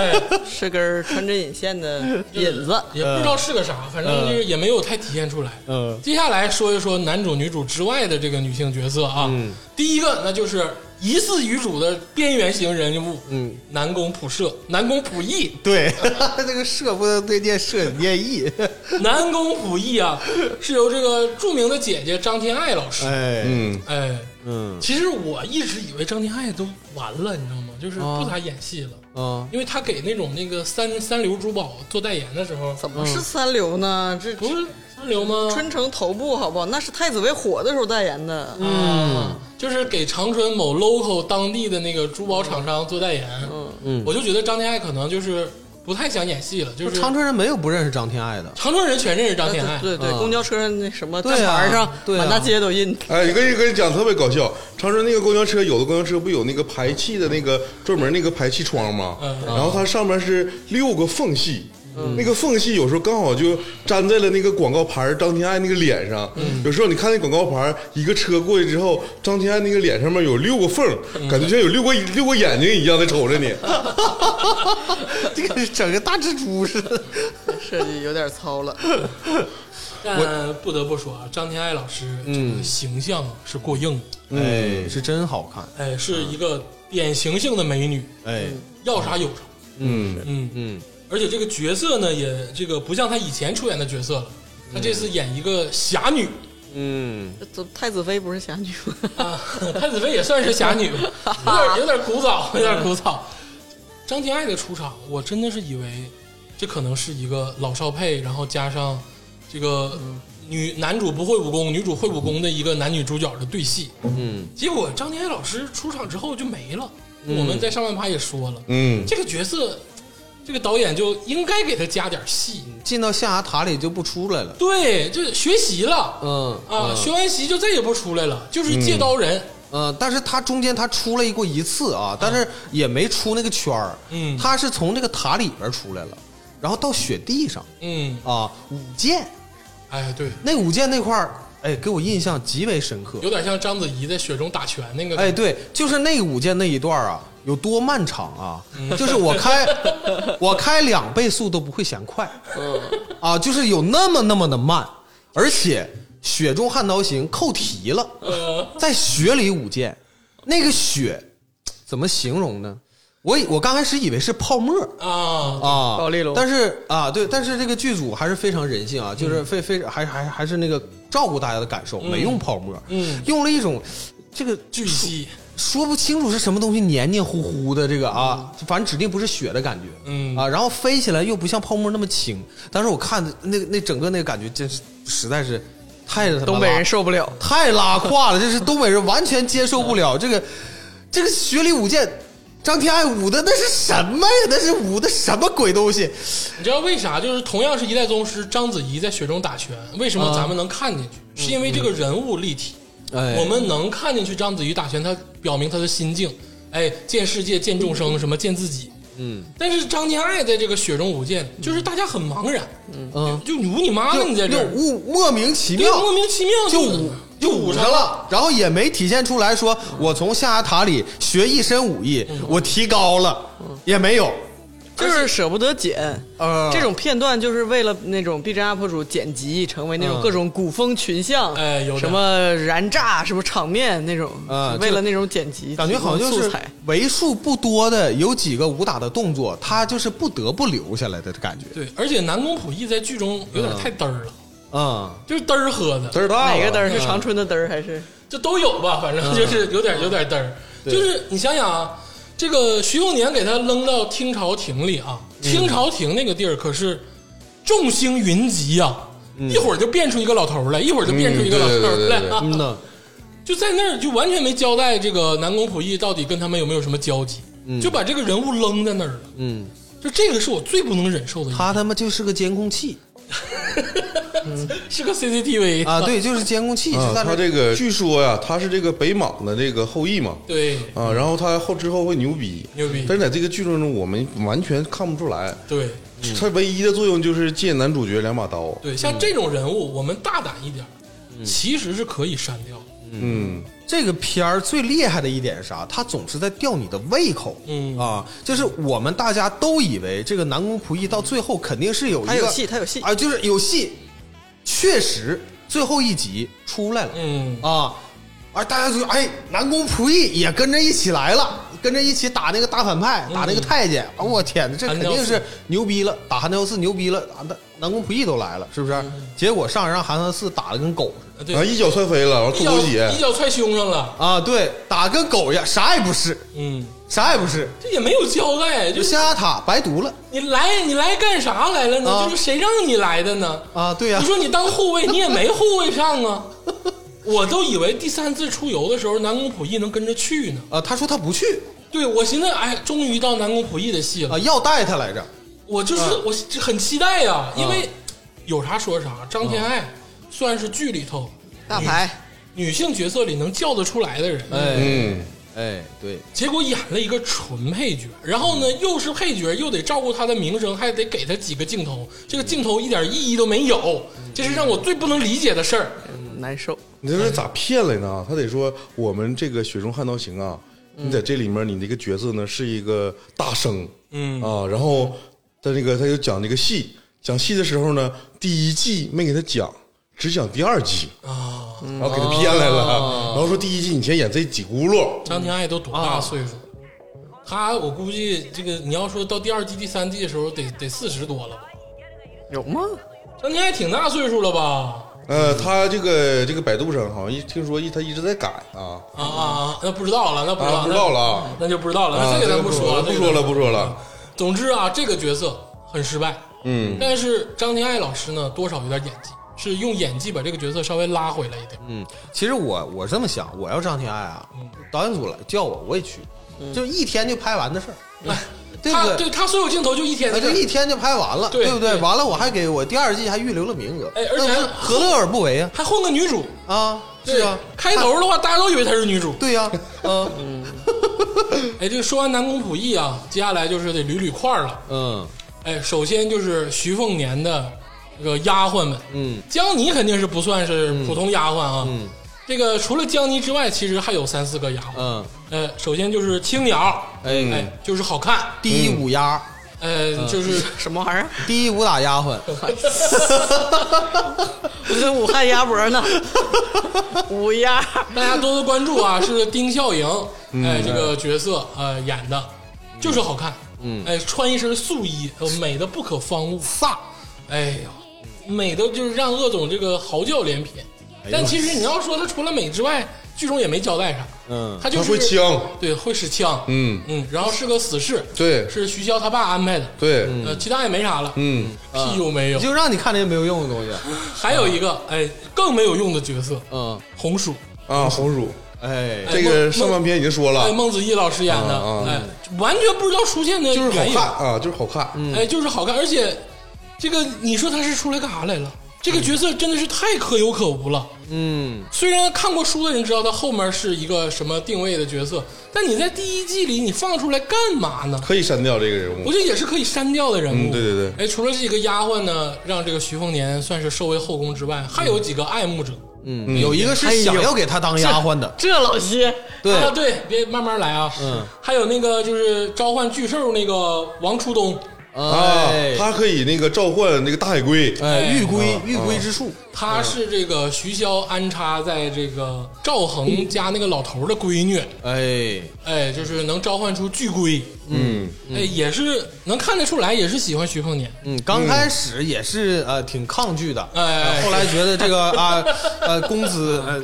Speaker 1: 哎，
Speaker 2: 是根穿针引线的引子。
Speaker 1: 也不知道是个啥，反正就是也没有太体现出来。
Speaker 4: 嗯
Speaker 1: 接下来说一说男主女主之外的这个女性角色啊，
Speaker 4: 嗯
Speaker 1: 第一个那就是疑似女主的边缘型人物，
Speaker 4: 嗯，
Speaker 1: 南宫普社、南宫普义、
Speaker 4: 对， 这个射不能对念射，你念意。
Speaker 2: 嗯
Speaker 1: 南宫普义啊，是由这个著名的姐姐张天爱老师，
Speaker 4: 哎，
Speaker 3: 嗯，
Speaker 1: 哎，
Speaker 4: 嗯
Speaker 1: 其实我一直以为张天爱都完了，你知道吗？就是不咋演戏了，
Speaker 4: 啊，
Speaker 1: 因为她给那种那个三三流珠宝做代言的时候，
Speaker 2: 怎么是三流呢？这啊
Speaker 1: 不是春流吗？
Speaker 2: 春城头部好不好？那是太子妃火的时候代言的，啊
Speaker 1: 嗯，就是给长春某 local 当地的那个珠宝厂商做代言。嗯嗯，我就觉得张天爱可能就是不太想演戏了，就是
Speaker 4: 长春人没有不认识张天爱的，
Speaker 1: 长春人全认识张天爱。
Speaker 2: 对对，
Speaker 4: 嗯
Speaker 2: 公交车上那什么站
Speaker 4: 对啊
Speaker 2: 牌上，
Speaker 4: 对啊
Speaker 2: 满大街都印。
Speaker 3: 哎，你跟你跟你讲特别搞笑。长春那个公交车，有的公交车不有那个排气的那个专门那个排气窗吗？
Speaker 1: 嗯
Speaker 3: 然后它上面是六个缝隙，那个缝隙有时候刚好就粘在了那个广告牌儿张天爱那个脸上。有时候你看那广告牌儿，一个车过去之后，张天爱那个脸上面有六个缝儿，感觉像有六个六个眼睛一样在瞅着你。
Speaker 4: 这个整个大蜘蛛似的。
Speaker 2: 设计有点糙了，
Speaker 1: 但不得不说啊，张天爱老师这个形象是过硬的，
Speaker 4: 哎，是真好看。
Speaker 1: 哎，是一个典型性的美女，
Speaker 4: 哎，
Speaker 1: 要啥有啥。
Speaker 3: 嗯，
Speaker 1: 嗯
Speaker 4: 嗯，
Speaker 1: 而且这个角色呢，也这个不像她以前出演的角色了，她这次演一个侠女
Speaker 4: 嗯，
Speaker 2: 这太子妃不是侠女吗？
Speaker 1: 啊，太子妃也算是侠女，有点有点古早，有点古早。张天爱的出场，我真的是以为这可能是一个老少配，然后加上这个女男主不会武功，女主会武功的一个男女主角的对戏。嗯，结果张天爱老师出场之后就没了。我们在上半趴也说了，
Speaker 3: 嗯
Speaker 1: 这个角色，这个导演就应该给他加点戏。
Speaker 4: 进到象牙塔里就不出来了。
Speaker 1: 对，就是学习了，
Speaker 4: 嗯
Speaker 1: 啊，学完习就再也不出来了，就是借刀人。
Speaker 4: 呃，但是他中间他出来过一次啊，但是也没出那个圈儿。
Speaker 1: 嗯
Speaker 4: 他是从这个塔里边出来了，然后到雪地上
Speaker 1: 嗯，
Speaker 4: 啊，舞剑
Speaker 1: 哎，对，
Speaker 4: 那舞剑那块儿，哎，给我印象极为深刻。
Speaker 1: 有点像章子怡在雪中打拳那个。
Speaker 4: 哎，对，就是那个舞剑那一段啊，有多漫长啊！
Speaker 2: 嗯
Speaker 4: 就是我 开我开两倍速都不会嫌快，
Speaker 2: 嗯
Speaker 4: 啊，就是有那么那么的慢，而且《雪中悍刀行》扣题了，
Speaker 2: 嗯
Speaker 4: 在雪里舞剑，那个雪怎么形容呢？我以我刚开始以为是泡沫
Speaker 1: 啊，
Speaker 4: 啊，
Speaker 2: 嗯暴力龙
Speaker 4: 但是啊，对，但是这个剧组还是非常人性啊，
Speaker 2: 嗯
Speaker 4: 就是非非还还还是那个照顾大家的感受，没用泡沫，
Speaker 1: 嗯
Speaker 4: 用了一种这个
Speaker 1: 巨细，
Speaker 4: 说不清楚是什么东西，黏黏糊糊的这个啊，反正指定不是雪的感觉，
Speaker 1: 嗯
Speaker 4: 啊，然后飞起来又不像泡沫那么轻，当时我看的那那整个那个感觉，真是实在是太他妈
Speaker 2: 东北
Speaker 4: 拉
Speaker 2: 人受不了。
Speaker 4: 太拉胯了，这是东北人完全接受不了这个这个雪里舞剑，张天爱舞的那是什么呀？那是舞的什么鬼东西？
Speaker 1: 你知道为啥？就是同样是一代宗师章子怡在雪中打拳，为
Speaker 4: 啊
Speaker 1: 什么咱们能看进去？是因为这个人物立体，
Speaker 4: 哎
Speaker 1: 我们能看进去章子怡打拳，她表明她的心境，哎，见世界，见众生，什么见自己。嗯，但是张天爱在这个雪中舞剑，就是大家很茫然，
Speaker 4: 嗯，
Speaker 1: 就你舞你妈呢！你在这
Speaker 4: 就
Speaker 1: 儿，
Speaker 4: 莫莫名其
Speaker 1: 对
Speaker 4: 妙，
Speaker 1: 莫名其妙
Speaker 4: 就舞就舞上了，然后也没体现出来说我从象牙塔里学一身武艺，我提高了，也没有。
Speaker 2: 就是舍不得剪。
Speaker 4: 呃
Speaker 2: 这种片段就是为了那种 B 站 UP 主剪辑，成为那种
Speaker 4: 嗯
Speaker 2: 各种古风群像，
Speaker 1: 哎有点
Speaker 2: 什么燃炸，什么场面那种，
Speaker 4: 嗯
Speaker 2: 为
Speaker 4: 就
Speaker 2: 了那种剪辑，
Speaker 4: 感觉好像就
Speaker 2: 素
Speaker 4: 是
Speaker 2: 材。
Speaker 4: 为数不多的有几个武打的动作，他就是不得不留下来的感觉。
Speaker 1: 对，而且南宫溥仪在剧中有点太嘚儿了，
Speaker 4: 嗯，
Speaker 1: 就是嘚儿喝的，
Speaker 3: 嘚儿
Speaker 4: 哦
Speaker 2: 哪
Speaker 3: 大了
Speaker 2: 个嘚儿是长春的嘚儿还是？
Speaker 1: 这都有吧，反
Speaker 3: 嗯
Speaker 1: 正就是有点、有点嘚儿。就是你想想啊，这个徐凤年给他扔到听潮亭里啊，
Speaker 3: 嗯
Speaker 1: 听潮亭那个地儿可是众星云集呀、啊。一会儿就变出一个老头儿来，一会儿就变出一个老头儿来
Speaker 3: 嗯嗯对对对对，
Speaker 1: 啊
Speaker 4: 嗯呐，
Speaker 1: 就在那儿就完全没交代这个南宫溥仪到底跟他们有没有什么交集，
Speaker 3: 嗯
Speaker 1: 就把这个人物扔在那儿了。
Speaker 4: 嗯，
Speaker 1: 就这个是我最不能忍受的一个，
Speaker 4: 他他妈就是个监 控器
Speaker 1: 是个 CCTV
Speaker 4: 啊，对，就是监控器，就
Speaker 3: 啊，
Speaker 4: 在那
Speaker 3: 他这个据说呀，他是这个北莽的这个后裔嘛。
Speaker 1: 对，
Speaker 3: 啊，然后他后之后会牛逼，
Speaker 1: 牛逼
Speaker 3: 但是在这个剧中，我们完全看不出来，
Speaker 1: 对
Speaker 3: 他唯一的作用就是借男主角两把刀。
Speaker 1: 嗯对，像这种人物，我们大胆一点儿，嗯其实是可以删掉的。
Speaker 3: 嗯，
Speaker 4: 这个片儿最厉害的一点是啥？它总是在吊你的胃口，
Speaker 1: 嗯
Speaker 4: 啊，就是我们大家都以为这个南宫溥仪到最后肯定是有一个
Speaker 2: 他有戏他有戏
Speaker 4: 啊，就是有戏，确实最后一集出来了，
Speaker 1: 嗯
Speaker 4: 啊，而大家就哎，南宫仆役也跟着一起来了，跟着一起打那个大反派，打
Speaker 1: 嗯
Speaker 4: 那个太监。啊，我天哪，这肯定是牛逼了，打韩德四牛逼了，啊那南宫仆役都来了，是不是？
Speaker 1: 嗯
Speaker 4: 结果上来让韩德四打的跟狗似
Speaker 1: 啊对
Speaker 3: 然后，一脚踹飞了，然后
Speaker 1: 一
Speaker 3: 吐
Speaker 1: 脚
Speaker 3: 狗血
Speaker 1: 一，脚踹胸上了，
Speaker 4: 的啊，对，打得跟狗一样，啥也不是，
Speaker 1: 嗯，
Speaker 4: 啥也不是，
Speaker 1: 这也没有交代，就是
Speaker 4: 象牙塔白读了
Speaker 1: 你来你来干啥来了呢？
Speaker 4: 啊
Speaker 1: 就是谁让你来的呢？
Speaker 4: 啊，对呀、
Speaker 1: 你说你当后卫，你也没后卫上啊！我都以为第三次出游的时候，南宫溥仪能跟着去呢。
Speaker 4: 啊，他说他不去
Speaker 1: 对我寻思，哎，终于到南宫溥仪的戏了，
Speaker 4: 啊，要带他来着，
Speaker 1: 我就是我很期待呀、因为有啥说啥，张天爱算是剧里头
Speaker 2: 大
Speaker 4: 嗯
Speaker 2: 牌
Speaker 1: 女性角色里能叫得出来的人，
Speaker 4: 哎，
Speaker 3: 嗯，
Speaker 4: 哎，对，
Speaker 1: 结果演了一个纯配角，然后
Speaker 3: 嗯
Speaker 1: 呢又是配角，又得照顾她的名声，还得给她几个镜头，这个镜头一点意义都没有，
Speaker 3: 嗯
Speaker 1: 这是让我最不能理解的事儿。
Speaker 2: 难受，
Speaker 3: 你
Speaker 1: 哎
Speaker 3: 这是咋骗来呢？他得说我们这个《雪中悍刀行》啊，
Speaker 1: 嗯
Speaker 3: 你在这里面你这个角色呢是一个大生，嗯啊，然后他这个他就讲这个戏，讲戏的时候呢，第一季没给他讲，只讲第二季啊，然后给他骗来了，
Speaker 1: 啊
Speaker 3: 然后说第一季你先演这几轱辘，
Speaker 1: 张天爱都多
Speaker 3: 啊
Speaker 1: 大岁数？她我估计这个你要说到第二季、第三季的时候，得得四十多了吧？
Speaker 2: 有 吗？
Speaker 1: 张天爱挺大岁数了吧？
Speaker 3: 呃，他这个这个百度上好像一听说一他一直在改啊
Speaker 1: 啊啊啊！那不知道了，那不知道，
Speaker 3: 啊，不知道了啊，
Speaker 1: 那，那就不知道了。那这个
Speaker 3: 这
Speaker 1: 咱
Speaker 3: 个
Speaker 1: 不说了，
Speaker 3: 不说了，不
Speaker 1: 了。
Speaker 3: 说了，
Speaker 1: 总之啊，这个角色很失败，
Speaker 3: 嗯
Speaker 1: 但是张天爱老师呢，多少有点演技，是用演技把这个角色稍微拉回来一点。
Speaker 4: 嗯，其实我我是这么想，我要张天爱啊，
Speaker 1: 嗯
Speaker 4: 导演组来叫我我也去，就一天就拍完的事儿，对不
Speaker 1: 哎他
Speaker 4: 对？
Speaker 1: 他所有镜头就一天
Speaker 4: 那
Speaker 1: 的事
Speaker 4: 就哎一
Speaker 1: 儿，
Speaker 4: 天就拍完了，
Speaker 1: 对
Speaker 4: 不对？
Speaker 1: 对
Speaker 4: 完了，我还给我第二季还预留了名额，
Speaker 1: 哎而且
Speaker 4: 那不
Speaker 1: 还
Speaker 4: 是何乐而不为啊？
Speaker 1: 还换个女主。
Speaker 4: 啊，是啊，
Speaker 1: 开头的话，大家都以为她是女主。
Speaker 4: 对呀，嗯
Speaker 1: 哎，这个说完南宫溥仪啊，接下来就是得捋捋块儿了。
Speaker 4: 嗯
Speaker 1: 哎，首先就是徐凤年的这个丫鬟们，
Speaker 4: 嗯，
Speaker 1: 江妮肯定是不算是普通丫鬟啊。嗯，这个除了江妮之外，其实还有三四个丫鬟。
Speaker 4: 嗯，
Speaker 1: 呃，首先就是青鸟，
Speaker 4: 哎，
Speaker 1: 哎，就是好看，
Speaker 4: 第一五丫，嗯
Speaker 1: 呃，就是
Speaker 2: 什么玩意儿？
Speaker 4: 第一武打丫
Speaker 1: 哎
Speaker 4: 鬟，
Speaker 2: 我这武汉鸭脖 呢，五鸭
Speaker 1: 大家多多关注 啊，是丁孝莹，
Speaker 3: 嗯
Speaker 1: 哎，这个角色呃演的，就是好看，嗯，哎，穿一身素衣，呃美的不可方物，飒，哎呀，美的就是让鄂总这个嚎叫连篇。
Speaker 3: 哎
Speaker 1: 但其实你要说她除了美之外，剧中也没交代啥，
Speaker 4: 嗯
Speaker 1: 她就
Speaker 3: 他
Speaker 1: 是
Speaker 3: 会枪，
Speaker 1: 对，会使枪，
Speaker 3: 嗯
Speaker 1: 嗯，然后是个死士，
Speaker 3: 对
Speaker 1: 是徐骁他爸安排的，
Speaker 3: 对，
Speaker 1: 呃，其他也没啥了，
Speaker 3: 嗯，
Speaker 1: 屁用没有。
Speaker 4: 就让你看那些没有用的东西，
Speaker 1: 还有一个哎，更没有用的角色，
Speaker 4: 嗯，
Speaker 1: 红薯，
Speaker 3: 啊，红薯，
Speaker 4: 哎，
Speaker 1: 哎
Speaker 3: 这
Speaker 1: 孟
Speaker 3: 个上半篇已经说了
Speaker 1: 哎，，孟子义老师演的，
Speaker 3: 啊啊啊
Speaker 1: 哎，完全不知道出现的
Speaker 3: 就是好
Speaker 1: 原因，
Speaker 3: 看啊，就是好看，
Speaker 1: 哎，就是好看，而且这个你说他是出来干啥来了？这个角色真的是太可有可无了。
Speaker 4: 嗯
Speaker 1: 虽然看过书的人知道他后面是一个什么定位的角色，但你在第一季里你放出来干嘛呢？
Speaker 3: 可以删掉这个人
Speaker 1: 我
Speaker 3: 物。
Speaker 1: 觉得也是可以删掉的人物。
Speaker 3: 嗯对对
Speaker 1: 对。哎，除了这个丫鬟呢，让这个徐凤年算是受为后宫之外，还有几个爱慕者。
Speaker 4: 嗯，有一个
Speaker 2: 哎
Speaker 4: 是
Speaker 2: 呦
Speaker 4: 想要给他当丫鬟的，
Speaker 2: 这老些
Speaker 4: 对
Speaker 1: 啊，对，别慢慢来啊。
Speaker 4: 嗯，
Speaker 1: 还有那个就是召唤巨兽那个王初冬，
Speaker 3: 啊
Speaker 4: 哎，
Speaker 3: 他可以那个召唤那个大海龟，
Speaker 4: 哎，玉龟
Speaker 3: 啊
Speaker 4: 玉龟之术，
Speaker 1: 她是这个徐骁安插在这个赵恒家那个老头儿的闺女，
Speaker 4: 哎，
Speaker 1: 哎，就是能召唤出巨龟，
Speaker 3: 嗯，
Speaker 1: 哎，也是能看得出来，也是喜欢徐凤年。
Speaker 4: 嗯，刚开始也是呃挺抗拒的，
Speaker 1: 哎
Speaker 4: 呃后来觉得这 个啊呃公子呃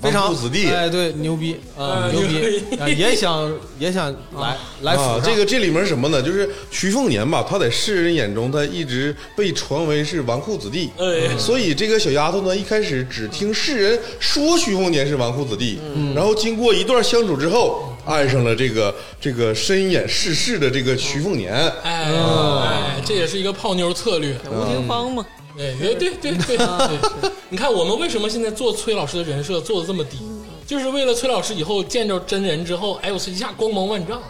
Speaker 4: 非常
Speaker 3: 纨绔子弟
Speaker 4: 哎对牛逼啊
Speaker 1: 哎
Speaker 4: 牛
Speaker 1: 牛
Speaker 4: 逼
Speaker 1: 逼
Speaker 4: 啊也想也想来来
Speaker 3: 啊
Speaker 4: 府，
Speaker 3: 这个这里面是什么呢？就是徐凤年吧，他在世人眼中，他一直被传为是纨绔子弟，
Speaker 1: 哎
Speaker 3: 所以这个小丫头呢，一开始只听世人说徐凤年是纨绔子弟，然后经过一段相处之后，爱上了这个这个深眼世事的这个徐凤年，
Speaker 1: 哎
Speaker 2: 哦
Speaker 1: 哎，这也是一个泡妞策略。
Speaker 2: 吴廷芳嘛，
Speaker 1: 哎，对对对对
Speaker 2: 哦
Speaker 1: 对，你看我们为什么现在做崔老师的人设做的这么低，就是为了崔老师以后见着真人之后，哎，我一下光芒万丈
Speaker 4: 啊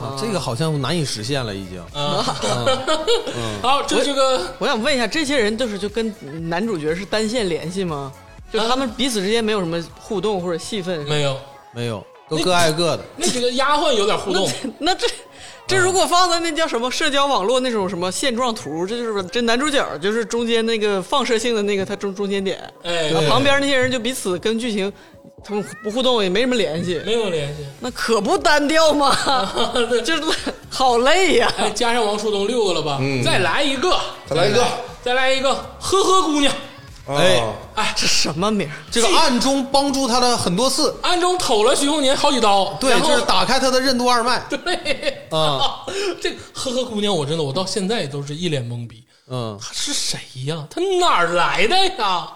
Speaker 4: 嗯这个好像难以实现了已经，
Speaker 1: 啊！ 好，这这个
Speaker 2: 哦我想问一下，这些人就是就跟男主角是单线联系吗？就他们彼此之间没有什么互动或者戏份？
Speaker 1: 没有，
Speaker 4: 没有都各爱各的，
Speaker 1: 那几个丫鬟有点互动。
Speaker 2: 那这这如果放在那叫什么社交网络那种什么现状图，这就是这男主角就是 中间那个放射性的那个他中中间点，
Speaker 1: 哎，
Speaker 2: 旁边那些人就彼此跟剧情他们不互动也没什么联系，
Speaker 1: 没有联系。
Speaker 2: 那可不单调吗？ 这好累呀、
Speaker 4: 啊
Speaker 1: 哎，加上王树东六个了吧？
Speaker 3: 嗯
Speaker 1: 再来一个，
Speaker 3: 再来一个，啊
Speaker 1: 再来一个，呵呵姑娘，
Speaker 3: 哎，
Speaker 2: 哎，这什么名儿？
Speaker 4: 这个暗中帮助他了很多次，
Speaker 1: 暗中捅了徐凤年好几刀，
Speaker 4: 对，
Speaker 1: 然后
Speaker 4: 就是打开他的任督二脉，
Speaker 1: 对
Speaker 4: 啊，
Speaker 1: 这个呵呵姑娘，我真的我到现在都是一脸懵逼，
Speaker 4: 嗯，
Speaker 1: 她是谁呀？她哪儿来的呀？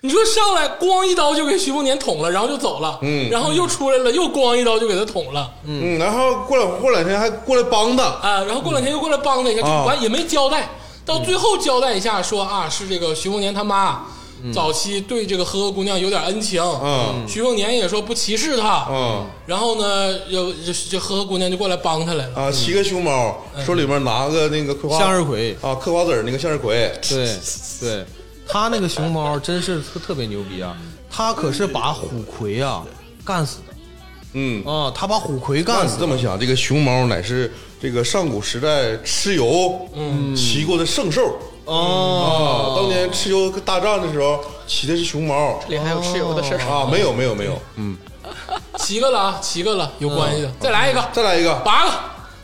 Speaker 1: 你说上来咣一刀就给徐凤年捅了，然后就走了，
Speaker 3: 嗯
Speaker 1: 然后又出来了，又咣一刀就给他捅了，
Speaker 3: 嗯，然后过两过两天还过来帮他，
Speaker 1: 啊，然后过两
Speaker 4: 嗯
Speaker 1: 天又过来帮他一下，就
Speaker 3: 啊
Speaker 4: 哦
Speaker 1: 完也没交代，到最后交代一下说啊，是这个徐凤年他妈
Speaker 4: 嗯
Speaker 1: 早期对这个呵呵姑娘有点恩情，
Speaker 3: 嗯
Speaker 1: 徐凤年也说不歧视
Speaker 4: 哦
Speaker 1: 她，
Speaker 3: 嗯
Speaker 1: 然后呢，又就这呵呵姑娘就过来帮他来了，
Speaker 3: 啊，骑个熊猫，手里面拿个那个葵花
Speaker 4: 向日葵
Speaker 3: 啊，嗑瓜子儿那个向日葵，
Speaker 4: 对对，他那个熊猫真是特特别牛逼啊！他可是把虎葵啊干死的
Speaker 3: 嗯，
Speaker 4: 啊、他把虎葵
Speaker 3: 那
Speaker 4: 干
Speaker 3: 你
Speaker 4: 死
Speaker 3: 这
Speaker 4: 的。
Speaker 3: 么想，这个熊猫乃是这个上古时代蚩尤
Speaker 1: 嗯
Speaker 3: 骑过的圣兽
Speaker 4: 哦
Speaker 3: 啊，当年蚩尤大战的时候骑的是熊猫
Speaker 2: 里还有蚩尤的事儿、
Speaker 3: 啊，没有没有没有，嗯，
Speaker 1: 七个了啊，七个了，有关系
Speaker 4: 嗯
Speaker 1: 的，再来一个，
Speaker 3: 再来一个
Speaker 1: 八个，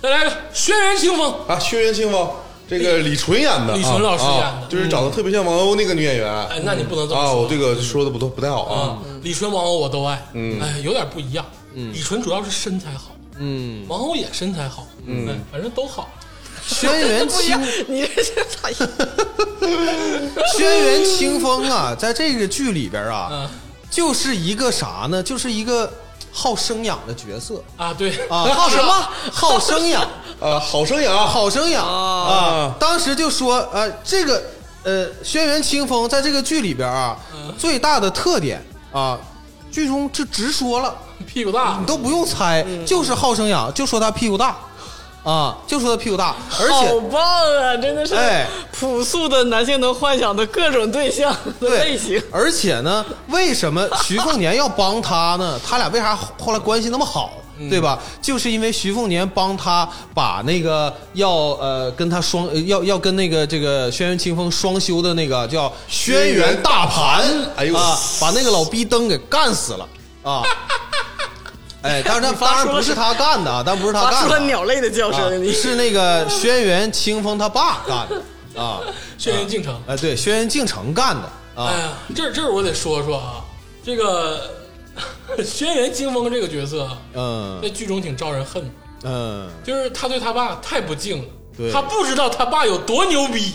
Speaker 1: 再来一个，轩辕清风，
Speaker 3: 啊，轩辕清风，这个李纯演的，
Speaker 1: 李纯老师
Speaker 3: 啊
Speaker 1: 演的
Speaker 3: 就是长得特别像王鸥那个女演员
Speaker 1: 哎，那你不能这么
Speaker 3: 啊，
Speaker 1: 说
Speaker 3: 我这个说的不都不太好啊，
Speaker 4: 嗯
Speaker 1: 啊，李纯王鸥我都爱，哎，有点不一样，李纯主要是身材好，
Speaker 4: 嗯，
Speaker 1: 王鸥也身材好，哎，反正都好。
Speaker 4: 轩辕
Speaker 2: 不一样
Speaker 4: 清，
Speaker 2: 你这咋一
Speaker 4: 轩辕清风啊，在这个剧里边啊
Speaker 1: 嗯，
Speaker 4: 就是一个啥呢？就是一个好生养的角色
Speaker 1: 啊，对
Speaker 4: 啊，好什么？好生养，
Speaker 3: 啊，好生养，
Speaker 4: 好生养
Speaker 3: 啊
Speaker 4: 啊！当时就说啊，这个呃，轩辕清风在这个剧里边啊，最大的特点啊，剧中就直说了。
Speaker 1: 屁股大
Speaker 4: 你，都不用猜，就是好生养，就说他屁股大，啊，就说他屁股大，而
Speaker 2: 好
Speaker 4: 且
Speaker 2: 棒啊！真的是
Speaker 4: 哎
Speaker 2: 朴素的男性能幻想的各种对象的 类
Speaker 4: 对
Speaker 2: 型。，
Speaker 4: 而且呢，为什么徐凤年要帮他呢？他俩为啥后来关系那么好？
Speaker 2: 嗯
Speaker 4: 对吧？就是因为徐凤年帮他把那个要呃跟他双呃要要跟那个这个轩辕清风双修的那个叫轩辕大盘，
Speaker 3: 哎呦
Speaker 4: 啊，把那个老逼灯给干死了 啊！哎，当然他当然不是他干的啊，但不是他
Speaker 2: 发
Speaker 4: 干
Speaker 2: 出
Speaker 4: 的
Speaker 2: 了
Speaker 4: 啊，
Speaker 2: 鸟类的叫
Speaker 4: 啊
Speaker 2: 声，你
Speaker 4: 是那个轩辕清风他爸干的啊？
Speaker 1: 轩辕敬城。
Speaker 4: 哎，对，轩辕敬城干的
Speaker 1: 哎
Speaker 4: 啊。
Speaker 1: 呀，这这我得说说啊，这个 轩辕清风这个角色啊，在
Speaker 4: 嗯
Speaker 1: 剧中挺招人恨的，
Speaker 4: 嗯，
Speaker 1: 就是他对他爸太不敬了，
Speaker 4: 对
Speaker 1: 他不知道他爸有多牛逼。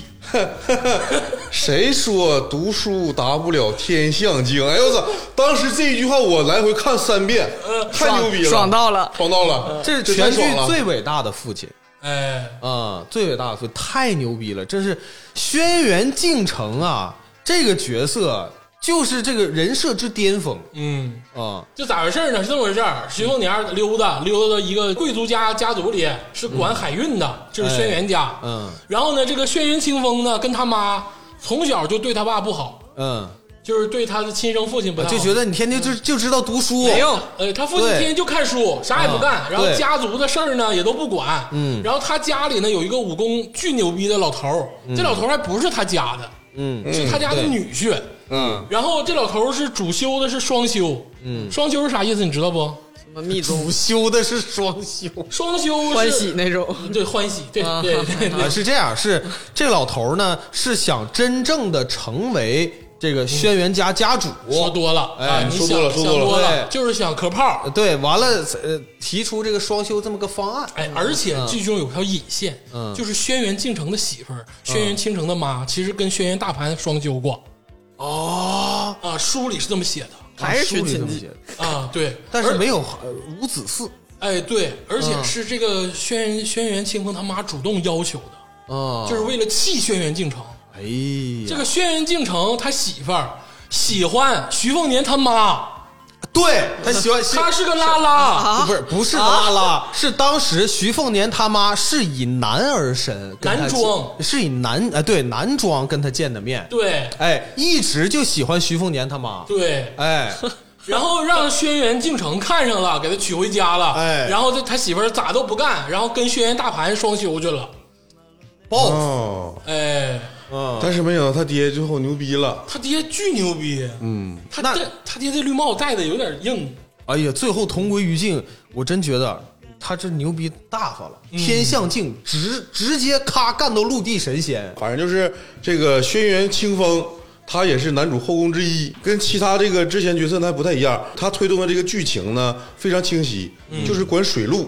Speaker 3: 谁说读书达不了天象经？哎呦我操！当时这一句话我来回看三遍，
Speaker 1: 呃
Speaker 3: 太牛逼了，
Speaker 2: 爽到了
Speaker 3: 爽到了！
Speaker 4: 这是
Speaker 3: 这
Speaker 4: 全
Speaker 3: 太
Speaker 4: 剧
Speaker 3: 爽了
Speaker 4: 最伟大的父亲
Speaker 1: 哎，
Speaker 4: 啊、最伟大的父亲太牛逼了！这是轩辕敬城啊，这个角色就是这个人设之巅峰
Speaker 1: 嗯，
Speaker 4: 啊、
Speaker 1: 就咋回事呢？是这么回事儿徐凤年溜达溜达到一个贵族家家族里，是管海运的，这是轩辕家。
Speaker 4: 嗯
Speaker 1: 然后呢，这个轩辕清风呢，跟他妈从小就对他爸不好，
Speaker 4: 嗯，
Speaker 1: 就是对他的亲生父亲不太好，
Speaker 4: 就觉得你天天就就知道读书，没
Speaker 1: 用，呃，他父亲
Speaker 4: 对
Speaker 1: 天天就看书，啥也不干，
Speaker 4: 啊
Speaker 1: 然后
Speaker 4: 对
Speaker 1: 家族的事儿呢也都不管，
Speaker 4: 嗯
Speaker 1: 然后他家里呢有一个武功巨牛逼的老头儿，这老头儿还不是他家的，
Speaker 4: 嗯
Speaker 1: 是他家的
Speaker 4: 对
Speaker 1: 女婿，
Speaker 3: 嗯，
Speaker 1: 然后这老头儿是主修的是双修，嗯，双修是啥意思你知道不？
Speaker 2: 什么密宗
Speaker 4: 主修的是双修。
Speaker 1: 双修是
Speaker 2: 欢喜，那种，
Speaker 1: 对欢喜，对对对
Speaker 4: 啊，
Speaker 1: 对，
Speaker 4: 是这样，是这老头儿呢是想真正的成为这个轩辕家家主，
Speaker 1: 说多了
Speaker 4: 哎
Speaker 1: 啊，你
Speaker 3: 说
Speaker 1: 想
Speaker 3: 多了
Speaker 1: 想
Speaker 3: 说
Speaker 1: 多
Speaker 3: 多了
Speaker 4: 对
Speaker 1: 就是想磕炮
Speaker 4: 呃，对，完了呃提出这个双修这么个方案，
Speaker 1: 哎，而且剧中有条引线，
Speaker 4: 嗯
Speaker 1: 就是轩辕敬城的媳妇儿，轩辕倾城的妈，其实跟轩辕大盘双修过。哦，啊，书里是这么写的
Speaker 2: 还是寻
Speaker 4: 书里这
Speaker 2: 亲
Speaker 4: 么
Speaker 2: 记
Speaker 4: 写。的，
Speaker 1: 啊，对，
Speaker 4: 但是
Speaker 1: 而
Speaker 4: 没嗯有呃无子嗣
Speaker 1: 哎，对，而且是这个轩辕轩辕清风他妈主动要求的，
Speaker 4: 啊，
Speaker 1: 就是为了气轩辕敬城。
Speaker 4: 哎
Speaker 1: 这
Speaker 4: 呀，
Speaker 1: 个轩辕敬城他媳妇儿喜欢徐凤年他妈，
Speaker 4: 对他喜欢
Speaker 1: 他是个啊拉拉，
Speaker 4: 不是不是 拉拉，是当时徐凤年他妈是以男儿身跟他
Speaker 1: 男装
Speaker 4: 见是以男呃对男装跟他见的面，
Speaker 1: 对
Speaker 4: 哎，一直就喜欢徐凤年他妈，
Speaker 1: 对，
Speaker 4: 哎，
Speaker 1: 然后让轩辕敬城看上了，给他娶回家了。
Speaker 4: 哎
Speaker 1: 然后他他媳妇儿咋都不干，然后跟轩辕大盘双修去了。
Speaker 4: 报复。
Speaker 3: 哦，
Speaker 1: 哎，
Speaker 4: 嗯，
Speaker 3: 但是没想到他爹最后牛逼了，
Speaker 1: 他爹巨牛逼，嗯，他
Speaker 4: 那
Speaker 1: 戴他爹这绿帽戴的有点硬，
Speaker 4: 哎呀，最后同归于尽，我真觉得他这牛逼大发了，
Speaker 1: 嗯
Speaker 4: 天象镜直直接咔干到陆地神仙，
Speaker 3: 反正就是这个轩辕清风，他也是男主后宫之一，跟其他这个之前角色呢还不太一样。他推动的这个剧情呢非常清晰，
Speaker 2: 嗯
Speaker 3: 就是管水路、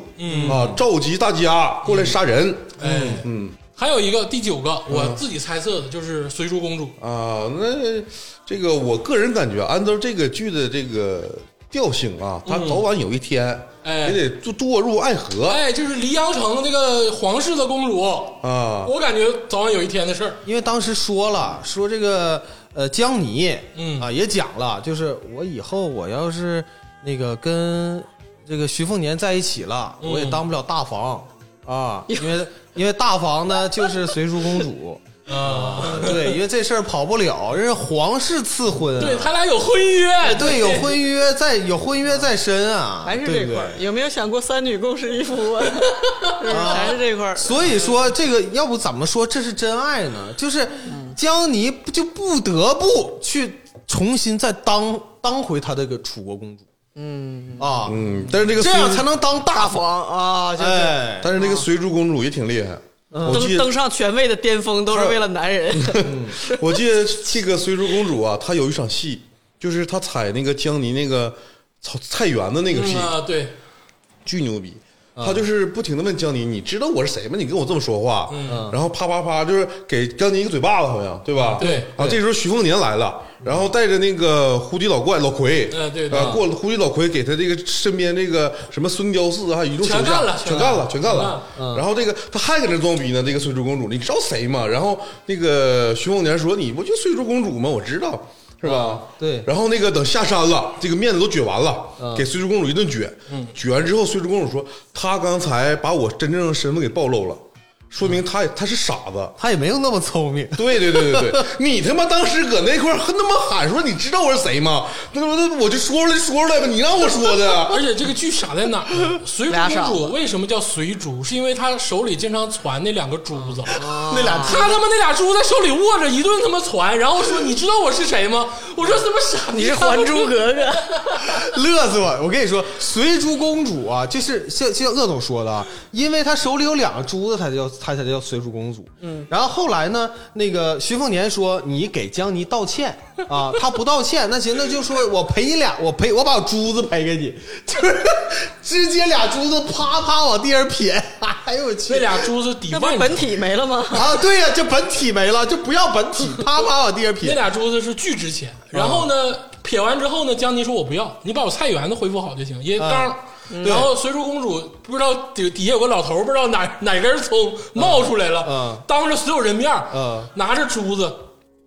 Speaker 3: 啊，召集大家过来杀人。
Speaker 1: 哎，嗯，还有一个第九个，我自己猜测的就是随珠公主，
Speaker 3: 啊，那这个我个人感觉，按照这个剧的这个调性啊，他
Speaker 2: 嗯
Speaker 3: 早晚有一天、
Speaker 1: 哎
Speaker 3: 也得堕堕入爱河、
Speaker 1: 哎，就是黎阳城这个皇室的公主，
Speaker 3: 啊。
Speaker 1: 我感觉早晚有一天的事儿，
Speaker 4: 因为当时说了，说这个呃江泥，
Speaker 1: 嗯
Speaker 4: 啊也讲了，就是我以后我要是那个跟这个徐凤年在一起了，
Speaker 2: 嗯
Speaker 4: 我也当不了大房啊，因为因为大房呢就是随珠 公主，
Speaker 1: 啊，
Speaker 4: 对，因为这事儿跑不了，人家皇室赐婚啊，
Speaker 1: 对他俩有婚约，
Speaker 4: 哎对有婚约在有婚约在身啊，
Speaker 2: 还是
Speaker 4: 对
Speaker 2: 这
Speaker 4: 不
Speaker 2: 块儿
Speaker 4: 对，
Speaker 2: 有没有想过三女共侍一夫啊？ 是不是还是这块儿，
Speaker 4: 所以说，这个要不怎么说这是真爱呢？就是江妮就不得不去重新再当当回她这个楚国公主，嗯啊，
Speaker 3: 嗯，但是这个
Speaker 4: 这
Speaker 3: 随
Speaker 4: 样才能当大
Speaker 2: 大
Speaker 4: 方。
Speaker 2: 方啊，就是
Speaker 4: 哎，
Speaker 3: 但是这个随珠公主也挺厉害。我记
Speaker 2: 登
Speaker 3: 得
Speaker 2: 登上权位的巅峰都是为了男人。
Speaker 3: 我记得这个随珠公主啊，她有一场戏，就是她采那个江泥那个菜菜园的那个戏
Speaker 1: 嗯，啊，对，
Speaker 3: 巨牛逼。
Speaker 1: 嗯
Speaker 3: 她就是不停的问江泥：“你知道我是谁吗？你跟我这么说话。”
Speaker 1: 嗯
Speaker 3: 然后啪啪啪，就是给江泥一个嘴巴子，好像对吧？
Speaker 1: 对
Speaker 3: 啊，这时候徐凤年来了，然后带着那个胡姬老怪老奎，
Speaker 1: 嗯对
Speaker 3: 啊，过了胡姬老奎给他这个身边这个什么孙雕四还有一众手
Speaker 1: 全干
Speaker 3: 下
Speaker 1: 了
Speaker 3: 全
Speaker 1: 全干
Speaker 3: 干
Speaker 1: 了嗯
Speaker 3: 了，
Speaker 1: 全
Speaker 3: 全干
Speaker 1: 干
Speaker 3: 了
Speaker 1: 了。
Speaker 3: 然后这个他还搁那装逼呢，这个水珠公主，你知道谁吗？然后那个徐凤年说：“你不就水珠公主吗？我知道，是吧？”
Speaker 4: 对
Speaker 3: 然后那个等下山了，这个面子都撅完了，给水珠公主一顿撅。撅完之后，水珠公主说：“她刚才把我真正的身份给暴露了，说明她她是傻子。”
Speaker 4: 她也没有那么聪明，
Speaker 3: 对对对对对，你他妈当时搁那块儿他妈喊说你知道我是谁吗？那那那我就说出来说出来吧，你让我 说的。
Speaker 1: 而且这个剧傻在哪儿 呢？随珠
Speaker 2: 俩
Speaker 1: 公
Speaker 2: 傻
Speaker 1: 主
Speaker 2: 子
Speaker 1: 为什么叫随珠？是因为她手里经常传那两个珠子，
Speaker 2: 啊
Speaker 3: 啊
Speaker 1: 那俩她他妈那俩珠在手里握着，一顿他妈传，然后说你知道我是谁吗？我说他妈傻，
Speaker 2: 你是《还珠格格》
Speaker 4: 乐死我！我跟你说，随珠公主啊，就是像就像鄂总说的，啊，因为她手里有两个珠子，她叫她才叫随珠公主。嗯，然后后来呢，那个徐凤年说你给江妮道歉啊，她不道歉，那行，那就说我赔你俩，我赔我把我珠子赔给你， 就是直接俩珠子啪啪往地上撇，哎呦我去！
Speaker 1: 那俩珠子抵
Speaker 2: 那不
Speaker 1: 万
Speaker 2: 是
Speaker 1: 珠
Speaker 2: 本体没了吗？
Speaker 4: 啊，对呀、这本体没了，就不要本体，啪啪往地上
Speaker 1: 那
Speaker 4: 撇。
Speaker 1: 俩珠子是巨值钱。
Speaker 4: 嗯
Speaker 1: 然后呢，撇完之后呢，江妮说我不要，你把我菜园子恢复好就行。
Speaker 4: 嗯
Speaker 1: 也刚，然后随珠公主不知道底底下有个老头，不知道哪哪根葱冒出来了，
Speaker 4: 嗯
Speaker 1: 当着所有人面，
Speaker 4: 嗯
Speaker 1: 拿着珠子。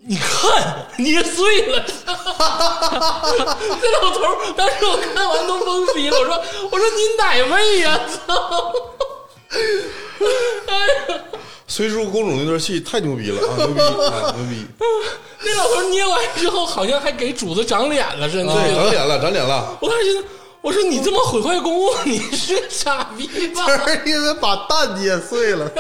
Speaker 1: 你看，捏碎了！ 这老头儿当时我看完都懵逼了，我说：“我说你哪位呀、 操！哎呀，
Speaker 3: 随珠公主那段戏太牛逼了啊，牛逼啊，牛逼！
Speaker 1: 那老头儿捏完之后，好像还给主子长脸了似
Speaker 4: 嗯
Speaker 1: 的。
Speaker 3: 对，长脸了，长脸了。
Speaker 1: 我当时觉得，我说你这么毁坏公物，你是傻逼吧？
Speaker 4: 因为把蛋捏碎了，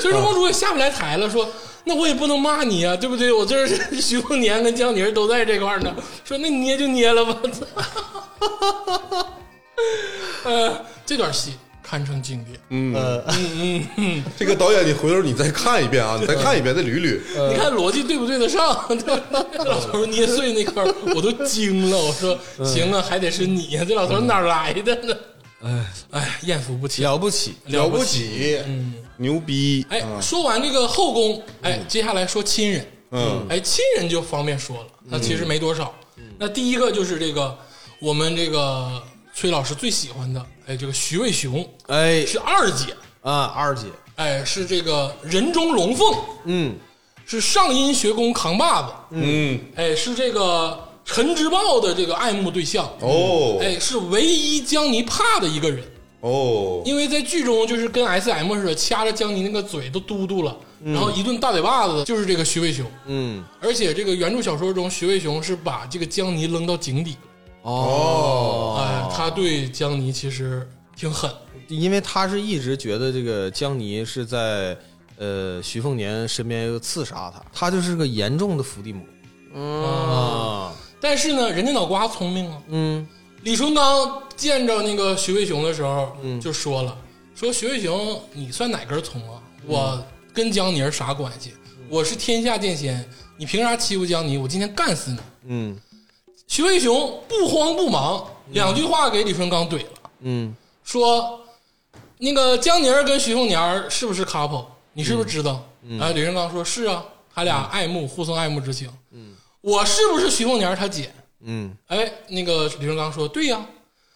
Speaker 1: 所以说公主也下不来台了，说那我也不能骂你啊，对不对？我这是 徐凤年跟江妮儿都在这块儿呢，说那你捏就捏了吧。 呃，这段戏堪称经典。
Speaker 3: 这个导演，你回头你再看一遍啊，你再看一遍，再捋捋。
Speaker 1: 你看逻辑对不对得上？ 对吧老头儿捏碎那块儿，我都惊了。我说行啊，还得是你呀，这老头儿哪儿来的呢？哎哎，艳福不浅，
Speaker 4: 了不起。
Speaker 3: 了
Speaker 1: 不
Speaker 3: 不。起，嗯，牛逼，
Speaker 1: 哎
Speaker 3: 啊，
Speaker 1: 说完这个后宫，哎，接下来说亲人，嗯，哎，亲人就方便说了，那其实没多少。那第一个就是这个我们这个崔老师最喜欢的，哎，这个徐渭雄
Speaker 4: 哎
Speaker 1: 是二姐，
Speaker 4: 啊，二姐，
Speaker 1: 哎，是这个人中龙凤，
Speaker 4: 嗯，
Speaker 1: 是上音学宫扛把子，
Speaker 3: 嗯，
Speaker 1: 哎，是这个陈之豹的这个爱慕对象，
Speaker 3: 哦
Speaker 1: 哎，是唯一江妮怕的一个人。
Speaker 3: 哦，
Speaker 1: 因为在剧中就是跟 S M 似的，掐着江妮那个嘴都嘟嘟了，然后一顿大嘴巴子，就是这个徐渭雄。
Speaker 4: 嗯，
Speaker 1: 而且这个原著小说中，徐渭雄是把这个江妮扔到井底，
Speaker 4: 哦，
Speaker 1: 哎，他对江妮其实挺狠。
Speaker 4: 因为他是一直觉得这个江妮是在呃，徐凤年身边又刺杀他，他就是个严重的伏地魔。嗯啊，
Speaker 1: 但是呢，人家脑瓜聪明啊。
Speaker 4: 嗯
Speaker 1: 李淳罡见着那个徐渭雄的时候，
Speaker 4: 嗯
Speaker 1: 就说了：“说徐渭雄，你算哪根葱啊？
Speaker 4: 嗯
Speaker 1: 我跟江妮儿啥关系？我是天下剑仙，你凭啥欺负江妮？我今天干死你
Speaker 4: 嗯！”
Speaker 1: 徐渭雄不慌不忙，两句话给李淳罡怼了，
Speaker 4: 嗯
Speaker 1: 说：“那个江妮儿跟徐凤年儿是不是 couple？你是不
Speaker 4: 嗯
Speaker 1: 是知道？”啊，李淳罡说：“是啊，他俩爱慕，互生爱慕之情。嗯，我是不是徐凤年儿他姐？”
Speaker 4: 嗯
Speaker 1: 哎，那个李淳罡说：“对呀、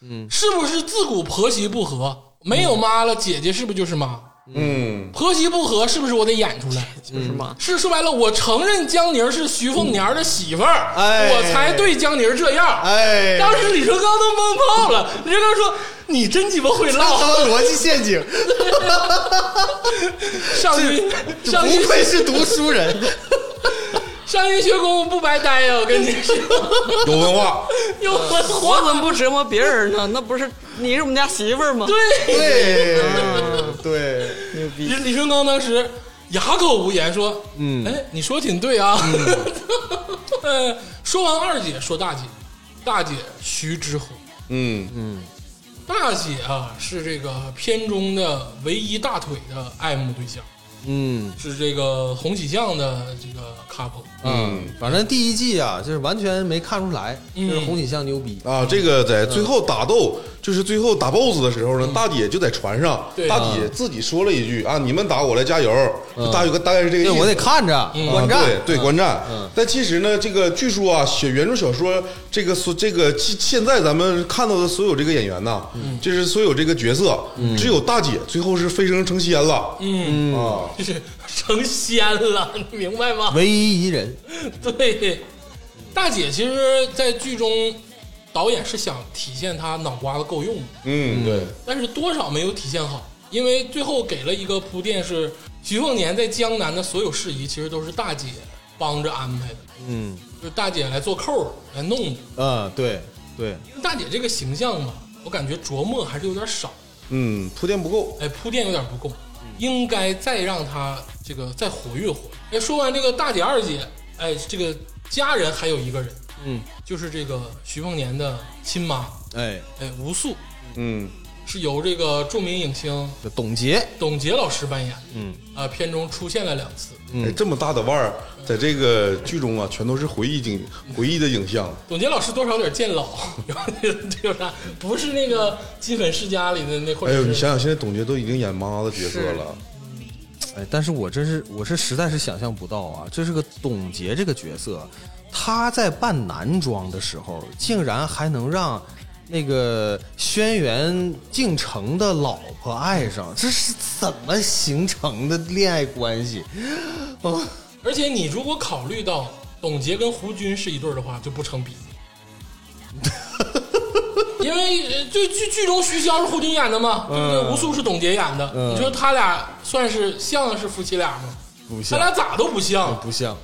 Speaker 1: 嗯，是不是自古婆媳不和？没有妈了，姐姐是不是就是妈？
Speaker 3: 嗯，
Speaker 1: 婆媳不和是不是我得演出来？
Speaker 2: 就是嘛，
Speaker 1: 是说白了，我承认江宁是徐凤年的媳妇儿，
Speaker 4: 哎
Speaker 1: 我才对江宁这样。
Speaker 4: 哎
Speaker 1: 当时李淳罡都懵炮了，李淳罡说：‘你真鸡巴会唠，
Speaker 4: 逻辑陷阱，
Speaker 1: 上云上云
Speaker 4: 是读书人。
Speaker 1: 上云学工不白待呀！我跟你 说，
Speaker 3: 有文化，
Speaker 1: 有文
Speaker 2: 我怎
Speaker 1: 化，
Speaker 2: 么不折磨别人呢？那不是你是我们家媳妇儿吗？
Speaker 1: 对。”
Speaker 4: 对对，
Speaker 2: 牛逼
Speaker 1: 李！李淳罡当时哑口无言，说：“
Speaker 4: 嗯
Speaker 1: 哎，你说挺对啊。 呃，说完二姐，说大姐，大姐徐之和，
Speaker 3: 嗯嗯
Speaker 1: 大姐啊是这个片中的唯一大腿的爱慕对象，
Speaker 4: 嗯
Speaker 1: 是这个红喜酱的这个 couple。
Speaker 4: 嗯，反正第一季啊，就是完全没看出来，就是红喜酱牛逼。
Speaker 3: 啊，这个在最后打斗，就是最后打 BOSS 的时候呢，大姐就在船上
Speaker 1: 对，
Speaker 3: 大姐自己说了一句啊，你们打我来加油，大概大概是这个意
Speaker 4: 对，
Speaker 3: 思。
Speaker 4: 我得看着
Speaker 1: 嗯
Speaker 4: 观
Speaker 3: 啊
Speaker 4: 战。
Speaker 3: 对对，观战
Speaker 4: 嗯。
Speaker 3: 但其实呢，这个据说啊，写原著小说这个所这个现现在咱们看到的所有这个演员呐，就是所有这个角色，只有大姐最后是飞升成仙了。嗯啊，
Speaker 1: 就是成仙了， 你明白吗？
Speaker 4: 唯一一人。
Speaker 1: 对，大姐其实，在剧中，导演是想体现她脑瓜子够用的，
Speaker 3: 嗯，对，
Speaker 1: 但是多少没有体现好，因为最后给了一个铺垫是徐凤年在江南的所有事宜，其实都是大姐帮着安排的，
Speaker 4: 嗯
Speaker 1: 就是大姐来做扣儿来弄的。
Speaker 4: 啊，对对，
Speaker 1: 大姐这个形象吧，我感觉琢磨还是有点少，
Speaker 3: 嗯，铺垫不够。
Speaker 1: 哎，铺垫有点不够，
Speaker 4: 嗯
Speaker 1: 应该再让她这个再活跃活跃。哎，说完这个大姐二姐，哎，这个家人还有一个人，
Speaker 4: 嗯，
Speaker 1: 就是这个徐凤年的亲妈，
Speaker 4: 哎，
Speaker 1: 哎，吴素
Speaker 3: 嗯
Speaker 1: 是由这个著名影星
Speaker 4: 这董洁，
Speaker 1: 董洁老师扮演的。
Speaker 4: 嗯
Speaker 1: 啊、片中出现了两次。
Speaker 3: 哎，这么大的腕儿，在这个剧中啊，全都是回忆景回忆的影像。
Speaker 1: 董洁老师多少有点见老， 有啥不是那个《金粉世家》里的那，或
Speaker 3: 哎呦，
Speaker 1: 者
Speaker 3: 你
Speaker 1: 是、
Speaker 3: 想想，现在董洁都已经演妈的角色了，
Speaker 4: 哎，但是我真是我是实在是想象不到啊，这是个董洁这个角色，她在扮男装的时候，竟然还能让那个轩辕敬城的老婆爱上，这是怎么形成的恋爱关系？哦，
Speaker 1: 而且你如果考虑到董洁跟胡军是一对儿的话，就不成比 例。因为呃就剧剧中徐骁是胡军演的嘛，对不对？吴素是董洁演的，
Speaker 4: 嗯
Speaker 1: 你说他俩算是像是夫妻俩吗？
Speaker 4: 不
Speaker 1: 他
Speaker 4: 像，
Speaker 1: 俩咋都不像。
Speaker 4: 不像，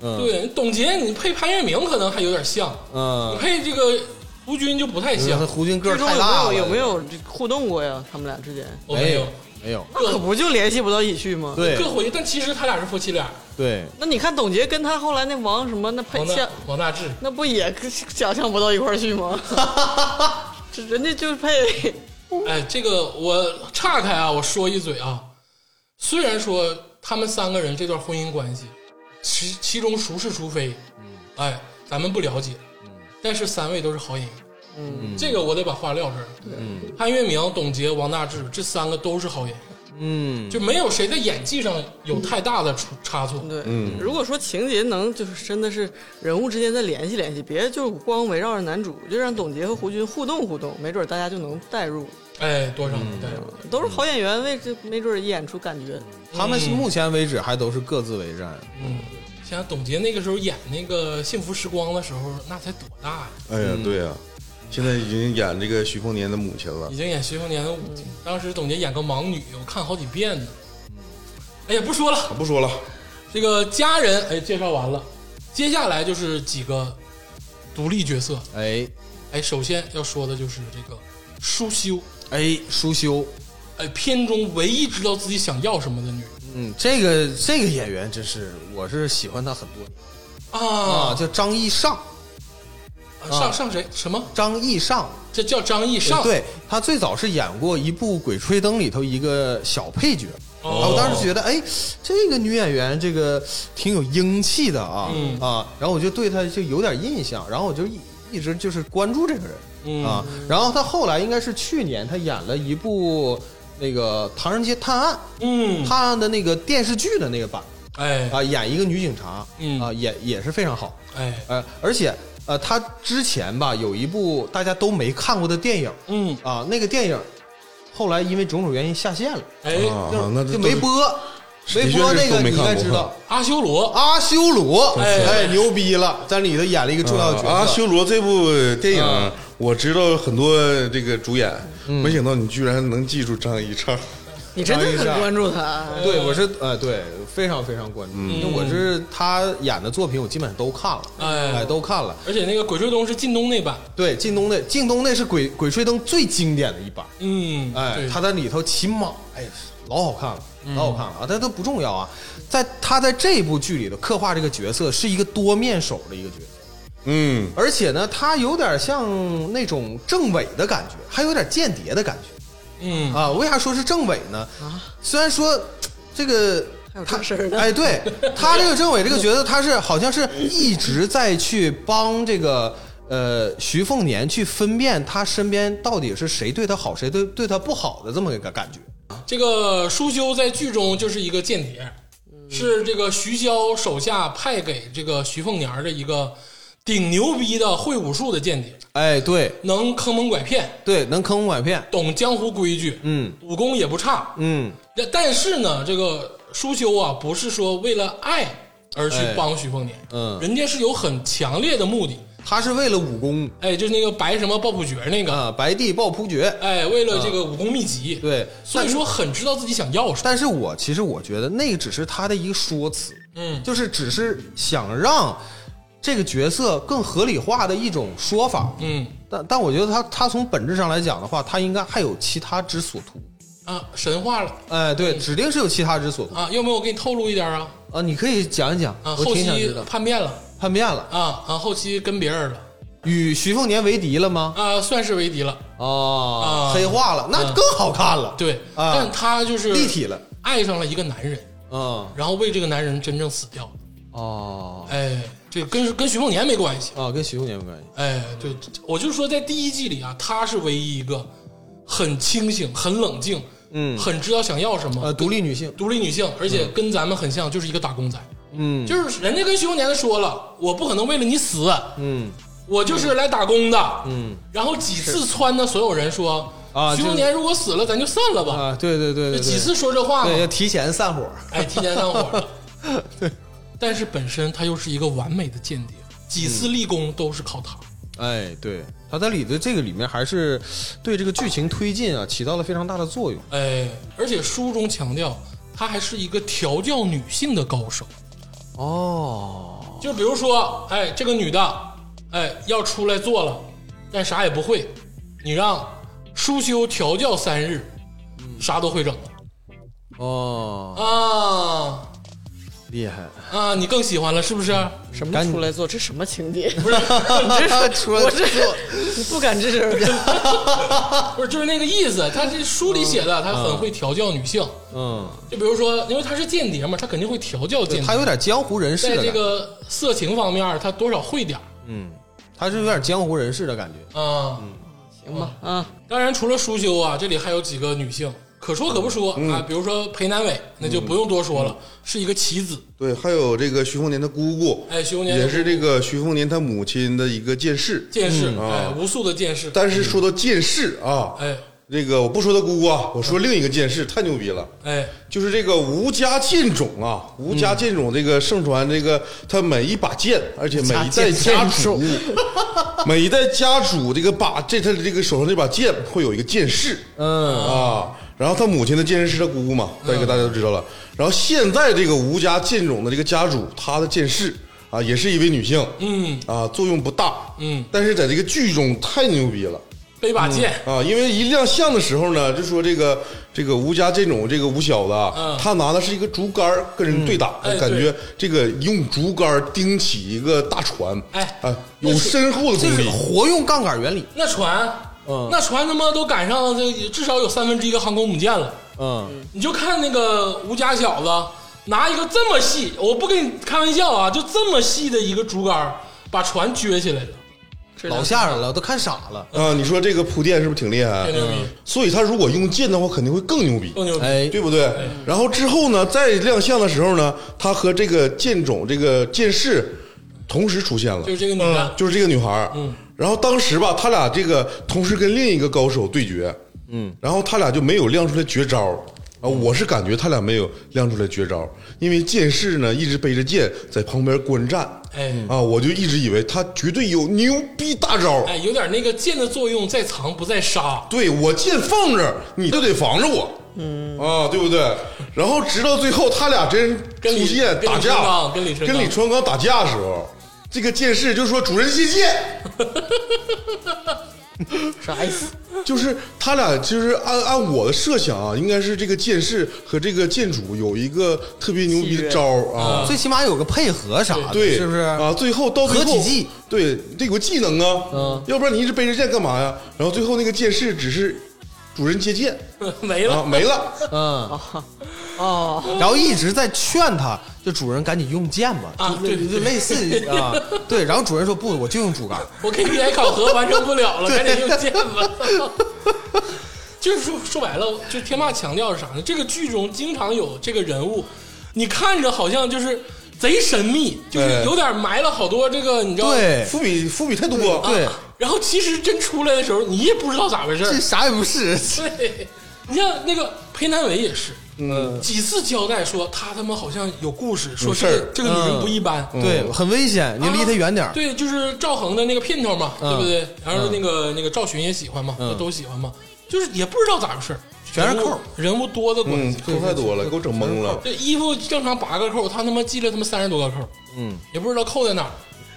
Speaker 4: 嗯
Speaker 1: 对，董洁你配潘粤明可能还有点像，你
Speaker 4: 嗯，
Speaker 1: 配这个胡军就不太
Speaker 4: 他
Speaker 1: 像。
Speaker 4: 胡军个
Speaker 2: 剧
Speaker 4: 儿
Speaker 2: 中
Speaker 4: 太
Speaker 2: 有
Speaker 4: 大了，
Speaker 2: 没有有没有这互动过呀？他们俩之间，
Speaker 1: 我
Speaker 4: 没
Speaker 1: 没
Speaker 4: 有
Speaker 1: 有。
Speaker 4: 没有，
Speaker 2: 那可不就联系不到一起去吗？
Speaker 4: 对
Speaker 1: 各回去，但其实他俩是夫妻俩，
Speaker 4: 对，
Speaker 2: 那你看董洁跟她后来那王什么那配
Speaker 1: 王
Speaker 2: 像
Speaker 1: 大，王大治。
Speaker 2: 那不也想象不到一块儿去吗？这人家就配
Speaker 1: 哎，这个我岔开啊，我说一嘴啊。虽然说他们三个人这段婚姻关系，其其中孰是孰非，哎，咱们不了解，但是三位都是好演员，嗯，这个我得把话撂这儿。嗯，潘粤明、董洁、王大治这三个都是好演员，
Speaker 4: 嗯
Speaker 1: 就没有谁在演技上有太大的出差错。
Speaker 2: 对，如果说情节能就是真的是人物之间再联系联系，别就光围绕着男主，就让董洁和胡军互动互动，没准大家就能代入，
Speaker 1: 哎，多少能代入。
Speaker 2: 都是好演员，为这没准一演出感觉。
Speaker 4: 他们是目前为止还都是各自为战，
Speaker 1: 像董洁那个时候演那个《幸福时光》的时候，那才多大呀？
Speaker 3: 哎呀，对呀、现在已经演这个徐凤年的母亲了
Speaker 1: 已。经演徐凤年的舞，
Speaker 4: 嗯
Speaker 1: 当时董洁演个盲女，我看好几遍呢。哎呀，不说了，
Speaker 3: 不说了，
Speaker 1: 这个家人哎介绍完了，接下来就是几个独立角色。
Speaker 4: 哎
Speaker 1: 哎，首先要说的就是这个舒修，
Speaker 4: 哎，舒修，
Speaker 1: 哎，片中唯一知道自己想要什么的女人。
Speaker 4: 嗯，这个这个演员真是，我是喜欢他很多年啊，
Speaker 1: 啊，
Speaker 4: 叫张译上，啊
Speaker 1: 上上谁什么？
Speaker 4: 张译上，
Speaker 1: 这叫张译上，
Speaker 4: 对他最早是演过一部《鬼吹灯》里头一个小配角。
Speaker 1: 哦
Speaker 4: 啊我当时觉得，哎，这个女演员这个挺有英气的啊、
Speaker 1: 嗯
Speaker 4: 啊，然后我就对她就有点印象，然后我就一一直就是关注这个人、
Speaker 1: 嗯
Speaker 4: 啊。然后她后来应该是去年，她演了一部那个《唐人街探案》
Speaker 1: 嗯，
Speaker 4: 探案的那个电视剧的那个版
Speaker 1: 哎
Speaker 4: 啊，演一个女警察，
Speaker 1: 嗯
Speaker 4: 啊，也也是非常好。
Speaker 1: 哎，
Speaker 4: 呃，而且呃，他之前吧有一部大家都没看过的电影
Speaker 1: 嗯
Speaker 4: 啊，那个电影后来因为种种原因下线了，
Speaker 1: 哎，
Speaker 3: 啊
Speaker 4: 就
Speaker 3: 那
Speaker 4: 就没播，没
Speaker 3: 的确是
Speaker 4: 播那
Speaker 3: 都
Speaker 4: 个
Speaker 3: 没
Speaker 4: 你应
Speaker 3: 看
Speaker 4: 该
Speaker 3: 过
Speaker 4: 知道，
Speaker 1: 阿修罗，
Speaker 4: 阿修罗，
Speaker 1: 哎
Speaker 4: 哎，牛逼了，在里头演了一个重要角色，
Speaker 3: 啊阿修罗这部电
Speaker 4: 啊
Speaker 3: 影，我知道很多这个主演，没想到你居然能记住张一畅。
Speaker 2: 你真的很关注他，
Speaker 4: 对，我是呃，对，非常非常关
Speaker 3: 嗯
Speaker 4: 注，因为我是他演的作品，我基本上都看了，
Speaker 1: 哎
Speaker 4: 哎，都看了。
Speaker 1: 而且那个《鬼吹灯》是靳东那版，
Speaker 4: 对，靳东那靳东那是鬼《鬼吹灯》最经典的一版，
Speaker 1: 嗯，
Speaker 4: 哎
Speaker 1: 对，
Speaker 4: 他在里头骑马，哎，老好看了，
Speaker 2: 嗯
Speaker 4: 老好看了啊！但都不重要啊，在他在这部剧里头刻画这个角色是一个多面手的一个角色，
Speaker 3: 嗯，
Speaker 4: 而且呢，他有点像那种政委的感觉，还有点间谍的感觉
Speaker 1: 嗯
Speaker 4: 啊。为啥说是政委呢？虽然说这个。
Speaker 2: 啊还有
Speaker 4: 他
Speaker 2: 这事儿呢
Speaker 4: 哎，对他这个政委这个角色，他是好像是一直在去帮这个呃徐凤年去分辨他身边到底是谁对他好，谁对对他不好的这么一个感觉。
Speaker 1: 这个舒修在剧中就是一个间谍，
Speaker 4: 嗯
Speaker 1: 是这个徐骁手下派给这个徐凤年儿的一个顶牛逼的会武术的间谍，
Speaker 4: 哎，对
Speaker 1: 能坑蒙拐骗，
Speaker 4: 对，能坑蒙拐骗。
Speaker 1: 懂江湖规矩，
Speaker 4: 嗯
Speaker 1: 武功也不差。
Speaker 4: 嗯，
Speaker 1: 那但是呢，这个舒修啊，不是说为了爱而去
Speaker 4: 哎
Speaker 1: 帮徐凤年，
Speaker 4: 嗯
Speaker 1: 人家是有很强烈的目的。
Speaker 4: 他是为了武功
Speaker 1: 哎，就是那个白什么抱朴爵那个，
Speaker 4: 啊、白帝抱朴爵。
Speaker 1: 哎，为了这个武功秘籍，
Speaker 4: 嗯对
Speaker 1: 所以说很知道自己想要什么。
Speaker 4: 但是我其实我觉得那个只是他的一个说辞，
Speaker 1: 嗯
Speaker 4: 就是只是想让这个角色更合理化的一种说法。
Speaker 1: 嗯
Speaker 4: 但但我觉得他他从本质上来讲的话，他应该还有其他之所图。
Speaker 1: 啊，神话了
Speaker 4: 哎，对，指定是有其他之所图
Speaker 1: 嗯啊！要不然我给你透露一点啊
Speaker 4: 啊！你可以讲一讲，
Speaker 1: 啊，
Speaker 4: 我
Speaker 1: 后
Speaker 4: 挺想
Speaker 1: 期
Speaker 4: 知道。
Speaker 1: 叛变了
Speaker 4: 叛变了，
Speaker 1: 啊啊，后期跟别人了
Speaker 4: 与徐凤年为敌了吗？
Speaker 1: 啊，算是为敌了。
Speaker 4: 哦，
Speaker 1: 啊
Speaker 4: 黑化了，那更好看了，
Speaker 1: 对，
Speaker 4: 啊
Speaker 1: 但他就是
Speaker 4: 立体了，
Speaker 1: 爱上了一个男人，
Speaker 4: 嗯，
Speaker 1: 然后为这个男人真正死掉了。
Speaker 4: 哦，
Speaker 1: 哎，这个跟跟徐凤年没关系。
Speaker 4: 啊，跟徐凤年没关系，
Speaker 1: 哎，对，我就说在第一季里啊，他是唯一一个很清醒、很冷静，
Speaker 4: 嗯
Speaker 1: 很知道想要什么，
Speaker 4: 呃，独立女性，
Speaker 1: 独立女性，而且跟咱们很像，就是一个打工仔。
Speaker 4: 嗯
Speaker 1: 就是人家跟徐凤年说了，我不可能为了你死，
Speaker 4: 嗯，
Speaker 1: 我就是来打工的。
Speaker 4: 嗯，
Speaker 1: 然后几次撺掇所有人说，
Speaker 4: 啊
Speaker 1: 徐凤年如果死了，咱就散了吧。
Speaker 4: 啊，对对对对，
Speaker 1: 就
Speaker 4: 对
Speaker 1: 几次说这话嘛
Speaker 4: 对，要提前散伙，
Speaker 1: 哎，提前散伙了。 但是本身他又是一个完美的间谍，几次立功都是靠他。
Speaker 4: 哎，对，他在里头这个里面还是对这个剧情推进啊起到了非常大的作用，
Speaker 1: 哎，而且书中强调，他还是一个调教女性的高手。
Speaker 4: 哦，
Speaker 1: 就比如说，哎，这个女的，哎，要出来做了，但啥也不会，你让舒修调教三日，啥都会整了
Speaker 4: 哦，
Speaker 1: 啊
Speaker 4: 厉害，
Speaker 1: 啊！你更喜欢了是不是？
Speaker 2: 什么
Speaker 4: 赶紧
Speaker 2: 出来做这什么情节？
Speaker 1: 不 是，
Speaker 2: 这是
Speaker 4: 出来
Speaker 2: 我这你不敢吱声，
Speaker 1: 不是，就是那个意思。他这书里写的，他很会调教女性。
Speaker 4: 嗯，
Speaker 1: 就比如说，因为他是间谍嘛，他肯定会调教间谍。
Speaker 4: 他有点江湖人士
Speaker 1: 在
Speaker 4: 的
Speaker 1: 这
Speaker 4: 感觉，
Speaker 1: 个色情方面，他多少会点儿
Speaker 4: 嗯，他是有点江湖人士的感觉，
Speaker 1: 啊。
Speaker 2: 行吧？啊，
Speaker 1: 当然，除了舒修啊，这里还有几个女性，可说可不说、啊。比如说裴南伟，那就不用多说了，是一个棋子。
Speaker 3: 对，还有这个徐凤年的姑姑，
Speaker 1: 哎，徐凤年
Speaker 3: 也是这个徐凤年他母亲的一个剑士。
Speaker 1: 剑士，
Speaker 3: 嗯
Speaker 1: 哎
Speaker 3: 啊，
Speaker 1: 无数的剑士，
Speaker 3: 但是说到剑士啊，
Speaker 1: 哎
Speaker 3: 这个我不说他姑姑啊，我说另一个剑士太牛逼了。
Speaker 1: 哎，
Speaker 3: 就是这个吴家剑种啊，吴家剑种这个盛传这个他每一把剑，而且每一代家主，
Speaker 1: 嗯
Speaker 3: 每一代家主这个把这他这个手上这把剑会有一个剑士
Speaker 4: 嗯，
Speaker 3: 啊，然后他母亲的剑士是他姑姑嘛，这
Speaker 1: 嗯
Speaker 3: 个大家都知道了。然后现在这个吴家剑种的这个家主，他的剑士啊也是一位女性，
Speaker 1: 嗯
Speaker 3: 啊作用不大，
Speaker 1: 嗯，
Speaker 3: 但是在这个剧中太牛逼了。
Speaker 1: 背把剑，
Speaker 3: 啊，因为一亮相的时候呢，就说这个这个吴家这种这个吴小子啊，
Speaker 1: 嗯
Speaker 3: 他拿的是一个竹竿儿跟人对打，
Speaker 1: 嗯哎
Speaker 3: 感
Speaker 1: 对
Speaker 3: 觉这个用竹竿儿钉起一个大船，
Speaker 1: 哎
Speaker 3: 啊，有深厚的
Speaker 4: 这
Speaker 3: 功
Speaker 4: 是
Speaker 3: 力。
Speaker 4: 活用杠杆原理。
Speaker 1: 那船，那船他妈都赶上这至少有三分之一个航空母舰了。
Speaker 4: 嗯，
Speaker 1: 你就看那个吴家小子拿一个这么细，我不跟你开玩笑啊，就这么细的一个竹竿儿把船撅起来了，
Speaker 2: 质量
Speaker 4: 老吓人了，我都看傻了。
Speaker 3: 啊，你说这个铺垫是不是挺厉害啊
Speaker 1: 太？牛逼，
Speaker 3: 所以他如果用剑的话，肯定会更牛逼。
Speaker 1: 更牛逼！
Speaker 4: 哎，
Speaker 3: 对不对？然后之后呢，在亮相的时候呢，他和这个剑种、这个剑士同时出现了，
Speaker 1: 就是这个女的
Speaker 3: 嗯就是这个女孩儿。然后当时吧，他俩这个同时跟另一个高手对决，嗯，然后他俩就没有亮出来绝招儿啊。我是感觉他俩没有亮出来绝招儿，因为剑士呢一直背着剑在旁边观战，
Speaker 1: 哎
Speaker 3: 啊，我就一直以为他绝对有牛逼大招儿。
Speaker 1: 哎，有点那个剑的作用，在藏不在杀。
Speaker 3: 对我剑放这儿，你就得防着我，嗯啊，对不对？然后直到最后他俩真
Speaker 1: 跟
Speaker 3: 出
Speaker 1: 李
Speaker 3: 现打架，
Speaker 1: 跟李淳罡跟李淳罡
Speaker 3: 跟李川刚打架的时候，这个剑士就说主人谢剑，
Speaker 2: 啥意思？
Speaker 3: 就是他俩就是按按我的设想啊，应该是这个剑士和这个剑主有一个特别牛逼的招儿啊。
Speaker 4: 最起码有个配合啥的，
Speaker 3: 对，
Speaker 4: 是不是？
Speaker 3: 啊？最后到最后
Speaker 4: 合体技，
Speaker 3: 对，得有个技能啊，
Speaker 4: 嗯
Speaker 3: 要不然你一直背着剑干嘛呀？然后最后那个剑士只是主人接剑
Speaker 1: 没
Speaker 3: 啊，
Speaker 1: 了，
Speaker 3: 没了。
Speaker 4: 嗯，
Speaker 2: 哦，
Speaker 4: 然后一直在劝他，就主人赶紧用剑吧，
Speaker 1: 啊
Speaker 4: 就类
Speaker 1: 对
Speaker 4: 就类似 啊，对。然后主人说不，我就用竹竿。
Speaker 1: 我 KPI 考核完成不了了，赶紧用剑吧。 就是说说白了，就天霸强调是啥呢？这个剧中经常有这个人物，你看着好像就是贼神秘，就是
Speaker 3: 哎
Speaker 1: 有点埋了好多这个你知道啊
Speaker 4: 对
Speaker 3: 伏笔伏笔太多，啊
Speaker 4: 对，
Speaker 1: 然后其实真出来的时候，你也不知道咋回事
Speaker 4: 这
Speaker 1: 儿。
Speaker 4: 啥也不是，
Speaker 1: 对，你像那个裴南伟也是，嗯，几次交代说他他妈好像有故事，说这
Speaker 3: 事
Speaker 1: 个
Speaker 3: 儿
Speaker 1: 这个女人不一般，
Speaker 4: 对，很危险，你离他远点儿。
Speaker 1: 啊对，就是赵恒的那个片头嘛，
Speaker 4: 嗯
Speaker 1: 对不对？然后那个那个赵寻也喜欢嘛，
Speaker 4: 嗯
Speaker 1: 都喜欢嘛，就是也不知道咋回事儿，
Speaker 4: 全是
Speaker 1: 人物
Speaker 4: 扣儿，
Speaker 1: 人物多的关
Speaker 3: 嗯
Speaker 1: 系，。
Speaker 3: 扣太多了，给我整懵了。
Speaker 1: 这衣服正常八个扣，他他妈系了他妈三十多个扣，嗯，也不知道扣在哪儿。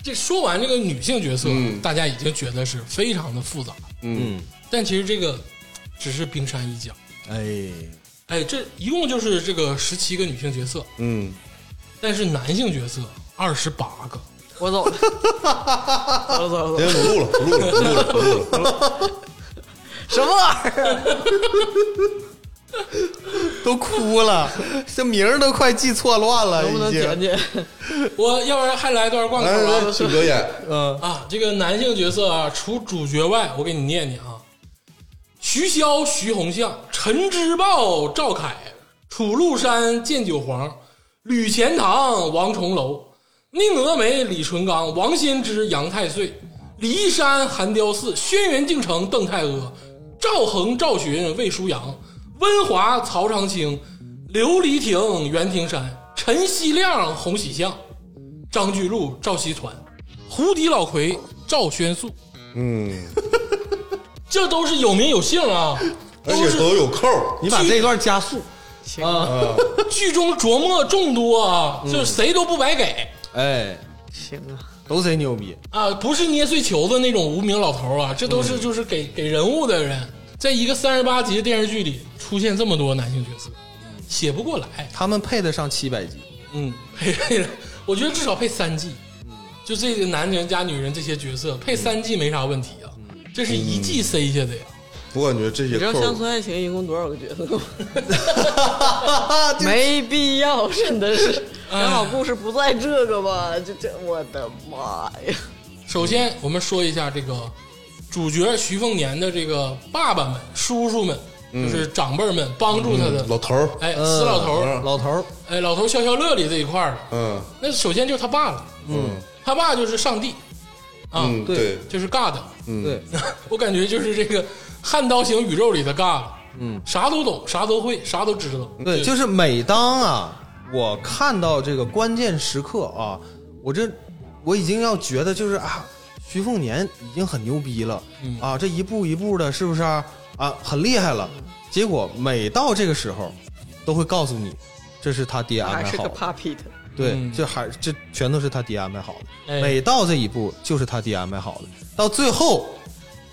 Speaker 1: 这说完这个女性角色，
Speaker 4: 嗯
Speaker 1: 大家已经觉得是非常的复杂，
Speaker 3: 嗯，
Speaker 1: 但其实这个只是冰山一角。
Speaker 4: 哎，
Speaker 1: 哎，这一共就是这个十七个女性角色，
Speaker 3: 嗯，
Speaker 1: 但是男性角色二十八个。
Speaker 2: 我走了，走了走了走了，
Speaker 3: 行，哎不录了，不录了，不录了，不录了。
Speaker 2: 什么玩意儿？
Speaker 4: 都哭了，这名儿都快记错乱了，
Speaker 2: 能不能
Speaker 4: 已经
Speaker 2: 甜甜？
Speaker 1: 我要不然还来段贯口
Speaker 3: 来来
Speaker 1: 啊
Speaker 3: 来，？请表演。
Speaker 4: 嗯，
Speaker 1: 啊，这个男性角色啊，除主角外，我给你念念啊：徐骁、徐洪相、陈之豹、赵凯、楚禄山、剑九皇、吕钱塘、王重楼、宁峨眉、李淳罡、王仙芝、杨太岁、李义山、韩雕四、轩辕敬城、邓太阿、赵恒、赵寻、魏舒阳、温华、曹长青、琉璃亭、袁庭山、陈希亮、洪喜相、张巨鹿、赵熙团。胡迪老魁、赵宣素，
Speaker 3: 嗯，
Speaker 1: 这都是有名有姓啊，
Speaker 3: 而
Speaker 1: 都
Speaker 3: 且
Speaker 1: 是
Speaker 3: 都有扣儿。
Speaker 4: 你把这段加速啊，
Speaker 1: 剧中琢磨众多啊，就是谁都不白给
Speaker 4: 哎，
Speaker 2: 行啊，
Speaker 4: 都贼牛逼，
Speaker 1: 啊，不是捏碎球子那种无名老头啊，这都
Speaker 4: 嗯
Speaker 1: 是就是给给人物的人，在一个三十八集的电视剧里出现这么多男性角色，写不过来，
Speaker 4: 嗯他们配得上七百集，
Speaker 1: 嗯，配配了，我觉得至少配三季，
Speaker 4: 嗯
Speaker 1: 就这个男人加女人这些角色配三季没啥问题啊，
Speaker 4: 嗯
Speaker 1: 这是一季塞下的呀，
Speaker 3: 我感觉这些
Speaker 2: 你知道
Speaker 3: 扣
Speaker 2: 《乡村
Speaker 3: 儿，
Speaker 2: 爱情》一共多少个角色吗？ 没必要，真的 是。良好故事不在这个吧？这这，我的妈呀！
Speaker 4: 嗯
Speaker 1: 首先，我们说一下这个主角徐凤年的这个爸爸们、叔叔们，
Speaker 4: 嗯
Speaker 1: 就是长辈儿们帮助他的，
Speaker 3: 老头儿，啊
Speaker 1: 哎，死老头儿，
Speaker 4: 老头儿
Speaker 1: 哎，老头儿消消乐里这一块儿的，
Speaker 3: 嗯
Speaker 1: 那首先就是他爸了，
Speaker 3: 嗯
Speaker 1: 他爸就是上帝啊，
Speaker 3: 嗯，
Speaker 4: 对
Speaker 3: 对，
Speaker 1: 就是 God，
Speaker 3: 嗯
Speaker 4: 对，
Speaker 1: 我感觉就是这个《汉刀行》宇宙里的 God，嗯，啥都懂，啥都会，啥都知道，
Speaker 4: 对，嗯就是每当啊，我看到这个关键时刻啊，我这我已经要觉得就是啊，徐凤年已经很牛逼了、啊，这一步一步的，是不是啊啊很厉害了？结果每到这个时候，都会告诉你，这是他爹安
Speaker 2: 还
Speaker 4: 排
Speaker 2: 是
Speaker 4: 好
Speaker 2: 个
Speaker 4: 的。
Speaker 2: puppet，
Speaker 4: 对
Speaker 1: 嗯，
Speaker 4: 这还这全都是他爹安排好的。
Speaker 1: 哎
Speaker 4: 每到这一步，就是他爹安排好的。到最后，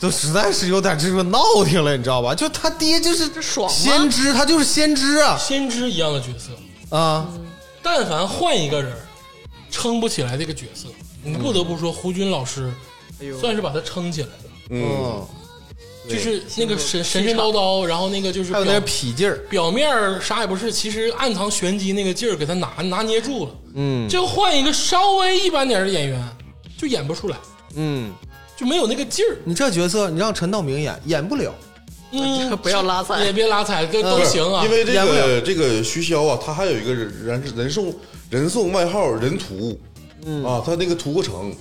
Speaker 4: 就实在是有点这个闹挺了，你知道吧？就他爹就是
Speaker 2: 这爽吗
Speaker 4: 先知，他就是先知啊
Speaker 1: 先知一样的角色，
Speaker 4: 啊！
Speaker 1: 但凡换一个人儿，撑不起来这个角色。你不得不说，胡军老师
Speaker 2: 哎呦，
Speaker 1: 算是把他撑起来了，
Speaker 3: 嗯，
Speaker 4: 嗯，
Speaker 1: 就是那个神神神叨叨，然后那个就是
Speaker 4: 还有那
Speaker 1: 表
Speaker 4: 痞劲儿，
Speaker 1: 表面儿啥也不是，其实暗藏玄机那个劲儿给他拿拿捏住了。
Speaker 4: 嗯
Speaker 1: 这换一个稍微一般点儿的演员，就演不出来，
Speaker 4: 嗯，
Speaker 1: 就没有那个劲儿。
Speaker 4: 你这角色你让陈道明演演不了，
Speaker 1: 嗯，
Speaker 2: 不要拉踩
Speaker 1: 也别拉踩，都都
Speaker 3: 不是
Speaker 1: 行啊。
Speaker 3: 因为这
Speaker 4: 演不了
Speaker 3: 个这个徐骁啊，他还有一个人人人送人送外号人屠，
Speaker 2: 嗯
Speaker 3: 啊，他那个屠过城，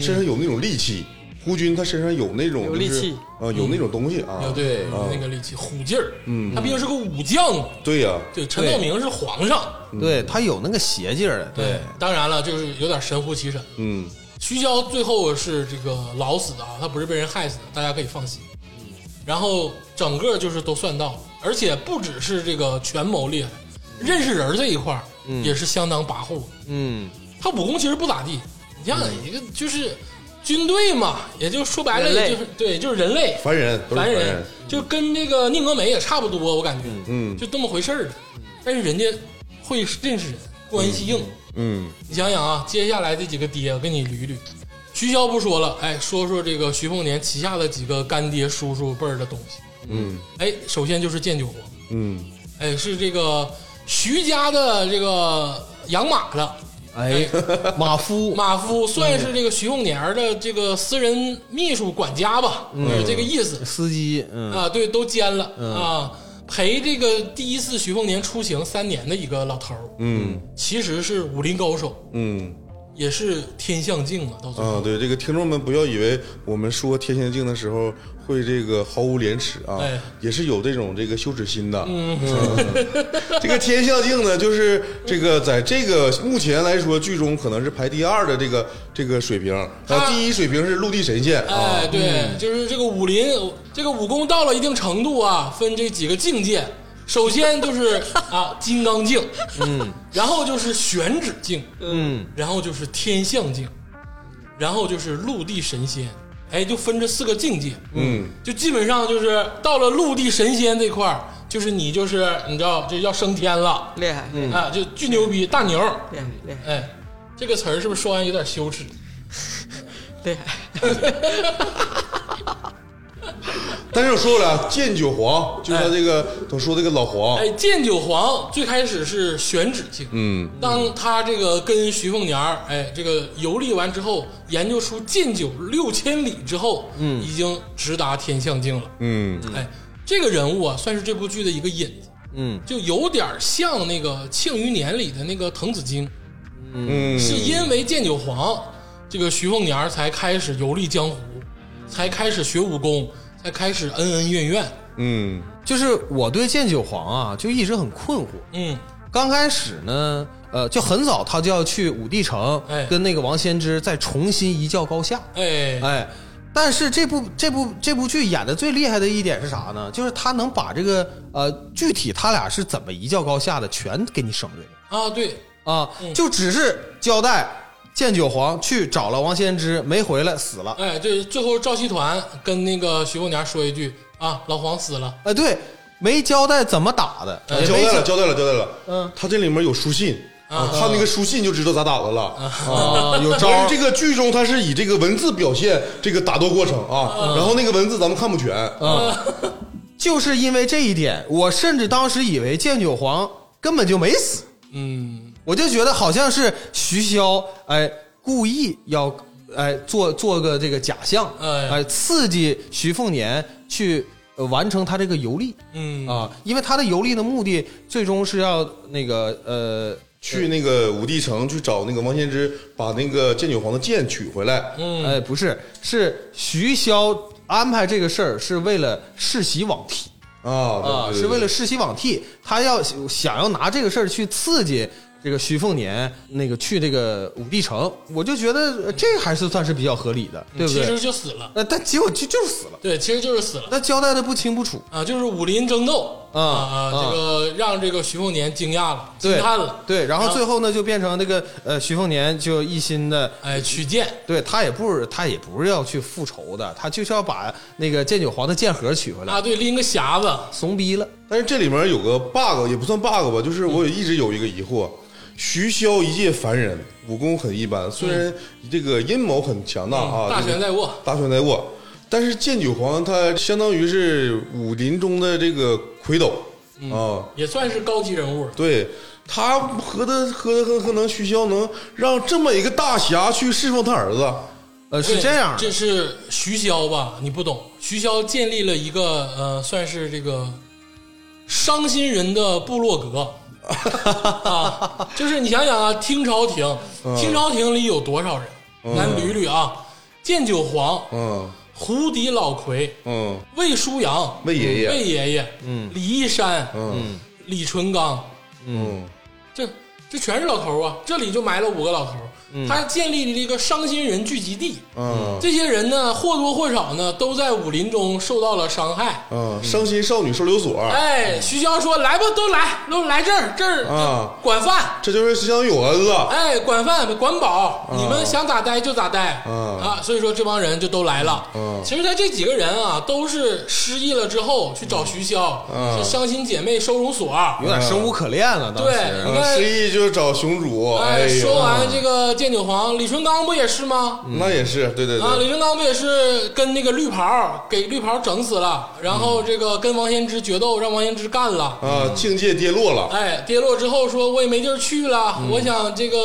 Speaker 3: 身上有那种戾气。胡军他身上有那种
Speaker 2: 有
Speaker 3: 就是
Speaker 2: 戾气
Speaker 3: 啊，有那种东西啊
Speaker 1: 啊，，对，那个力气虎劲儿，嗯，他毕竟是个武将嘛。
Speaker 3: 对呀，
Speaker 1: 对，陈道明是皇上，
Speaker 4: 对他有那个邪劲儿，啊对，，
Speaker 1: 当然了，就是有点神乎其神。
Speaker 3: 嗯，
Speaker 1: 徐骁最后是这个老死的啊，他不是被人害死的，大家可以放心。然后整个就是都算到了，而且不只是这个权谋厉害，认识人儿这一块儿也是相当跋扈的。
Speaker 4: 嗯，
Speaker 1: 他武功其实不咋地，你像一个就是军队嘛，也就说白了，
Speaker 2: 人
Speaker 1: 也
Speaker 2: 类
Speaker 1: 就是对，就是人类
Speaker 3: 凡人都是
Speaker 1: 凡
Speaker 3: 人
Speaker 1: 人，，就跟这个宁峨眉也差不多，我感觉，
Speaker 3: 嗯
Speaker 1: 就这么回事儿的。但是人家会认识人，关系硬。
Speaker 3: 嗯
Speaker 1: 你想想啊，接下来这几个爹，我跟你捋一捋。徐骁不说了，哎，说说这个徐凤年旗下的几个干爹叔叔辈儿的东西。
Speaker 3: 嗯
Speaker 1: 哎，首先就是建九皇，
Speaker 3: 嗯，
Speaker 1: 哎，是这个徐家的这个养马的
Speaker 4: 哎， 马夫，
Speaker 1: 马
Speaker 3: 嗯
Speaker 1: 夫，算是这个徐凤年儿的这个私人秘书管家吧，
Speaker 3: 嗯
Speaker 1: 就是这个意思。
Speaker 4: 司机，嗯
Speaker 1: 啊，对，都奸了、啊，陪这个第一次徐凤年出行三年的一个老头儿，
Speaker 3: 嗯
Speaker 1: 其实是武林高手，
Speaker 3: 嗯
Speaker 1: 也是天象镜啊，到最后，
Speaker 3: 啊，对这个听众们不要以为我们说天仙境的时候会这个毫无廉耻啊
Speaker 1: 哎，
Speaker 3: 也是有这种这个羞耻心的。嗯， 这个天象镜呢，就是这个在这个目前来说，剧中可能是排第二的这个这个水平，啊，
Speaker 1: 他
Speaker 3: 第一水平是陆地神仙啊
Speaker 1: 哎，，对，就是这个武林，这个武功到了一定程度啊，分这几个境界，首先就是啊金刚镜，嗯，然后就是玄指镜，
Speaker 4: 嗯，
Speaker 1: 然后就是天象镜，然后就是陆地神仙，哎，就分这四个境界，
Speaker 3: 嗯，
Speaker 1: 就基本上就是到了陆地神仙这块儿，就是你就是你知道，就要升天了、
Speaker 2: 厉害，厉
Speaker 1: 啊，就巨牛逼大牛儿，
Speaker 2: 害，厉害，
Speaker 1: 哎，这个词儿是不是说完有点羞耻？
Speaker 2: 厉害，
Speaker 3: 但是我说了，剑九皇就是他这个都说这个老黄，
Speaker 1: 哎，剑九皇最开始是玄指镜，
Speaker 3: 嗯，
Speaker 1: 当他这个跟徐凤年儿，哎，这个游历完之后，研究出剑九六千里之后，嗯，已经直达天象境了，
Speaker 3: 嗯
Speaker 1: 哎，这个人物啊，算是这部剧的一个引子。
Speaker 4: 嗯，
Speaker 1: 就有点像那个《庆余年》里的那个滕子京，
Speaker 3: 嗯，
Speaker 1: 是因为剑九皇这个徐凤年儿才开始游历江湖，才开始学武功，才开始恩恩怨怨。
Speaker 3: 嗯
Speaker 4: 就是我对剑九皇啊，就一直很困惑。
Speaker 1: 嗯，
Speaker 4: 刚开始呢，呃，就很早他就要去武帝城，
Speaker 1: 哎
Speaker 4: 跟那个王仙芝再重新一较高下，
Speaker 1: 哎，
Speaker 4: 哎。但是这部这部这部剧演的最厉害的一点是啥呢？就是他能把这个呃具体他俩是怎么一较高下的全给你省略了
Speaker 1: 啊，对，
Speaker 4: 啊
Speaker 1: 嗯，
Speaker 4: 就只是交代剑九皇去找了王仙芝，没回来死了。
Speaker 1: 哎，对，最后赵熙团跟那个徐凤年儿说一句啊，老黄死了，
Speaker 4: 哎，对，没交代怎么打的，
Speaker 3: 啊
Speaker 1: 哎
Speaker 4: 也
Speaker 3: 交
Speaker 4: 没
Speaker 3: 代了，
Speaker 4: 讲
Speaker 3: 交代了，交代了。
Speaker 4: 嗯，
Speaker 3: 他这里面有书信啊，看那个书信就知道咋打的了啊。
Speaker 4: 啊，有招
Speaker 3: 而
Speaker 4: 儿
Speaker 3: 这个剧中，他是以这个文字表现这个打斗过程
Speaker 4: 嗯
Speaker 3: 啊，然后那个文字咱们看不全啊，
Speaker 4: 就是因为这一点，我甚至当时以为剑九皇根本就没死，
Speaker 1: 嗯，
Speaker 4: 我就觉得好像是徐骁哎故意要哎做做个这个假象，
Speaker 1: 哎
Speaker 4: 哎刺激徐凤年去、呃完成他这个游历
Speaker 1: 嗯
Speaker 4: 啊，因为他的游历的目的最终是要那个呃
Speaker 3: 去那个武帝城去找那个王仙芝，把那个剑九皇的剑取回来。
Speaker 1: 嗯，
Speaker 4: 哎，不是，是徐骁安排这个事儿是为了世袭罔替
Speaker 3: 啊，
Speaker 4: 啊，
Speaker 3: 对对对
Speaker 4: 是为了世袭罔替，他要想要拿这个事儿去刺激这个徐凤年那个去这个武帝城，我就觉得呃这还是算是比较合理的，
Speaker 3: 嗯
Speaker 4: 对不
Speaker 1: 其实
Speaker 4: 对？
Speaker 1: 就死了，
Speaker 4: 呃，但结果就就是死了，
Speaker 1: 对，其实就是死了
Speaker 4: 那交代的不清不楚，
Speaker 1: 啊，就是武林争斗，
Speaker 4: 嗯
Speaker 1: 啊，
Speaker 4: 嗯
Speaker 1: 这个让这个徐凤年惊讶了，惊
Speaker 4: 对
Speaker 1: 叹了，
Speaker 4: 对，然后最后呢就变成那个呃徐凤年就一心的。
Speaker 1: 哎，取剑，
Speaker 4: 对他也不是，他也不是要去复仇的，他就是要把那个剑九皇的剑盒取回来，
Speaker 1: 啊，对，拎个匣子，
Speaker 4: 怂逼了。
Speaker 3: 但是这里面有个 bug，也不算 bug 吧，就是我也一直有一个疑惑：徐骁一介凡人，武功很一般，虽然这个阴谋很强大啊，
Speaker 4: 嗯
Speaker 1: 大权在握，
Speaker 3: 大权在握，但是剑九皇他相当于是武林中的这个魁斗
Speaker 4: 嗯
Speaker 3: 啊，
Speaker 1: 也算是高级人物。
Speaker 3: 对他何德何德何能徐骁能让这么一个大侠去侍奉他儿子？
Speaker 4: 呃，是这样的，
Speaker 1: 这是徐骁吧？你不懂，徐骁建立了一个呃，算是这个伤心人的部落格啊，就是你想想啊，听朝廷，听朝廷里有多少人？咱捋捋啊，剑九皇、
Speaker 3: 嗯
Speaker 1: 胡迪老魁、
Speaker 3: 嗯，
Speaker 1: 魏舒阳、
Speaker 3: 魏爷
Speaker 1: 魏
Speaker 3: 爷，
Speaker 1: 爷爷、嗯、李义山、
Speaker 3: 嗯
Speaker 1: 李淳罡，
Speaker 3: 嗯
Speaker 1: 这这全是老头啊！这里就埋了五个老头儿，他建立了一个伤心人聚集地。
Speaker 3: 嗯
Speaker 1: 这些人呢，或多或少呢，都在武林中受到了伤害。
Speaker 3: 嗯，伤心少女收留所，
Speaker 1: 哎，徐骁说：“来吧，都来，都来这儿，这儿、
Speaker 3: 啊
Speaker 1: 管饭，
Speaker 3: 这就是相当于有恩了。
Speaker 1: 哎，管饭管饱，你们想咋待就咋待
Speaker 3: 啊
Speaker 1: 啊。”所以说这帮人就都来了。
Speaker 3: 嗯
Speaker 1: 其实他这几个人啊，都是失忆了之后去找徐骁，
Speaker 3: 嗯啊
Speaker 1: 是伤心姐妹收容所。
Speaker 4: 有点生无可恋了。当
Speaker 1: 对
Speaker 4: 时，
Speaker 1: 应该
Speaker 3: 失忆就是找雄主，
Speaker 1: 哎，
Speaker 3: 嗯哎呀，
Speaker 1: 说完这个剑九皇，李淳罡不也是吗？
Speaker 3: 嗯那也是，对对
Speaker 1: 啊，
Speaker 3: 对，
Speaker 1: 李正刚不也是跟那个绿袍给绿袍整死了，然后这个跟王先知决斗，让王先知干了。
Speaker 3: 啊，境界跌落了，
Speaker 1: 哎，跌落之后说我也没地儿去了，我想这个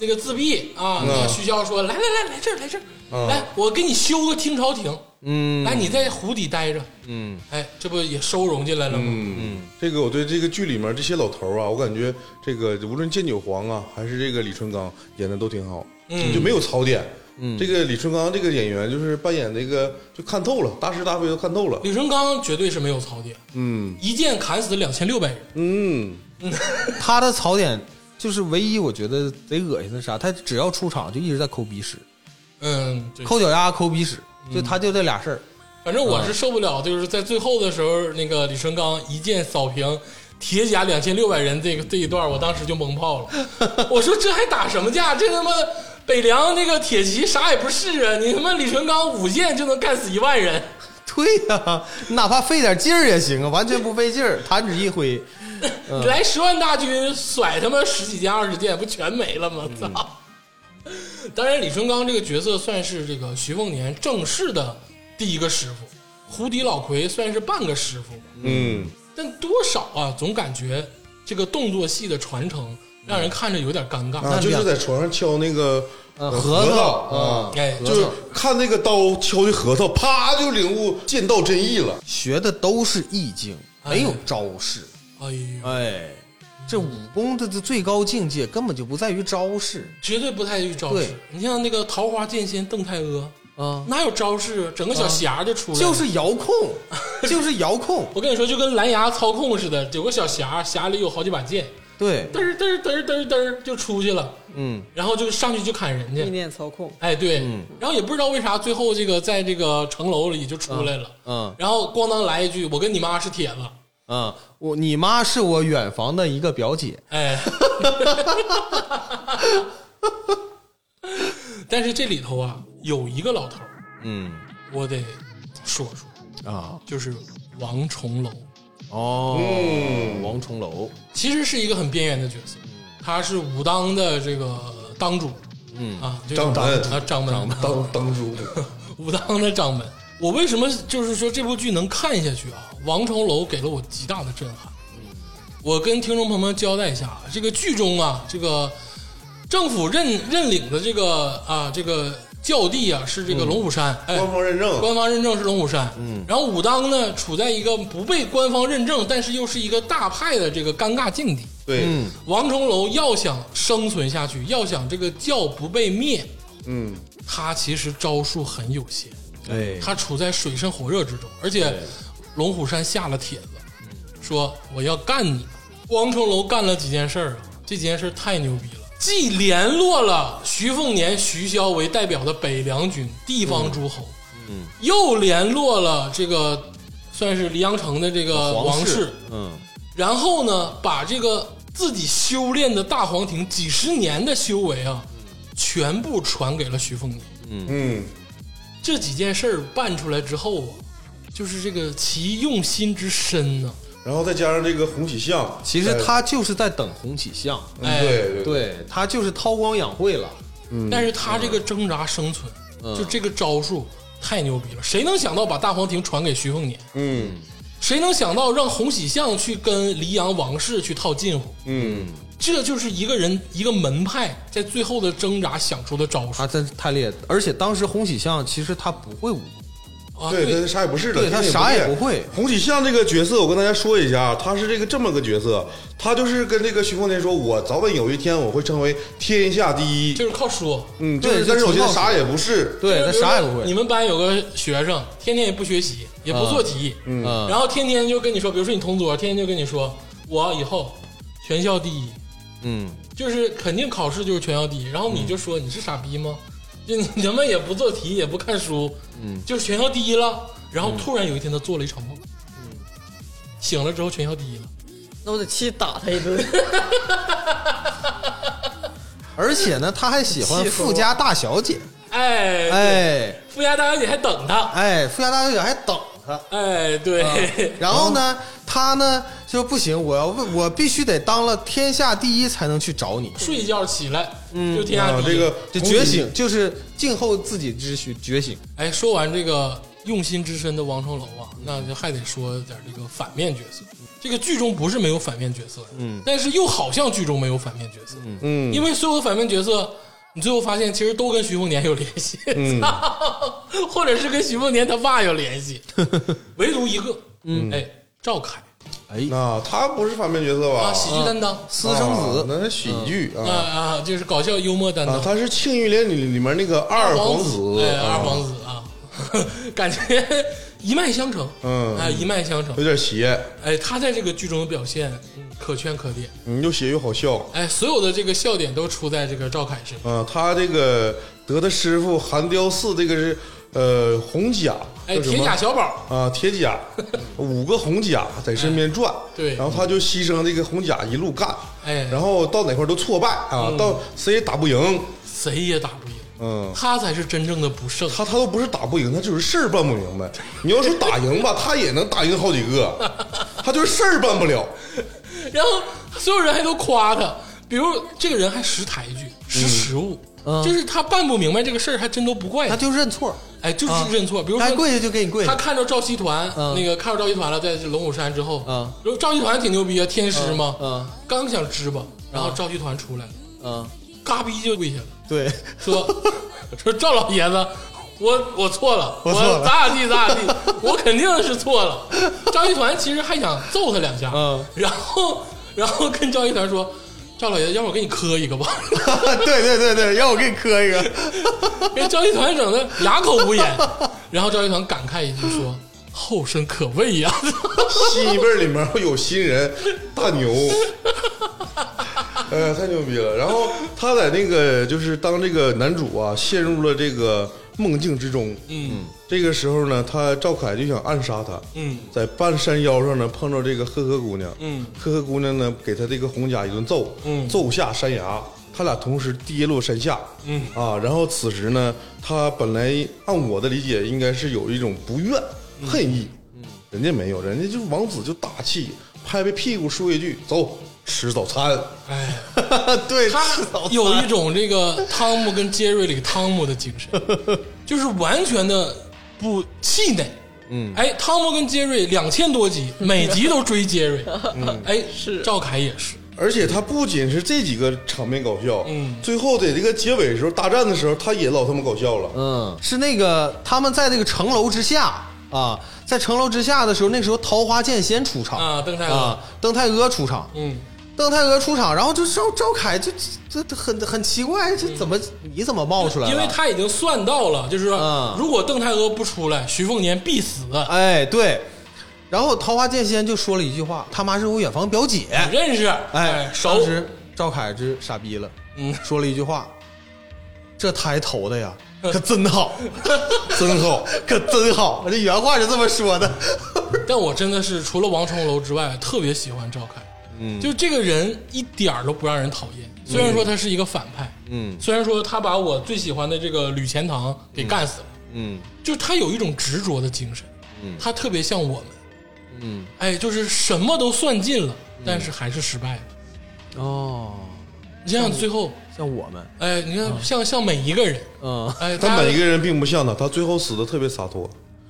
Speaker 1: 那个自闭啊。那个徐骁说来来来来这儿来这儿，来我给你修个听朝廷，
Speaker 4: 嗯
Speaker 1: 来你在湖底待着，
Speaker 4: 嗯，
Speaker 1: 哎，这不也收容进来了吗？
Speaker 3: 嗯，这个我对这个剧里面这些老头儿啊，我感觉这个无论剑九皇啊，还是这个李淳罡演的都挺好，
Speaker 1: 嗯
Speaker 3: 就没有槽点。嗯，这个李淳罡这个演员就是扮演那个就看透了，大是大非都看透了。
Speaker 1: 李淳罡绝对是没有槽点，
Speaker 3: 嗯
Speaker 1: 一剑砍死两千六百人，
Speaker 3: 嗯，
Speaker 4: 他的槽点就是唯一我觉得贼恶心的是啥？他只要出场就一直在抠鼻屎，
Speaker 1: 嗯，对
Speaker 4: 抠脚丫、抠鼻屎，就他就这俩事儿。
Speaker 1: 反正我是受不了，就是在最后的时候，那个李淳罡一剑扫平铁甲两千六百人这个这一段，我当时就懵炮了。我说这还打什么架？这他妈北凉那个铁骑啥也不是啊！你他妈李淳罡五剑就能干死一万人，
Speaker 4: 对呀、你啊哪怕费点劲儿也行啊，完全不费劲儿，弹指一挥。
Speaker 1: 你来十万大军甩他妈十几剑二十剑，不全没了吗？操！当然，李淳罡这个角色算是这个徐凤年正式的第一个师傅，胡迪老魁算是半个师傅吧。
Speaker 3: 嗯，
Speaker 1: 但多少啊，总感觉这个动作戏的传承让人看着有点尴尬。
Speaker 3: 啊，就是在床上敲那个
Speaker 4: 呃
Speaker 3: 核
Speaker 4: 核桃
Speaker 3: 啊，
Speaker 1: 哎，
Speaker 3: 就
Speaker 1: 就是
Speaker 3: 看那个刀敲的核桃，啪就领悟剑道真意了。
Speaker 4: 学的都是意境，没有招式。
Speaker 1: 哎呦，
Speaker 4: 哎，这武功的最高境界根本就不在于招式
Speaker 1: 绝对不太于招式
Speaker 4: 对。
Speaker 1: 你像那个桃花剑仙邓太阿，
Speaker 4: 啊，
Speaker 1: 哪有招式啊？整个小匣就出来了。
Speaker 4: 就是遥控，就是遥控。
Speaker 1: 我跟你说，就跟蓝牙操控似的，有个小匣，匣里有好几把剑，
Speaker 4: 对，
Speaker 1: 嘚儿嘚儿嘚儿嘚儿嘚儿就出去了，
Speaker 4: 嗯，
Speaker 1: 然后就上去就砍人
Speaker 2: 意
Speaker 1: 家。
Speaker 2: 念操控，
Speaker 1: 哎，对，然后也不知道为啥最后这个在这个城楼里就出来了，
Speaker 4: 嗯嗯
Speaker 1: 然后咣当来一句：“我跟你妈是铁子。”
Speaker 4: 啊，我你妈是我远房的一个表姐，
Speaker 1: 哎， 但是这里头啊，有一个老头儿，
Speaker 4: 嗯
Speaker 1: 我得说说，
Speaker 4: 啊，
Speaker 1: 就是王重楼，
Speaker 4: 哦，
Speaker 3: 嗯
Speaker 4: 王重楼，
Speaker 1: 其实是一个很边缘的角色，他是武当的这个当主，嗯啊，就是
Speaker 3: 掌门
Speaker 1: 啊，掌门，
Speaker 3: 当当主，
Speaker 1: 武当的掌门。我为什么就是说这部剧能看下去啊？王重楼给了我极大的震撼。我跟听众朋友们交代一下，啊，这个剧中啊，这个政府认认领的这个啊这个教地啊是这个龙虎山，哎，
Speaker 3: 官方认证，
Speaker 1: 官方认证是龙虎山。嗯，然后武当呢处在一个不被官方认证，但是又是一个大派的这个尴尬境地。
Speaker 3: 对，
Speaker 1: 王重楼要想生存下去，要想这个教不被灭，
Speaker 3: 嗯，
Speaker 1: 他其实招数很有限。
Speaker 4: 哎，
Speaker 1: 他处在水深火热之中，而且龙虎山下了帖子，说我要干你。王重楼干了几件事儿啊，这几件事儿太牛逼了，既联络了徐凤年、徐骁为代表的北凉军地方诸侯，嗯，又联络了这个算是黎阳城的这个王
Speaker 4: 皇
Speaker 1: 室，
Speaker 4: 嗯
Speaker 1: 然后呢，把这个自己修炼的大黄庭几十年的修为啊，全部传给了徐凤年。
Speaker 3: 嗯，
Speaker 1: 这几件事儿办出来之后啊，就是这个其用心之深呢、
Speaker 3: 然后再加上这个红喜相，
Speaker 4: 其实他就是在等红起象，
Speaker 3: 嗯
Speaker 1: 哎
Speaker 3: 对对
Speaker 4: 对他就是韬光养晦了，
Speaker 1: 但是他这个挣扎生存，
Speaker 4: 嗯
Speaker 1: 就这个招数太牛逼了，谁能想到把大黄庭传给徐凤年？
Speaker 3: 嗯
Speaker 1: 谁能想到让洪喜相去跟黎阳王室去套近乎？
Speaker 3: 嗯，
Speaker 1: 这就是一个人一个门派在最后的挣扎想出的招数
Speaker 4: 他真是太厉害了。而且当时红喜象其实他不会武功，
Speaker 1: 啊！
Speaker 3: 对，他啥也不是的，
Speaker 4: 对他
Speaker 3: 天
Speaker 4: 啥也
Speaker 3: 不
Speaker 4: 不会
Speaker 3: 红喜相这个角色，我跟大家说一下，啊他是这个这么个角色，他就是跟这个徐凤年说，我早晚有一天我会成为天下第一
Speaker 1: 就。是靠说。
Speaker 3: 嗯，就是，
Speaker 4: 对
Speaker 3: 但是我现在
Speaker 4: 就
Speaker 3: 啥也不是。
Speaker 4: 对他啥也不
Speaker 1: 你
Speaker 4: 会，啊
Speaker 1: 们班有个学生，天天也不学习，也不做题，嗯
Speaker 4: 嗯
Speaker 1: 然后天天就跟你说，比如说你同桌，天天就跟你说，我以后全校第一，
Speaker 4: 嗯，
Speaker 1: 就是肯定考试就是全校第一。然后你就说、你是傻逼吗？就你他妈也不做题，也不看书，嗯，就是全校第一了。然后突然有一天他做了一场梦，嗯，醒了之后全校第一了。
Speaker 2: 那我得气打他一顿。
Speaker 4: 而且呢，他还喜 欢
Speaker 2: 气死我
Speaker 4: 富家大小 姐，
Speaker 1: 哎，
Speaker 4: 哎
Speaker 1: 富家大小姐还等他，
Speaker 4: 哎，富家大小姐还等 他。
Speaker 1: 哎，对，
Speaker 4: 然后呢，他呢就不行，我要问，我必须得当了天下第一才能去找你，
Speaker 1: 睡一觉起来，嗯，就天下
Speaker 3: 啊，
Speaker 1: 第一。
Speaker 3: 这个
Speaker 4: 就
Speaker 3: 红
Speaker 4: 觉
Speaker 3: 喜
Speaker 4: 醒，就是静候自己之需，觉醒。
Speaker 1: 哎，说完这个用心之深的王成楼啊，那就还得说点这个反面角色。这个剧中不是没有反面角色，嗯，但是又好像剧中没有反面角色，嗯，因为所有的反面角色，你最后发现其实都跟徐凤年有联系， 或者是跟徐凤年他爸有联系，唯独一个，嗯，哎，赵凯
Speaker 3: 啊，他不是反面角色吧？
Speaker 1: 啊，喜剧担当，
Speaker 4: 私生
Speaker 3: 啊
Speaker 4: 子，
Speaker 3: 那是喜剧
Speaker 1: 啊
Speaker 3: 啊
Speaker 1: 啊，就是搞笑幽默担当
Speaker 3: 啊，，他是《庆余年》里里面那个二皇子，
Speaker 1: 对，
Speaker 3: 啊
Speaker 1: 二皇子啊， 感觉一脉相承，
Speaker 3: 嗯
Speaker 1: 哎，一脉相承
Speaker 3: 有。点邪，
Speaker 1: 哎，他在这个剧中的表现嗯可圈可点，
Speaker 3: 嗯，又邪又好笑
Speaker 1: 哎，所有的这个笑点都出在这个赵凯身上。
Speaker 3: 啊。他这个得的师傅韩雕四，这个是呃红甲，
Speaker 1: 哎，
Speaker 3: 叫什
Speaker 1: 铁
Speaker 3: 么
Speaker 1: 甲小宝，
Speaker 3: 啊，铁 甲，五个红甲在身边转，
Speaker 4: 哎
Speaker 1: 对
Speaker 3: 然后他就牺牲这个红甲一路干，
Speaker 1: 哎
Speaker 3: 然后到哪块儿都挫败啊，
Speaker 4: 嗯
Speaker 3: 到谁也打不赢，
Speaker 1: 谁也打不赢，
Speaker 3: 嗯。
Speaker 1: 他才是真正的不胜。
Speaker 3: 他他都不是打不赢，他就是事儿办不明 白。你要说打赢吧，他也能打赢好几个，他就是事儿办不了。
Speaker 1: 然后所有人还都夸他，比如这个人还识抬举，
Speaker 4: 嗯
Speaker 1: 识时务，就是他办不明白这个事儿，还真都不怪
Speaker 4: 他
Speaker 1: 他，
Speaker 4: 就认错，
Speaker 1: 哎，就是认错。比如
Speaker 4: 该
Speaker 1: 说
Speaker 4: 跪下就给你跪
Speaker 1: 他
Speaker 4: 下。
Speaker 1: 看着赵熙团，
Speaker 4: 嗯
Speaker 1: 那个看着赵熙团了，在这龙虎山之后，
Speaker 4: 嗯
Speaker 1: 然后赵熙团挺牛逼啊，天师嘛，
Speaker 4: 嗯
Speaker 1: 刚想支吧，然后赵熙团出来了，
Speaker 4: 嗯，
Speaker 1: 嘎逼就跪下了。
Speaker 4: 对，
Speaker 1: 说 说赵老爷子，我我错了，我
Speaker 4: 我错了
Speaker 1: 咋咋地咋咋地，我肯定是错了。赵一团其实还想揍他两下，
Speaker 4: 嗯
Speaker 1: 然后然后跟赵一团说。赵老爷子，要不我给你磕一个吧？
Speaker 4: 对对对对，让我给你 磕一个。
Speaker 1: 给赵一团整的哑口无言。然后赵一团感慨一句说：“后生可畏呀、
Speaker 3: 新一辈儿里面会有新人，大牛，哎呀，太牛逼了。然后他在那个就是当这个男主啊陷入了这个梦境之中，嗯，这个时候呢，他赵凯就想暗杀他，
Speaker 1: 嗯，
Speaker 3: 在半山腰上呢碰到这个赫赫姑娘，
Speaker 1: 嗯，
Speaker 3: 赫赫姑娘呢给他这个红甲一顿揍，
Speaker 1: 嗯
Speaker 3: 揍下山崖。他俩同时跌落山下，
Speaker 1: 嗯
Speaker 3: 啊，然后此时呢，他本来按我的理解应该是有一种不怨、
Speaker 1: 嗯
Speaker 3: 恨意，人家没有，人家就是王子就大气，拍拍屁股说一句走吃早餐，
Speaker 1: 哎，
Speaker 4: 对，
Speaker 1: 他
Speaker 4: 吃 早餐
Speaker 1: 有一种这个汤姆跟杰瑞里汤姆的精神， 就是完全的不气馁。嗯，哎，汤姆跟杰瑞两千多集，每集都追杰瑞。嗯， 哎，是赵凯也是，
Speaker 3: 而且他不仅是这几个场面搞笑，
Speaker 1: 嗯
Speaker 3: 最后在这个结尾的时候大战的时候，他也老他妈搞笑了，
Speaker 4: 嗯，是那个他们在那个城楼之下啊，在城楼之下的时候，那时候桃花剑仙出场
Speaker 1: 啊邓太娥
Speaker 4: 啊，邓太娥出场，
Speaker 1: 嗯，
Speaker 4: 邓太娥出场，然后就赵赵凯就这这很很奇怪，这怎么你怎么冒出来了？
Speaker 1: 因为他已经算到了，就是说，
Speaker 4: 嗯
Speaker 1: 如果邓太娥不出来，徐凤年必死。
Speaker 4: 哎对，然后桃花剑仙就说了一句话：“他妈是我远房表姐。
Speaker 1: 我认识，
Speaker 4: 哎
Speaker 1: 哎，，
Speaker 4: 当
Speaker 1: 熟，
Speaker 4: 时赵凯之傻逼了，
Speaker 1: 嗯
Speaker 4: 说了一句话：“这胎投的呀， 可真好，真好，可真好。”这原话是这么说的。
Speaker 1: 但我真的是除了王重楼之外，特别喜欢赵凯。
Speaker 3: 嗯
Speaker 1: 就这个人一点儿都不让人讨厌，虽然说他是一个反派，
Speaker 3: 嗯
Speaker 1: 虽然说他把我最喜欢的这个吕钱塘给干死了，
Speaker 3: 嗯
Speaker 1: 就是他有一种执着的精神，他特别像我们，
Speaker 3: 嗯，
Speaker 1: 哎，就是什么都算尽了，但是还是失败了。
Speaker 4: 哦，
Speaker 1: 你想想最后，
Speaker 4: 像我们，
Speaker 1: 哎，你看像像每一个人，
Speaker 4: 嗯，
Speaker 1: 哎，
Speaker 3: 他
Speaker 1: 大家
Speaker 3: 每一个人并不嗯像他，他最后死的特别洒脱，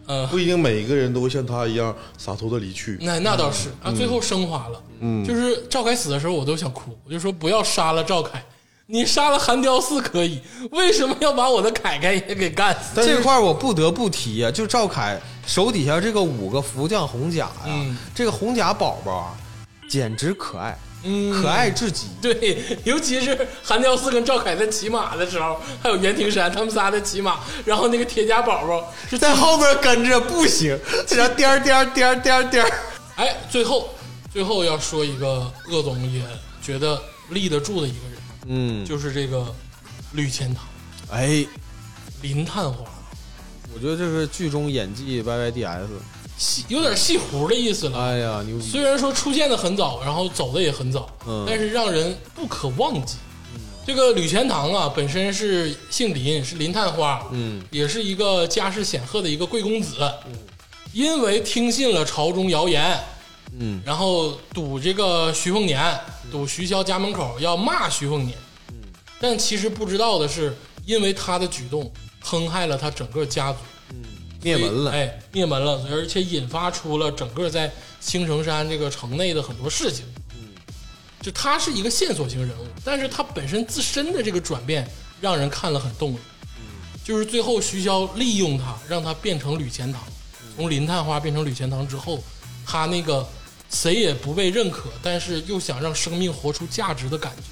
Speaker 1: 呃
Speaker 3: 不一定每一个人都会像他一样洒脱的离去。
Speaker 1: 那那倒是啊，最后升华了。嗯，就是赵凯死的时候，我都想哭，我就说不要杀了赵凯，你杀了韩雕四可以，为什么要把我的凯凯也给干死？
Speaker 3: 但是
Speaker 4: 这块儿我不得不提呀、就赵凯手底下这个五个福将红甲呀、
Speaker 1: 嗯
Speaker 4: 这个红甲宝宝啊，简直可爱，
Speaker 1: 嗯
Speaker 4: 可爱至极。
Speaker 1: 对，尤其是韩雕四跟赵凯在骑马的时候，还有袁庭山他们仨在骑马，然后那个铁甲宝宝是
Speaker 4: 在后边跟着不行，这叫颠儿颠儿颠儿颠儿颠儿。
Speaker 1: 哎，最后最后要说一个鄂总也觉得立得住的一个人，
Speaker 4: 嗯，
Speaker 1: 就是这个吕钱塘
Speaker 4: 哎，
Speaker 1: 林探花。
Speaker 4: 我觉得这是剧中演技 Y Y D S，
Speaker 1: 戏有点戏胡的意思了，
Speaker 4: 哎呀牛逼
Speaker 1: 虽！然说出现的很早，然后走的也很早，
Speaker 4: 嗯
Speaker 1: 但是让人不可忘记。这个吕钱塘啊，本身是姓林，是林探花，
Speaker 4: 嗯，
Speaker 1: 也是一个家世显赫的一个贵公子。因为听信了朝中谣言，
Speaker 4: 嗯，
Speaker 1: 然后堵这个徐凤年，堵徐骁家门口要骂徐凤年，
Speaker 4: 嗯
Speaker 1: 但其实不知道的是，因为他的举动坑害了他整个家族，
Speaker 4: 灭门了，
Speaker 1: 哎，灭门了，而且引发出了整个在青城山这个城内的很多事情。嗯，就他是一个线索型人物，但是他本身自身的这个转变让人看了很动容。
Speaker 4: 嗯
Speaker 1: 就是最后徐骁利用他，让他变成吕钱塘，
Speaker 4: 嗯
Speaker 1: 从林探花变成吕钱塘之后，他那个谁也不被认可，但是又想让生命活出价值的感觉。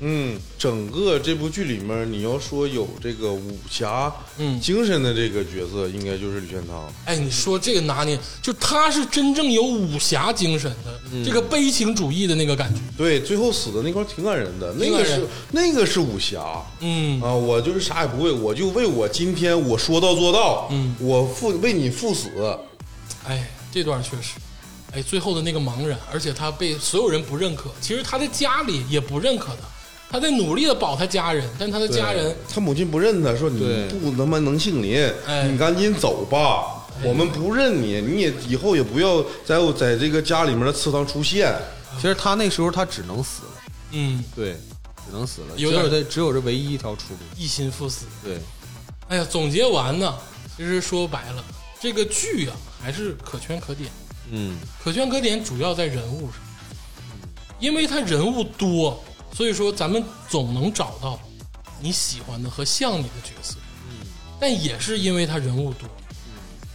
Speaker 3: 嗯，整个这部剧里面，你要说有这个武侠
Speaker 1: 嗯
Speaker 3: 精神的这个角色，应该就是吕献堂。
Speaker 1: 哎，你说这个拿捏，就他是真正有武侠精神的，
Speaker 4: 嗯
Speaker 1: 这个悲情主义的那个感觉。
Speaker 3: 对，最后死的那块儿挺感人的，那
Speaker 1: 挺感
Speaker 3: 个
Speaker 1: 人
Speaker 3: 是那个是武侠
Speaker 1: 嗯
Speaker 3: 啊！我就是啥也不会，我就为我今天我说到做到，
Speaker 1: 嗯
Speaker 3: 我赴为你赴死，
Speaker 1: 哎，这段确实，哎，最后的那个茫然，而且他被所有人不认可，其实他在家里也不认可他，他在努力的保他家人，但他的家人，
Speaker 3: 他母亲不认他，说你
Speaker 4: 对
Speaker 3: 不他妈能姓林，
Speaker 1: 哎
Speaker 3: 你赶紧走吧，我们不认你，你也以后也不要在我在这个家里面的祠堂出现。
Speaker 4: 其实他那时候他只能死了，
Speaker 1: 嗯，
Speaker 4: 对，只能死了，
Speaker 1: 有
Speaker 4: 只
Speaker 1: 点
Speaker 4: 有这只有这唯一一条出路，
Speaker 1: 一心赴死。
Speaker 4: 对，
Speaker 1: 哎呀，总结完呢，其实说白了，这个剧啊还是可圈可点，
Speaker 4: 嗯，
Speaker 1: 可圈可点主要在人物上，因为他人物多，所以说咱们总能找到你喜欢的和像你的角色。
Speaker 4: 嗯
Speaker 1: 但也是因为他人物多，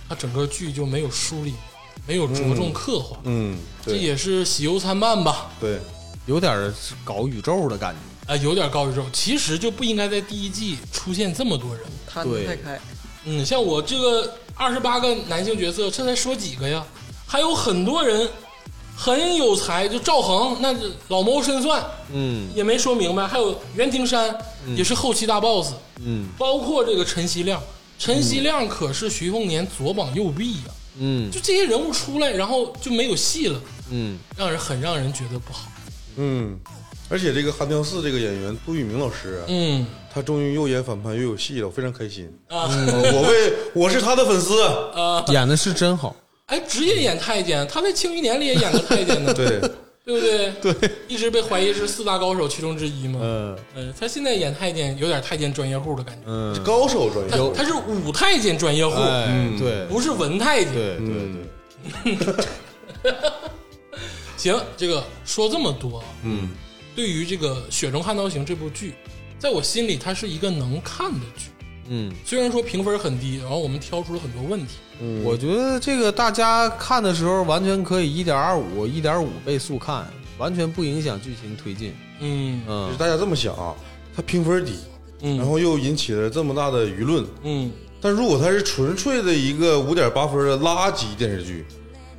Speaker 1: 他整个剧就没有梳理，没有着重刻画，
Speaker 3: 嗯，
Speaker 1: 这
Speaker 3: 对
Speaker 1: 也是喜忧参半吧。
Speaker 3: 对，
Speaker 4: 有点儿搞宇宙的感觉，
Speaker 1: 啊、有点高宇宙，其实就不应该在第一季出现这么多人。
Speaker 2: 摊得太开，
Speaker 1: 嗯，像我这个二十八个男性角色，这才说几个呀？还有很多人很有才，就赵恒那就老谋深算
Speaker 4: 嗯
Speaker 1: 也没说明白，还有袁庭山、也是后期大 boss，
Speaker 4: 嗯
Speaker 1: 包括这个陈希亮，陈希亮可是徐凤年左膀右臂呀、
Speaker 4: 嗯
Speaker 1: 就这些人物出来，然后就没有戏了，
Speaker 4: 嗯，
Speaker 1: 让人很让人觉得不好。
Speaker 3: 嗯，而且这个韩彪四这个演员杜聿明老师，
Speaker 1: 嗯
Speaker 3: 他终于又演反派又有戏了，我非常开心。呃
Speaker 1: 啊，
Speaker 3: 我为我是他的粉丝，
Speaker 4: 演的是真好，
Speaker 1: 哎，职业演太监，他在《庆余年》里也演过太监 呢，
Speaker 3: 对，
Speaker 1: 对不对？对，一直被怀疑是四大高手其中之一嘛。
Speaker 4: 嗯
Speaker 1: 嗯，他现在演太监有点太监专业户的感觉，
Speaker 4: 嗯，
Speaker 3: 高手专
Speaker 1: 他
Speaker 3: 业，
Speaker 1: 他是武太监专业户，
Speaker 4: 哎，
Speaker 3: 嗯
Speaker 4: 对
Speaker 1: 不是文太监。
Speaker 4: 对对对，
Speaker 1: 行，这个说这么多，啊
Speaker 3: 嗯，
Speaker 1: 对于这个《雪中悍刀行》这部剧，在我心里它是一个能看的剧，
Speaker 4: 嗯。
Speaker 1: 虽然说评分很低，然后我们挑出了很多问题。
Speaker 4: 我觉得这个大家看的时候，完全可以一点二五、一点五倍速看，完全不影响剧情推进。
Speaker 1: 嗯
Speaker 3: 就
Speaker 4: 嗯
Speaker 3: 是大家这么想，啊他评分低，
Speaker 1: 嗯
Speaker 3: 然后又引起了这么大的舆论。
Speaker 1: 嗯，
Speaker 3: 但如果他是纯粹的一个五点八分的垃圾电视剧，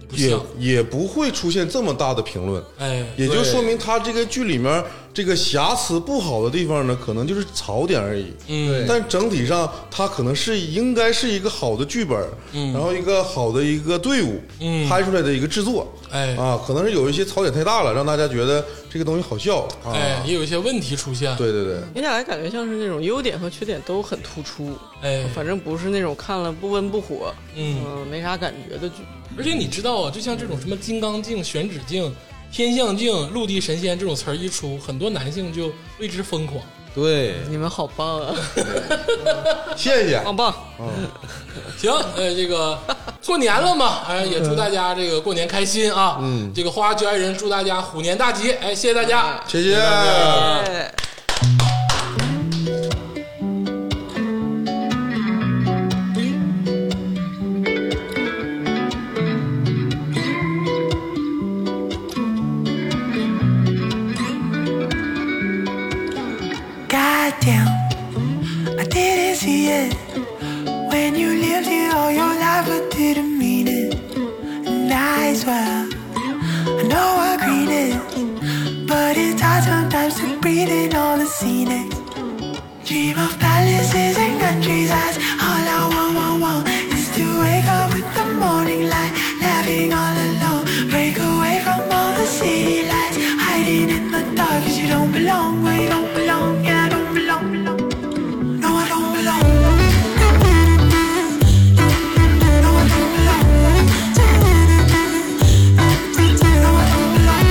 Speaker 1: 不
Speaker 3: 也
Speaker 1: 像，
Speaker 3: 也不会出现这么大的评论。
Speaker 1: 哎，
Speaker 3: 也就说明他这个剧里面这个瑕疵不好的地方呢，可能就是槽点而已。
Speaker 1: 嗯，
Speaker 3: 但整体上，它可能是应该是一个好的剧本，嗯，然后一个好的一个队伍，
Speaker 1: 嗯
Speaker 3: 拍出来的一个制作，
Speaker 1: 哎
Speaker 3: 啊，可能是有一些槽点太大了，让大家觉得这个东西好笑啊，
Speaker 1: 哎，也有一些问题出现。，
Speaker 3: 对对对，
Speaker 2: 你俩感觉像是那种优点和缺点都很突出，
Speaker 1: 哎，
Speaker 2: 反正不是那种看了不温不火，
Speaker 1: 嗯
Speaker 2: 没啥感觉的剧。
Speaker 1: 而且你知道啊，就像这种什么金刚镜、选址镜、天象镜、陆地神仙这种词儿一出，很多男性就为之疯狂。
Speaker 4: 对，
Speaker 2: 你们好棒啊，
Speaker 3: 谢谢，
Speaker 2: 棒
Speaker 1: 哦
Speaker 2: 棒！
Speaker 1: 行，呃，这个过年了嘛，哎，也祝大家这个过年开心啊！嗯，这个花局爱人祝大家虎年大吉！哎，谢谢大家。
Speaker 3: 谢谢。
Speaker 2: 哎
Speaker 6: Goddamn, I didn't see it. When you lived it all your life, I didn't mean it. And I swear, I know I green it. But it's hard sometimes to breathe in all the scenic. Dream of palaces and countrysides. All I want, want, want is to wake up with the morning light. Laughing all alone. Break away from all the city lights. Hiding in the dark cause you don't belong where you don't belong. Yeah, I don't belong, belong. No, I don't belong. No, I don't belong. No, I don't belong. No, I don't belong,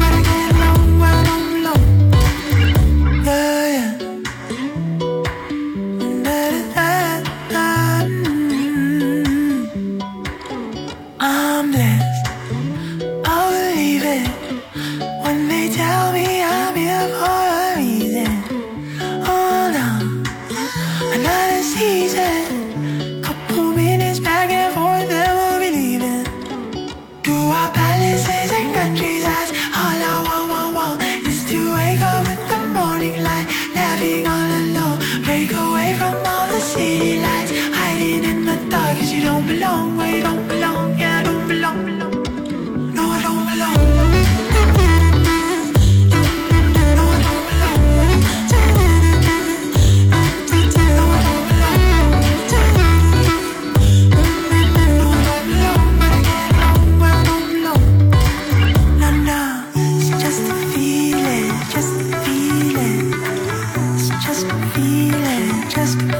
Speaker 6: but I get along where I don't belong. Yeah, yeah. I'm blessed. I believe it when they tell me I'm here for a reason. Oh no, another season. Couple minutes back and forth, and we'll be leaving. To our palaces and countries, eyes. All I want, want, want is to wake up with the morning light. Laughing all alone, break away from all the city lights. Hiding in the dark, cause you don't belong where you don't belong. Yeah, I don't belong, belong. No, I don't belong. No, I don't belong. No, I don't belong. No, I don't belong, but I get along where I don't belong. No, no, it's just a feeling, just a feeling. It's just a feeling, just a